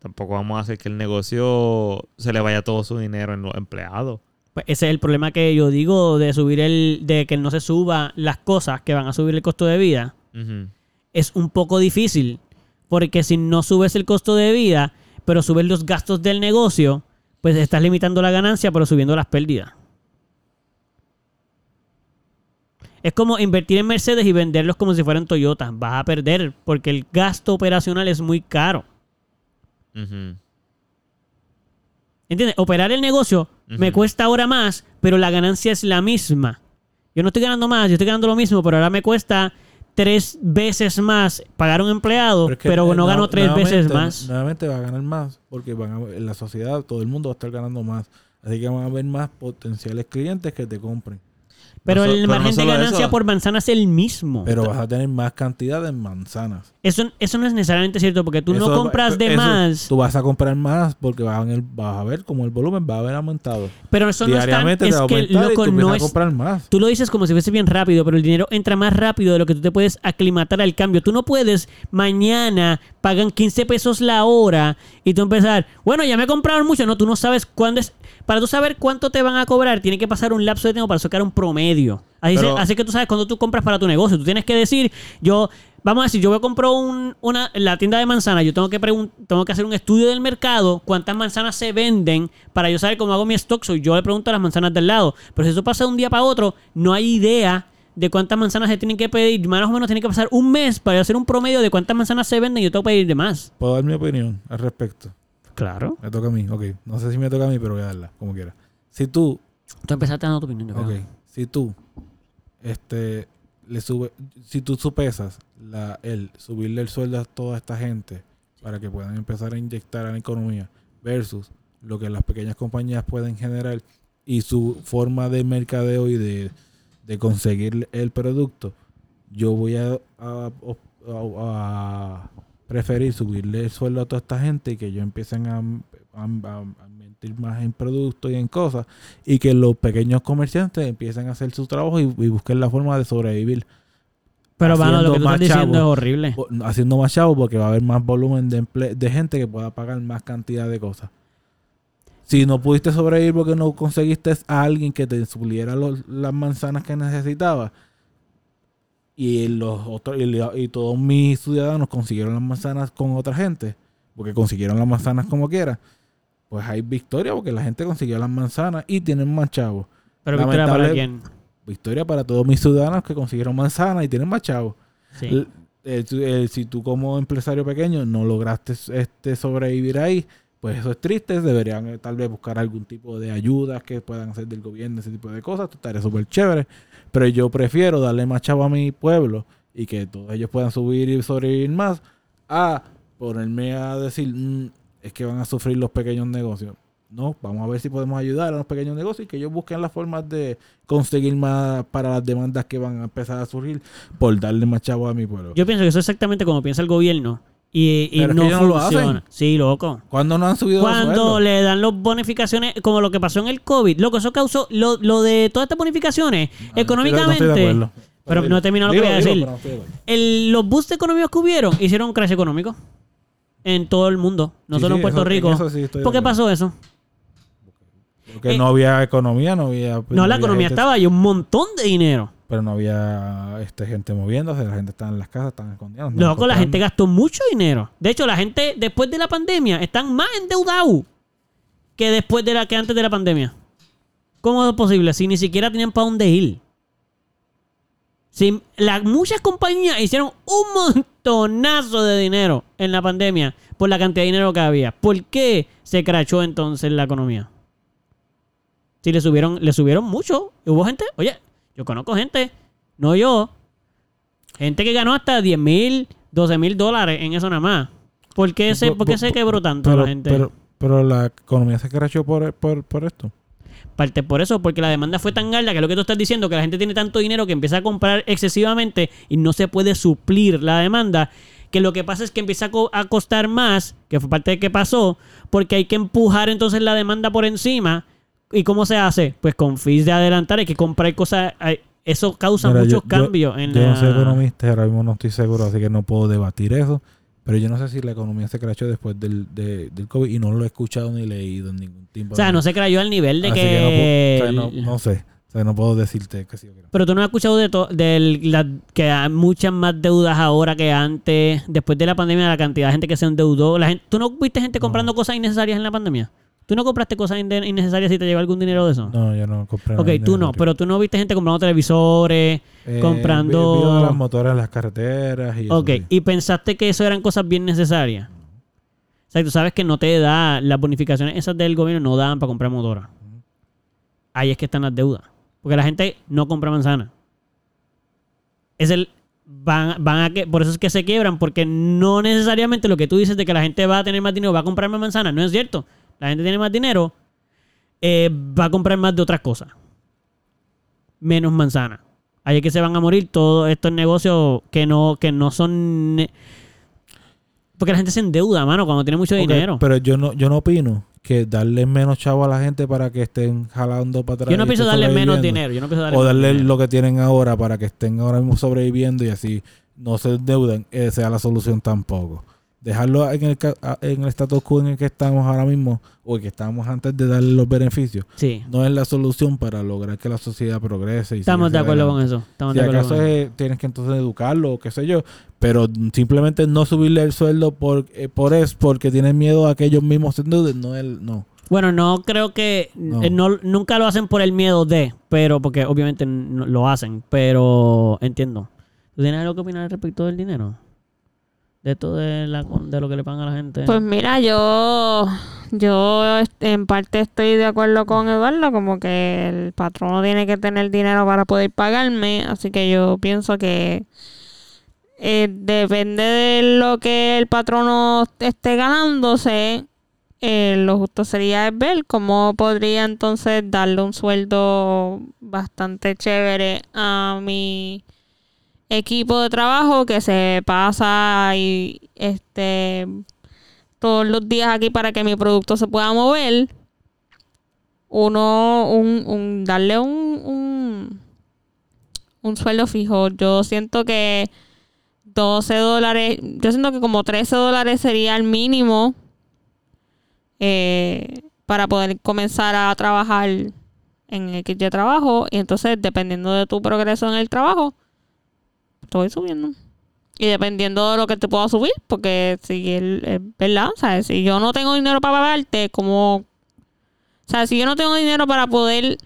Tampoco vamos a hacer que el negocio se le vaya todo su dinero en los empleados.
Pues ese es el problema que yo digo de subir el, de que no se suba las cosas que van a subir el costo de vida.
Ujú.
es un poco difícil. Porque si no subes el costo de vida, pero subes los gastos del negocio, pues estás limitando la ganancia, pero subiendo las pérdidas. Es como invertir en Mercedes y venderlos como si fueran Toyotas. Vas a perder porque el gasto operacional es muy caro.
Ujú.
¿Entiendes? Operar el negocio me
Ujú.
cuesta ahora más, pero la ganancia es la misma. Yo no estoy ganando más, yo estoy ganando lo mismo, pero ahora me cuesta tres veces más pagar a un empleado, pero,
es que, eh,
no gano
nueva-
tres veces
nuevamente-
más.
Nuevamente va a ganar más porque van a- en la sociedad todo el mundo va a estar ganando más. Así que van a haber más potenciales clientes que te compren.
pero
no so-
el
pero no
margen de
solo
ganancia
eso.
por manzana es el mismo.
Pero vas a tener más cantidad de manzanas.
Eso, eso no es necesariamente cierto, porque tú no
Eso-
compras de
eso-
más,
Tú vas a comprar más porque vas, el, vas a ver como el volumen va a haber aumentado.
pero eso no es tan...
Diariamente
Es
te va a
que,
aumentar y
loco,
tú empiezas
no
a
es
comprar más.
Tú lo dices como si fuese bien rápido, pero el dinero entra más rápido de lo que tú te puedes aclimatar al cambio. Tú no puedes mañana pagan 15 pesos la hora y tú empezar, bueno, ya me compraron mucho. No, tú no sabes cuándo es. Para tú saber cuánto te van a cobrar, tiene que pasar un lapso de tiempo para sacar un promedio. Así,
Pero-
se- así que tú sabes cuándo tú compras para tu negocio. Tú tienes que decir, yo, vamos a decir, yo voy a comprar un- una, la tienda de manzanas. Yo tengo que, pregun- tengo que hacer un estudio del mercado, cuántas manzanas se venden para yo saber cómo hago mi stock. So, yo le pregunto a las manzanas del lado. Pero si eso pasa de un día para otro, no hay idea de cuántas manzanas se tienen que pedir. Más o menos tiene que pasar un mes para yo hacer un promedio de cuántas manzanas se venden y yo tengo que pedir de más.
Puedo dar mi opinión al respecto.
Claro.
Me toca a mí, ok. No sé si me toca a mí, pero voy a darla, como quiera. Si tú,
Tú empezaste dando tu opinión. yo creo.
ok, si tú, este, le sube, si tú supesas la, el subirle el sueldo a toda esta gente para que puedan empezar a inyectar a la economía versus lo que las pequeñas compañías pueden generar y su forma de mercadeo y de, de conseguir el producto, yo voy a, a- a- a preferir subirle el sueldo a toda esta gente y que ellos empiecen a, a, a- a invertir más en productos y en cosas y que los pequeños comerciantes empiecen a hacer su trabajo y, y busquen la forma de sobrevivir
Pero bueno, lo
haciendo
que tú estás
más
diciendo es
chavos.
horrible.
bo- haciendo más chavos porque va a haber más volumen de, emple- de gente que pueda pagar más cantidad de cosas. Si no pudiste sobrevivir porque no conseguiste a alguien que te supliera los- las manzanas que necesitabas y los otros y, lo- y todos mis ciudadanos consiguieron las manzanas con otra gente porque consiguieron las manzanas como quiera pues hay victoria porque la gente consiguió las manzanas y tienen más chavos
Pero Victoria, ¿para
lamentable-
quién?
victoria para todos mis ciudadanos que consiguieron manzanas y tienen más chavos
Sí.
L- el- el- si tú como empresario pequeño no lograste este sobrevivir ahí, pues eso es triste. Deberían eh, tal vez buscar algún tipo de ayudas que puedan hacer del gobierno, ese tipo de cosas. Tú estaría súper chévere. Pero yo prefiero darle más chavo a mi pueblo y que todos ellos puedan subir y sobrevivir más a ponerme a decir, "Mm, es que van a sufrir los pequeños negocios. No, vamos a ver si podemos ayudar a los pequeños negocios y que ellos busquen las formas de conseguir más para las demandas que van a empezar a surgir por darle más chavo a mi pueblo.
Yo pienso que eso es exactamente como piensa el gobierno. Y, y
Pero es
no
que ellos no lo
funciona.
hacen.
sí, loco.
¿Cuándo no han subido los
Cuando
sueldos?
le dan las bonificaciones, como lo que pasó en el COVID, loco, eso causó lo, lo de todas estas bonificaciones económicamente.
Ah, No estoy de acuerdo.
pero no he terminado lo que
Digo,
voy a
digo,
decir.
pero no estoy de acuerdo.
El- los boosts económicos que hubieron hicieron un crash económico en todo el mundo, no
Sí,
solo
sí,
en Puerto
eso- en
Rico.
eso sí estoy de
¿Por qué
acuerdo. Pues
pasó eso?
Porque
Eh,
no había economía, no había...
No, la
había
economía
gente-
estaba y un montón de dinero.
Pero no había este, gente moviéndose, la gente estaba en las casas, estaban escondidas. andaban
Loco, la
comprando.
gente gastó mucho dinero. De hecho, la gente después de la pandemia están más endeudados que después de la que antes de la pandemia. ¿Cómo es posible? Si ni siquiera tenían para dónde ir. Si la- muchas compañías hicieron un montonazo de dinero en la pandemia por la cantidad de dinero que había. ¿Por qué se crachó entonces la economía? Si le subieron, le subieron mucho. Hubo gente, oye, yo conozco gente, no yo, Gente que ganó hasta 10 mil, 12 mil dólares en eso nada más. ¿Por qué se,
Pero-
por qué se
pero-
quebró tanto
pero,
la gente?
Pero, pero la economía se crachó por, por, por esto.
Parte por eso, porque la demanda fue tan alta que es lo que tú estás diciendo, que la gente tiene tanto dinero que empieza a comprar excesivamente y no se puede suplir la demanda. Que lo que pasa es que empieza a, co- a costar más, que fue parte de que pasó, porque hay que empujar entonces la demanda por encima. ¿Y cómo se hace? Pues con fees de adelantar, hay que comprar cosas. hay- eso causa
Mira,
muchos
yo- yo-
cambios en
yo
la.
no soy economista, ahora mismo no estoy seguro, así que no puedo debatir eso. Pero yo no sé si la economía se crachó después del, de- del COVID y no lo he escuchado ni leído en ningún tipo.
o sea, no se creyó al nivel de que.
no, puedo- o sea, no- no sé. O sea, no puedo decirte que sí o que no.
Pero tú no has escuchado de to- del- la- que hay muchas más deudas ahora que antes, después de la pandemia, la cantidad de gente que se endeudó. La gente, ¿Tú no viste gente comprando cosas innecesarias en la pandemia? ¿Tú no compraste cosas inde- innecesarias si te llegó algún dinero de eso?
No, yo no compré.
ok,
nada
tú no,
innecesario.
pero tú no viste gente comprando televisores.
Eh,
comprando-
vi- vi lo de las motoras en las carreteras y eso,
ok,
sí.
y pensaste que eso eran cosas bien necesarias. O sea, tú sabes que no te da, las bonificaciones esas del gobierno no dan para comprar motora. Ahí es que están las deudas. Porque la gente no compra manzana. Es el. Van, van a que, por eso es que se quiebran, porque no necesariamente lo que tú dices de que la gente va a tener más dinero, va a comprar más manzana, no es cierto. La gente tiene más dinero, eh, va a comprar más de otras cosas. Menos manzana. Ahí es que se van a morir todos estos negocios que no, que no son. ne- Porque la gente se endeuda, mano, cuando tiene mucho
Ok,
dinero.
Pero yo no, yo no opino que darle menos chavo a la gente para que estén jalando para atrás.
Yo no
y
pienso
estén
darle menos
sobreviviendo.
dinero. Yo no pienso darle
o
menos
darle
dinero.
lo que tienen ahora para que estén ahora mismo sobreviviendo y así no se endeudan, eh, sea la solución tampoco. Dejarlo en el, ca- a- en el status quo en el que estamos ahora mismo o que estábamos antes de darle los beneficios
Sí,
no es la solución para lograr que la sociedad progrese. Y
estamos de acuerdo con eso. Estamos
Si
de acuerdo
acaso
con eso.
eh, tienes que entonces educarlo o qué sé yo, pero simplemente no subirle el sueldo por, eh, por es porque tienen miedo a que ellos mismos se endeuden, no él, no.
Bueno, no creo que.
No.
eh, no- nunca lo hacen por el miedo de, pero porque obviamente no- lo hacen, pero entiendo. ¿Tú tienes algo que opinar respecto del dinero? De esto de, la, de lo que le pagan a la gente.
Pues mira, yo, yo est- en parte estoy de acuerdo con Eduardo, como que el patrono tiene que tener dinero para poder pagarme, así que yo pienso que eh, depende de lo que el patrono esté ganándose, eh, lo justo sería es ver cómo podría entonces darle un sueldo bastante chévere a mi equipo de trabajo que se pasa y este todos los días aquí para que mi producto se pueda mover uno un, un- darle un, un un sueldo fijo yo siento que 12 dólares yo siento que como 13 dólares sería el mínimo eh, para poder comenzar a trabajar en el kit de trabajo y entonces dependiendo de tu progreso en el trabajo te voy subiendo. Y dependiendo de lo que te pueda subir, porque si él, es verdad, o sea, si yo no tengo dinero para pagarte, como, o sea, si yo no tengo dinero para poder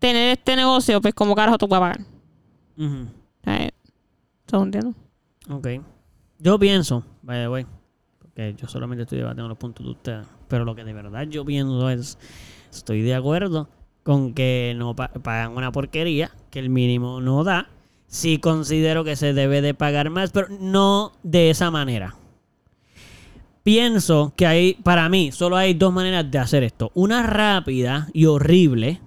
tener este negocio, pues como carajo tú puedes pagar.
Ujú.
O sea, eh, ¿se lo entiendo?
Ok. Yo pienso, by the way, porque yo solamente estoy debatiendo los puntos de ustedes, pero lo que de verdad yo pienso es, estoy de acuerdo con que no pa- pagan una porquería, que el mínimo no da. Sí considero que se debe de pagar más, pero no de esa manera. Pienso que hay, para mí, solo hay dos maneras de hacer esto. Una rápida y horrible,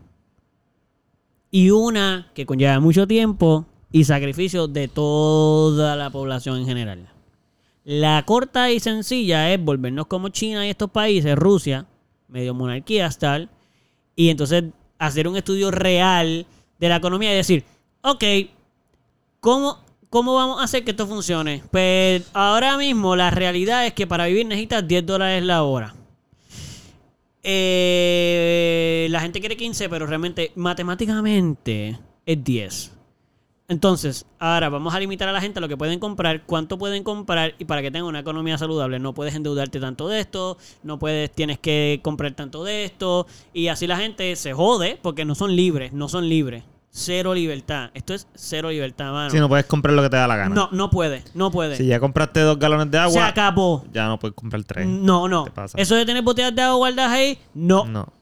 y una que conlleva mucho tiempo y sacrificio de toda la población en general. La corta y sencilla es volvernos como China y estos países, Rusia, medio monarquías tal, y entonces hacer un estudio real de la economía y decir, ok, ¿cómo, cómo vamos a hacer que esto funcione? Pues ahora mismo la realidad es que para vivir necesitas 10 dólares la hora. Eh, la gente quiere 15, pero realmente matemáticamente es 10. Entonces, ahora vamos a limitar a la gente a lo que pueden comprar, cuánto pueden comprar y para que tengan una economía saludable. No puedes endeudarte tanto de esto, no puedes, tienes que comprar tanto de esto y así la gente se jode porque no son libres, no son libres. Cero libertad. Esto es cero libertad, mano.
Si no puedes comprar lo que te da la gana.
no, no puede, no puede.
Si ya compraste dos galones de
se
agua,
acabó.
ya no puedes comprar tres.
No, no.
¿Qué pasa?
Eso de tener botellas de agua guardadas ahí, no.
No.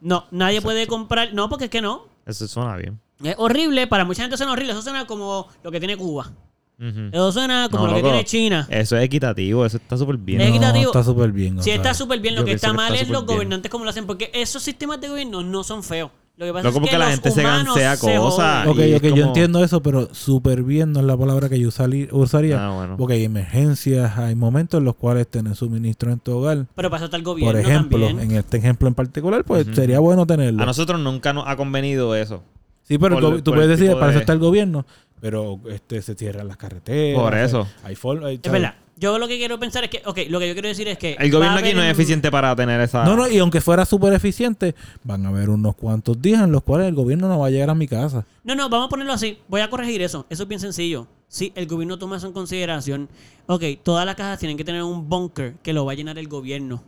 No, nadie puede comprar. No, porque es que no.
Eso suena bien.
Es horrible. Para mucha gente suena horrible. Eso suena como lo que tiene Cuba.
Ujú.
Eso suena como
No,
lo que
loco.
tiene
Eh,
China.
Eso es equitativo, eso Eh, está súper bien.
Es
No,
equitativo.
está súper bien.
sí,
Gonzalo.
está súper bien. Lo
yo
que
pienso
está
que
mal
está
es los
superbién.
gobernantes como lo hacen. Porque esos sistemas de gobierno no son feos. Lo que pasa es
Loco,
que
porque la
los
gente se
humanos
gansea cosas.
joden.
Ok,
Y es
ok, yo
como-
entiendo eso, pero súper bien no es la palabra que yo usali- usaría.
Ah, bueno.
Porque hay emergencias, hay momentos en los cuales tener suministro en tu hogar.
Pero pasa hasta el
Por
gobierno
ejemplo,
también.
en este ejemplo en particular, pues
Ujú.
sería bueno tenerlo.
A nosotros nunca nos ha convenido eso.
Sí, pero el
Por-
gobi- tú
por
puedes
el
decir,
tipo
para eso
de-
está el gobierno, pero este se cierran las carreteras.
Por eso.
Hay forma. hay-
Es verdad. Yo lo que quiero pensar es que. Ok, lo que yo quiero decir es que.
El
va
gobierno
a
aquí no
haber
es
un-
eficiente para tener esa.
No, no, y aunque fuera súper eficiente, van a haber unos cuantos días en los cuales el gobierno no va a llegar a mi casa.
No, no, vamos a ponerlo así. Voy a corregir eso. Eso es bien sencillo. Si el gobierno toma eso en consideración, ok, todas las casas tienen que tener un búnker que lo va a llenar el gobierno.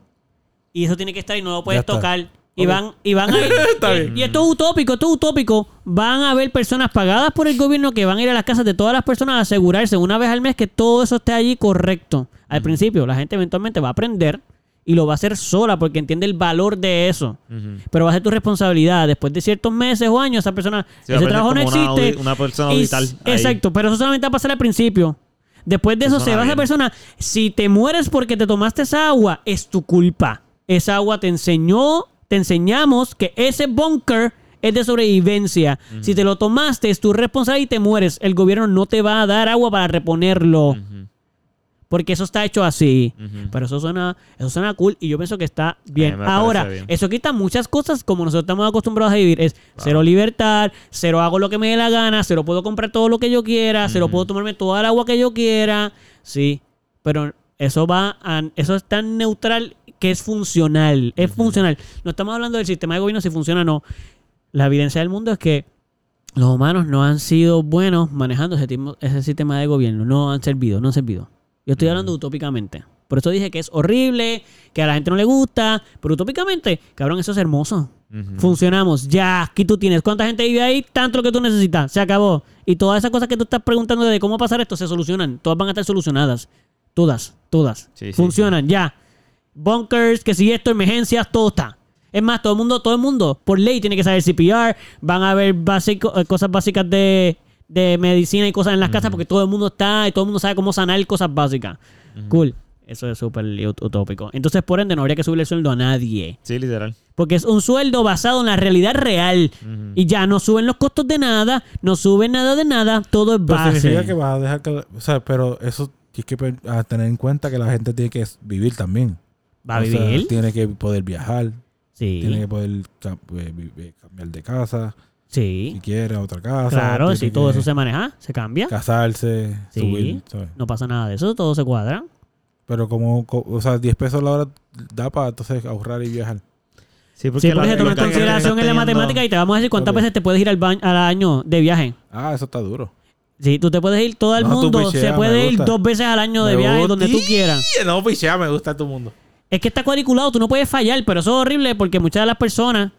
Y eso tiene que estar y no lo puedes
Ya está.
tocar. Y
Ok.
van, y van a Este, y, y esto es utópico, esto es utópico. Van a haber personas pagadas por el gobierno que van a ir a las casas de todas las personas a asegurarse una vez al mes que todo eso esté allí correcto. Al principio, la gente eventualmente va a aprender y lo va a hacer sola porque entiende el valor de eso.
Ujú.
Pero va a ser tu responsabilidad. Después de ciertos meses o años, esa persona,
Sí, va a
ese
parecer
trabajo no
como una audi-
existe.
Una, persona
Y-
audital. ahí.
Exacto, pero eso solamente va a pasar al principio. Después de eso,
Eso
se
suena
va esa
bien.
persona. Si te mueres porque te tomaste esa agua, es tu culpa. Esa agua te enseñó, te enseñamos que ese bunker es de sobrevivencia. Si te lo tomaste, es tu responsabilidad y te mueres. El gobierno no te va a dar agua para reponerlo.
Ujú,
Porque eso está hecho así.
ujú.
Pero eso suena, eso suena cool y yo pienso que está bien.
me parece
Ahora,
bien.
eso quita muchas cosas como nosotros estamos acostumbrados a vivir. Es cero libertad, cero hago lo que me dé la gana, cero puedo comprar todo lo que yo quiera, cero puedo tomarme toda el agua que yo quiera. Sí, pero eso va a, eso es tan neutral que es funcional. Es funcional. No estamos hablando del sistema de gobierno si funciona o no. La evidencia del mundo es que los humanos no han sido buenos manejando ese, timo- ese sistema de gobierno. No han servido, no han servido. Yo
Mm.
estoy hablando utópicamente. Por eso dije que es horrible, que a la gente no le gusta, pero utópicamente, cabrón, eso es hermoso. Funcionamos, ya, aquí tú tienes. ¿Cuánta gente vive ahí? Tanto lo que tú necesitas, se acabó. Y todas esas cosas que tú estás preguntando de cómo pasar esto se solucionan. Todas van a estar solucionadas. Todas, todas.
Sí, sí,
Funcionan, ya. Bunkers, que si esto, emergencias, todo está. Es más, todo el mundo, todo el mundo, por ley, tiene que saber CPR. Van a haber básico- eh, cosas básicas de, de medicina y cosas en las casas porque todo el mundo está y todo el mundo sabe cómo sanar cosas básicas. Cool. Eso es súper ut- utópico. Entonces, por ende, no habría que subirle el sueldo a nadie.
Sí, literal.
Porque es un sueldo basado en la realidad real. Y ya no suben los costos de nada, no suben nada de nada, todo es
Pero significa
base.
que vas a dejar que... O sea, pero eso tienes que pe- a tener en cuenta que la gente tiene que vivir también.
¿Va a
O sea,
vivir?
tiene que poder viajar, tiene
Sí,
que poder ca- eh, vi- eh, cambiar de casa, si
sí.
quiere, a otra casa.
Claro,
tiene
si todo
que
eso se maneja, se cambia.
Casarse,
Sí.
subir, ¿sabes?
No pasa nada de eso, todo se cuadra.
Pero como, co- o sea, 10 pesos la hora da para entonces ahorrar y viajar.
Sí, porque,
Sí, porque
la-
se toma en
lo que-
consideración en la matemática y te vamos a decir cuántas
Ok.
veces te puedes ir al, ba- al año de viaje.
Ah, eso está duro.
Sí, tú te puedes ir todo el
No, tú
mundo,
pichea,
se
me
puede ir
gusta.
dos veces al año de
Me
viaje
gusta.
donde tú quieras.
No, pichea, me gusta tu mundo.
Es que está cuadriculado, tú no puedes fallar, pero eso es horrible porque muchas de las personas,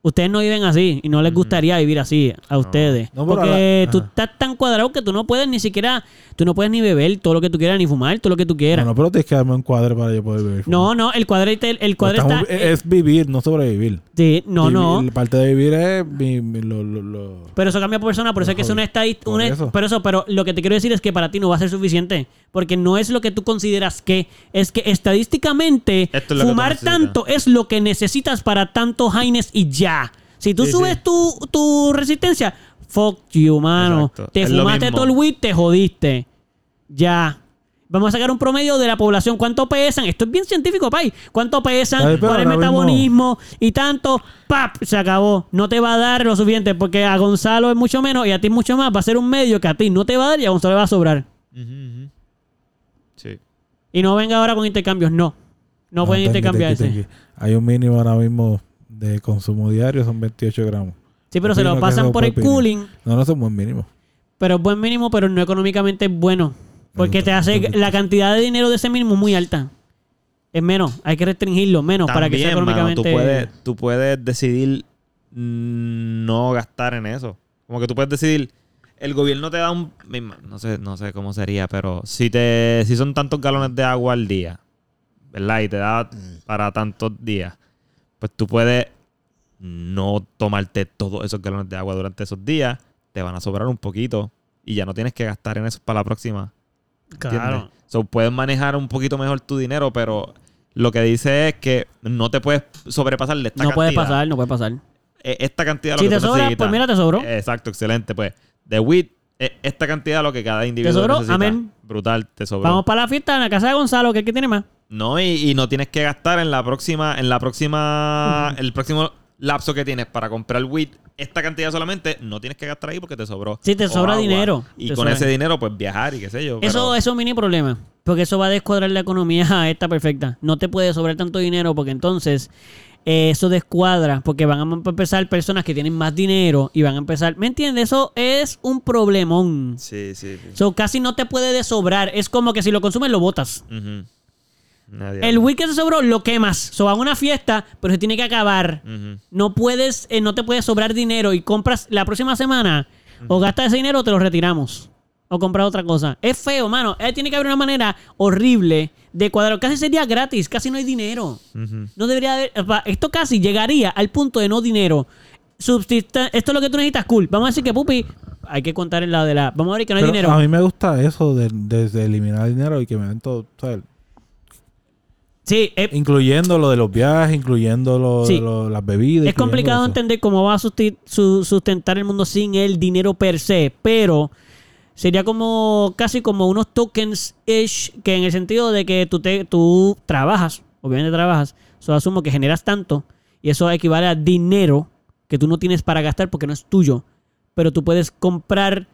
ustedes no viven así y no les gustaría vivir así a ustedes.
Mm. No, pero
porque
a la-
tú
ajá.
estás tan cuadrado que tú no puedes ni siquiera, tú no puedes ni beber todo lo que tú quieras, ni fumar todo lo que tú
No,
quieras. No,
no, pero tienes que darme un cuadro para yo poder vivir.
no, el cuadro, el, el cuadro
Estamos- eh,
está...
es- es vivir, no sobrevivir.
sí, no,
Vivi-
no.
La parte de vivir es mi- mi- lo- lo- lo-
Pero eso cambia por persona, por eso es que es una estadística.
Por eso.
Pero eso, pero lo que te quiero decir es que para ti no va a ser suficiente. Porque no es lo que tú consideras que. Es que estadísticamente,
Esto es lo que tú
fumar
necesitas.
tanto es lo que necesitas para tantos Heines y ya. Si tú
Sí,
subes
sí.
Tu, tu resistencia, fuck you, mano.
Exacto.
Te
Es lo
fumaste
mismo.
todo el weed, te jodiste. Ya. Vamos a sacar un promedio de la población. ¿Cuánto pesan? Esto es bien científico, pay. ¿Cuánto pesan?
Ay, pero
¿Cuál es el
ahora mismo-
metabolismo? Y tanto. ¡Pap! Se acabó. No te va a dar lo suficiente porque a Gonzalo es mucho menos y a ti mucho más. Va a ser un medio que a ti no te va a dar y a Gonzalo le va a sobrar.
Ujú, ujú. Sí.
Y no venga ahora con intercambios. No. No, pueden
tengo,
intercambiarse.
tengo, tengo. Hay un mínimo ahora mismo de consumo diario, son 28 gramos.
Sí, pero se
Opino
lo
que
pasan
eso
por el
puede opinar.
cooling.
No, no es un buen mínimo.
Pero es buen mínimo, pero no económicamente es bueno. Porque te
gusta, me
hace
gusta.
la cantidad de dinero de ese mínimo es muy alta. Es menos, hay que restringirlo menos para que sea
También, mano,
económicamente.
tú, puedes, tú puedes decidir mm, no gastar en eso. Como que tú puedes decidir. El gobierno te da un. mi ma- No sé, no sé cómo sería, pero si te. Si son tantos galones de agua al día, ¿verdad? Y te da para tantos días. Pues tú puedes no tomarte todos esos galones de agua durante esos días. Te van a sobrar un poquito. Y ya no tienes que gastar en eso para la próxima.
claro.
¿Entiendes? So, puedes manejar un poquito mejor tu dinero, pero lo que dice es que no te puedes sobrepasar de esta
No
cantidad.
puede pasar, no puede pasar.
Eh, Esta cantidad es lo
Si
que
te
tú
sobra,
necesitas.
pues mira, te sobró.
Exacto, excelente. Pues, de WIT, esta cantidad es lo que cada individuo
sobró?
necesita.
Amén.
Brutal, te sobró.
Vamos para la fiesta en la casa de Gonzalo, que es el que tiene más.
No, y, y no tienes que gastar en la próxima, en la próxima, el próximo lapso que tienes para comprar WIT, esta cantidad solamente, no tienes que gastar ahí porque te sobró.
Sí, te
O
sobra dinero.
Y
Te
con
sobra.
ese dinero, pues viajar y qué sé yo.
Eso, eso
pero-
es un mini problema. Porque eso va a descuadrar la economía a esta perfecta. No te puede sobrar tanto dinero porque entonces eh, eso descuadra. Porque van a empezar personas que tienen más dinero y van a empezar. ¿Me entiendes? Eso es un problemón.
Sí, sí. sí.
So, casi no te puede desobrar. Es como que si lo consumes, lo botas.
Ujú. Nadie
El weed que se sobró, lo quemas. So, van a una fiesta, pero se tiene que acabar.
Ujú.
No puedes, eh, no te puede sobrar dinero y compras la próxima semana o gastas ese dinero o te lo retiramos. O compras otra cosa. Es feo, mano. Eh, tiene que haber una manera horrible de cuadro. Casi sería gratis, casi no hay dinero. No debería haber. eh, pa- Esto casi llegaría al punto de no dinero. Subsista- esto es lo que tú necesitas, cool. Vamos a decir que Pupi, hay que contar el lado de la. Vamos a ver que no hay
Pero ah,
dinero.
A mí me gusta eso de, de- de eliminar dinero y que me den todo, ¿sabes?
sí, es,
Incluyendo lo de los viajes, incluyendo lo,
Sí.
lo- las bebidas.
es
incluyendo
complicado
eso.
entender cómo va a susti- su- sustentar el mundo sin el dinero per se, pero sería como casi como unos tokens ish que en el sentido de que tú te tú trabajas, obviamente trabajas, solo asumo que generas tanto y eso equivale a dinero que tú no tienes para gastar porque no es tuyo, pero tú puedes comprar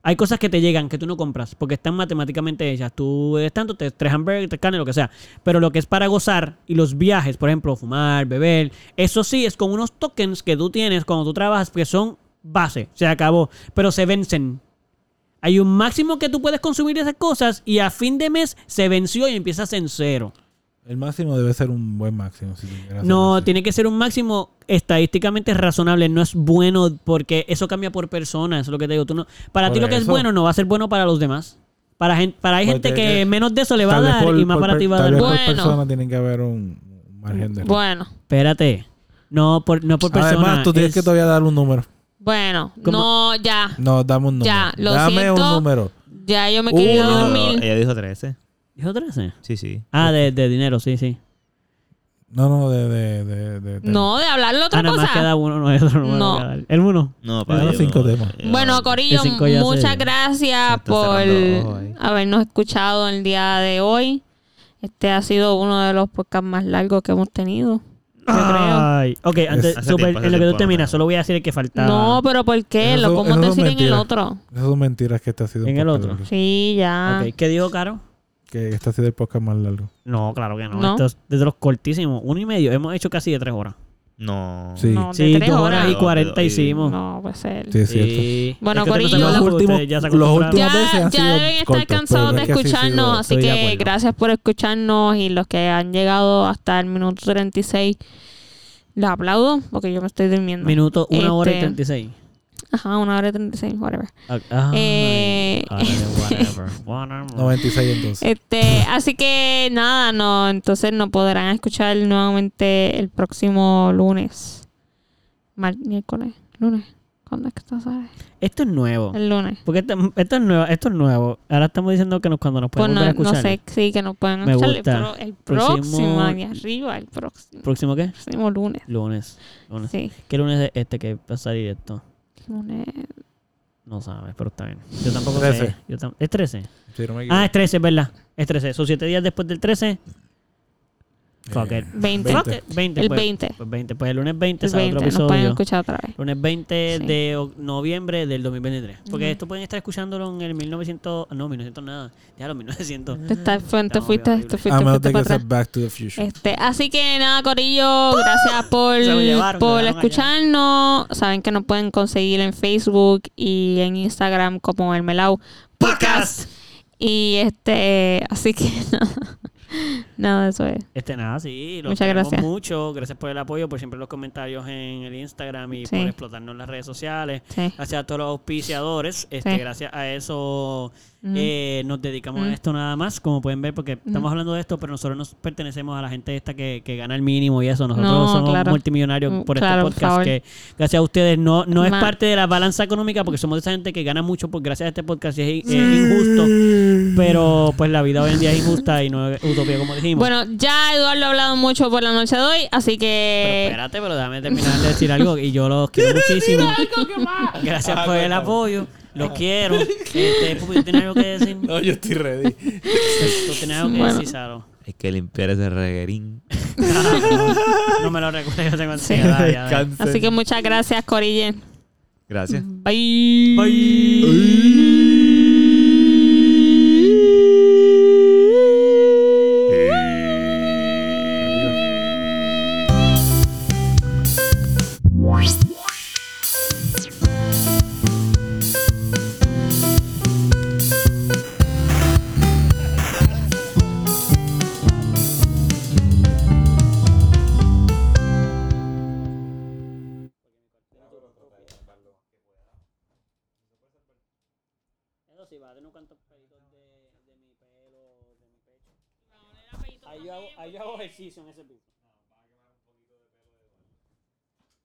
hay cosas que te llegan que tú no compras porque están matemáticamente hechas. Tú eres tanto, te tres hamburguesas, tres carnes, lo que sea. Pero lo que es para gozar y los viajes, por ejemplo, fumar, beber, eso sí es con unos tokens que tú tienes cuando tú trabajas que son base, se acabó, pero se vencen. Hay un máximo que tú puedes consumir de esas cosas y a fin de mes se venció y empiezas en cero.
El máximo debe ser un buen máximo. si quieres
No,
hacerlo así.
tiene que ser un máximo estadísticamente razonable. No es bueno porque eso cambia por persona. Eso es lo que te digo. Tú no, para
Por
ti lo que es
eso.
bueno no va a ser bueno para los demás. Para, gen- para hay
Pues
gente
tiene
que,
que-
menos de eso le va a
Tal vez
dar
por-
y más
por
para
per-
ti va a
tal
dar.
vez
más.
Bueno.
por persona tiene que haber un, un margen de...
Bueno,
Espérate. No por, no por persona.
Además, tú tienes
es-
que todavía dar un número.
bueno.
¿Cómo?
No, ya.
No, dame un número.
Ya, lo
Dame un
siento.
número.
Ya yo me
Uh,
quería
Ella dijo-
eh,
dormir.
Ella dijo 13.
¿Dijo 13?
Sí, sí.
Ah, de, de dinero, sí, sí.
No, no, de... de, de, de- de-
No, de hablarle otra
Ah, nada más
cosa.
queda uno, no hay otro número
No.
que dar. El uno.
No,
Eran
yo
cinco
no-
temas.
yo-
Bueno, Corillo,
Ese Este cinco ya se-
muchas gracias
está
por
cerrando ojos ahí.
habernos escuchado el día de hoy. Este ha sido uno de los podcasts más largos que hemos tenido. Yo creo.
Ay. Ok, antes,
Hace
super-
tiempo, hace
en lo que tú
tiempo,
terminas,
no.
solo voy a decir el que faltaba.
No, pero ¿por qué?
Eso-
Lo ¿Cómo
eso
te
es
decir en el
mentira.
otro?
Esas son mentiras que este ha sido...
En
un
el
podcast
otro.
largo.
Sí, ya.
Ok, ¿Qué dijo Caro?
Que este ha sido el podcast más largo.
No, claro que no.
No.
Esto es de los cortísimos. Uno y medio. Hemos hecho casi de tres horas.
No.
Sí,
No, de
Sí,
tres
dos
horas.
horas y cuarenta
Y-
hicimos.
No, pues él.
sí, es cierto.
Sí.
Bueno,
Es que ustedes no se
Corillo,
Los
acostumbran,
últimos,
ustedes ya se
los
acostumbraron.
últimos veces
Ya,
han
ya
sido
deben estar
cortos,
cansados
pero
de
es que así ha sido-
escucharnos, así
Estoy de
que
acuerdo.
gracias por escucharnos y los que han llegado hasta el minuto 36, les aplaudo porque yo me estoy durmiendo.
Minuto, una hora y
Este,
36.
Ajá, una hora y 36, whatever.
Ah, ay,
Eh,
ay, whatever, whatever.
96 entonces.
Este, así que nada, no, entonces no podrán escuchar nuevamente el próximo lunes. Mar- miércoles, lunes. ¿Cuándo es que esto sale?
Esto es nuevo.
El lunes.
Porque esto, esto es nuevo, esto es nuevo. Ahora estamos diciendo que nos, cuando nos
Pues
podemos
no,
volver a
no
escuchar.
sé, sí, que no pueden
Me
escuchar el,
gusta.
pro- el
Próximo-
próximo, de arriba, el próximo,
¿Próximo qué?
próximo lunes.
Lunes. lunes.
Sí,
¿Qué lunes es este que va a salir esto?
lunes.
No sabes, pero está bien. Yo tampoco sé.
Trece.
Yo tam- ¿Es 13?
Si no me equivoco.
Ah, es 13, es verdad. Es 13. Son 7 días después del 13. Fuck it.
20.
Fuck it. 20.
El
pues.
20.
Pues 20. Pues el lunes 20
El
sale
20,
otro
nos pueden
episodio.
escuchar otra vez.
Lunes 20
Sí.
de o- noviembre del 2023. Porque
Ujú.
esto pueden estar escuchándolo en el 1900. No, 1900 nada. Ya los 1900.
Te, estás- fue- te
Mm. Estamos
fuiste,
horrible.
te fuiste,
A menos
fuiste
de
para
Ah, que sea
atrás.
Back to the Future.
Este, así que nada, Corillo, gracias por,
Se lo llevaron,
por
se lo dejaron
escucharnos. Saben que nos pueden conseguir en Facebook y en Instagram como el Melau Podcast. Y este, así que nada, nada, eso es.
Este nada, sí. Los
Muchas
queremos
gracias.
mucho. Gracias por el apoyo, por siempre los comentarios en el Instagram y
Sí.
por explotarnos en las redes sociales.
Sí.
Gracias a todos los auspiciadores. Este,
Sí.
Gracias a eso
Ujú.
eh, nos dedicamos
Ujú.
a esto nada más, como pueden ver, porque estamos hablando de esto, pero nosotros nos pertenecemos a la gente esta que, que gana el mínimo y eso. Nosotros
No,
somos
claro. Mm,
multimillonarios por
claro, por
este
favor.
podcast que gracias a ustedes no, no es
Ma-
parte de la balanza económica porque somos de esa gente que gana mucho por gracias a este podcast y es, es
Mm.
injusto. Pero pues la vida hoy en día es injusta y no es utopía como dijimos.
Bueno, ya Eduardo ha hablado mucho por la noche de hoy, así
Pero
que...
espérate, pero déjame terminar de decir algo. Y yo los quiero muchísimo. Gracias por el apoyo. Los quiero. Este, Pupi, ¿tú tienes algo que decir?
No, yo estoy ready.
¿Tú tienes algo que
Bueno.
decir, Saro?
Hay que limpiar ese reguerín.
No me lo recuerdo, yo tengo ansiedad. ya, ya.
Así que muchas gracias, Corille.
Gracias.
Bye.
Ahí yo hago, ahí yo hago ejercicio en ese piso.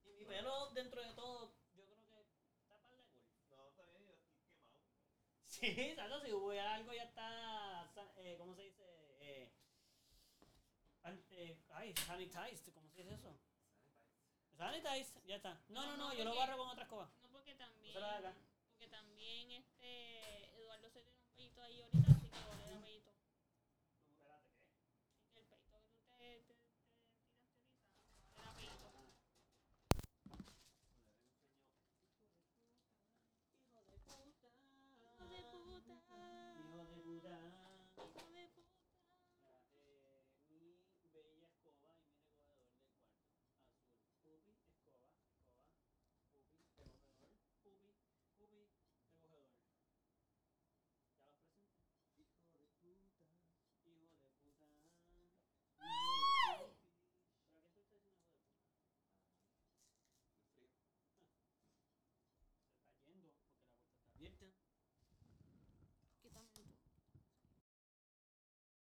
Y mi pelo, dentro de todo, yo creo que está para de gol.
No, está bien, yo estoy quemado.
Sí, tanto si hubiera algo ya está, sa- eh, ¿cómo se dice? Eh, an- eh, ay, sanitized, ¿cómo se dice eso? Sanitized, ya está. No, no,
Ah,
no, yo lo barro con otra escoba.
No, porque
No
también.
se la haga.
Porque también este Eduardo se tiene un pelito ahí ahorita.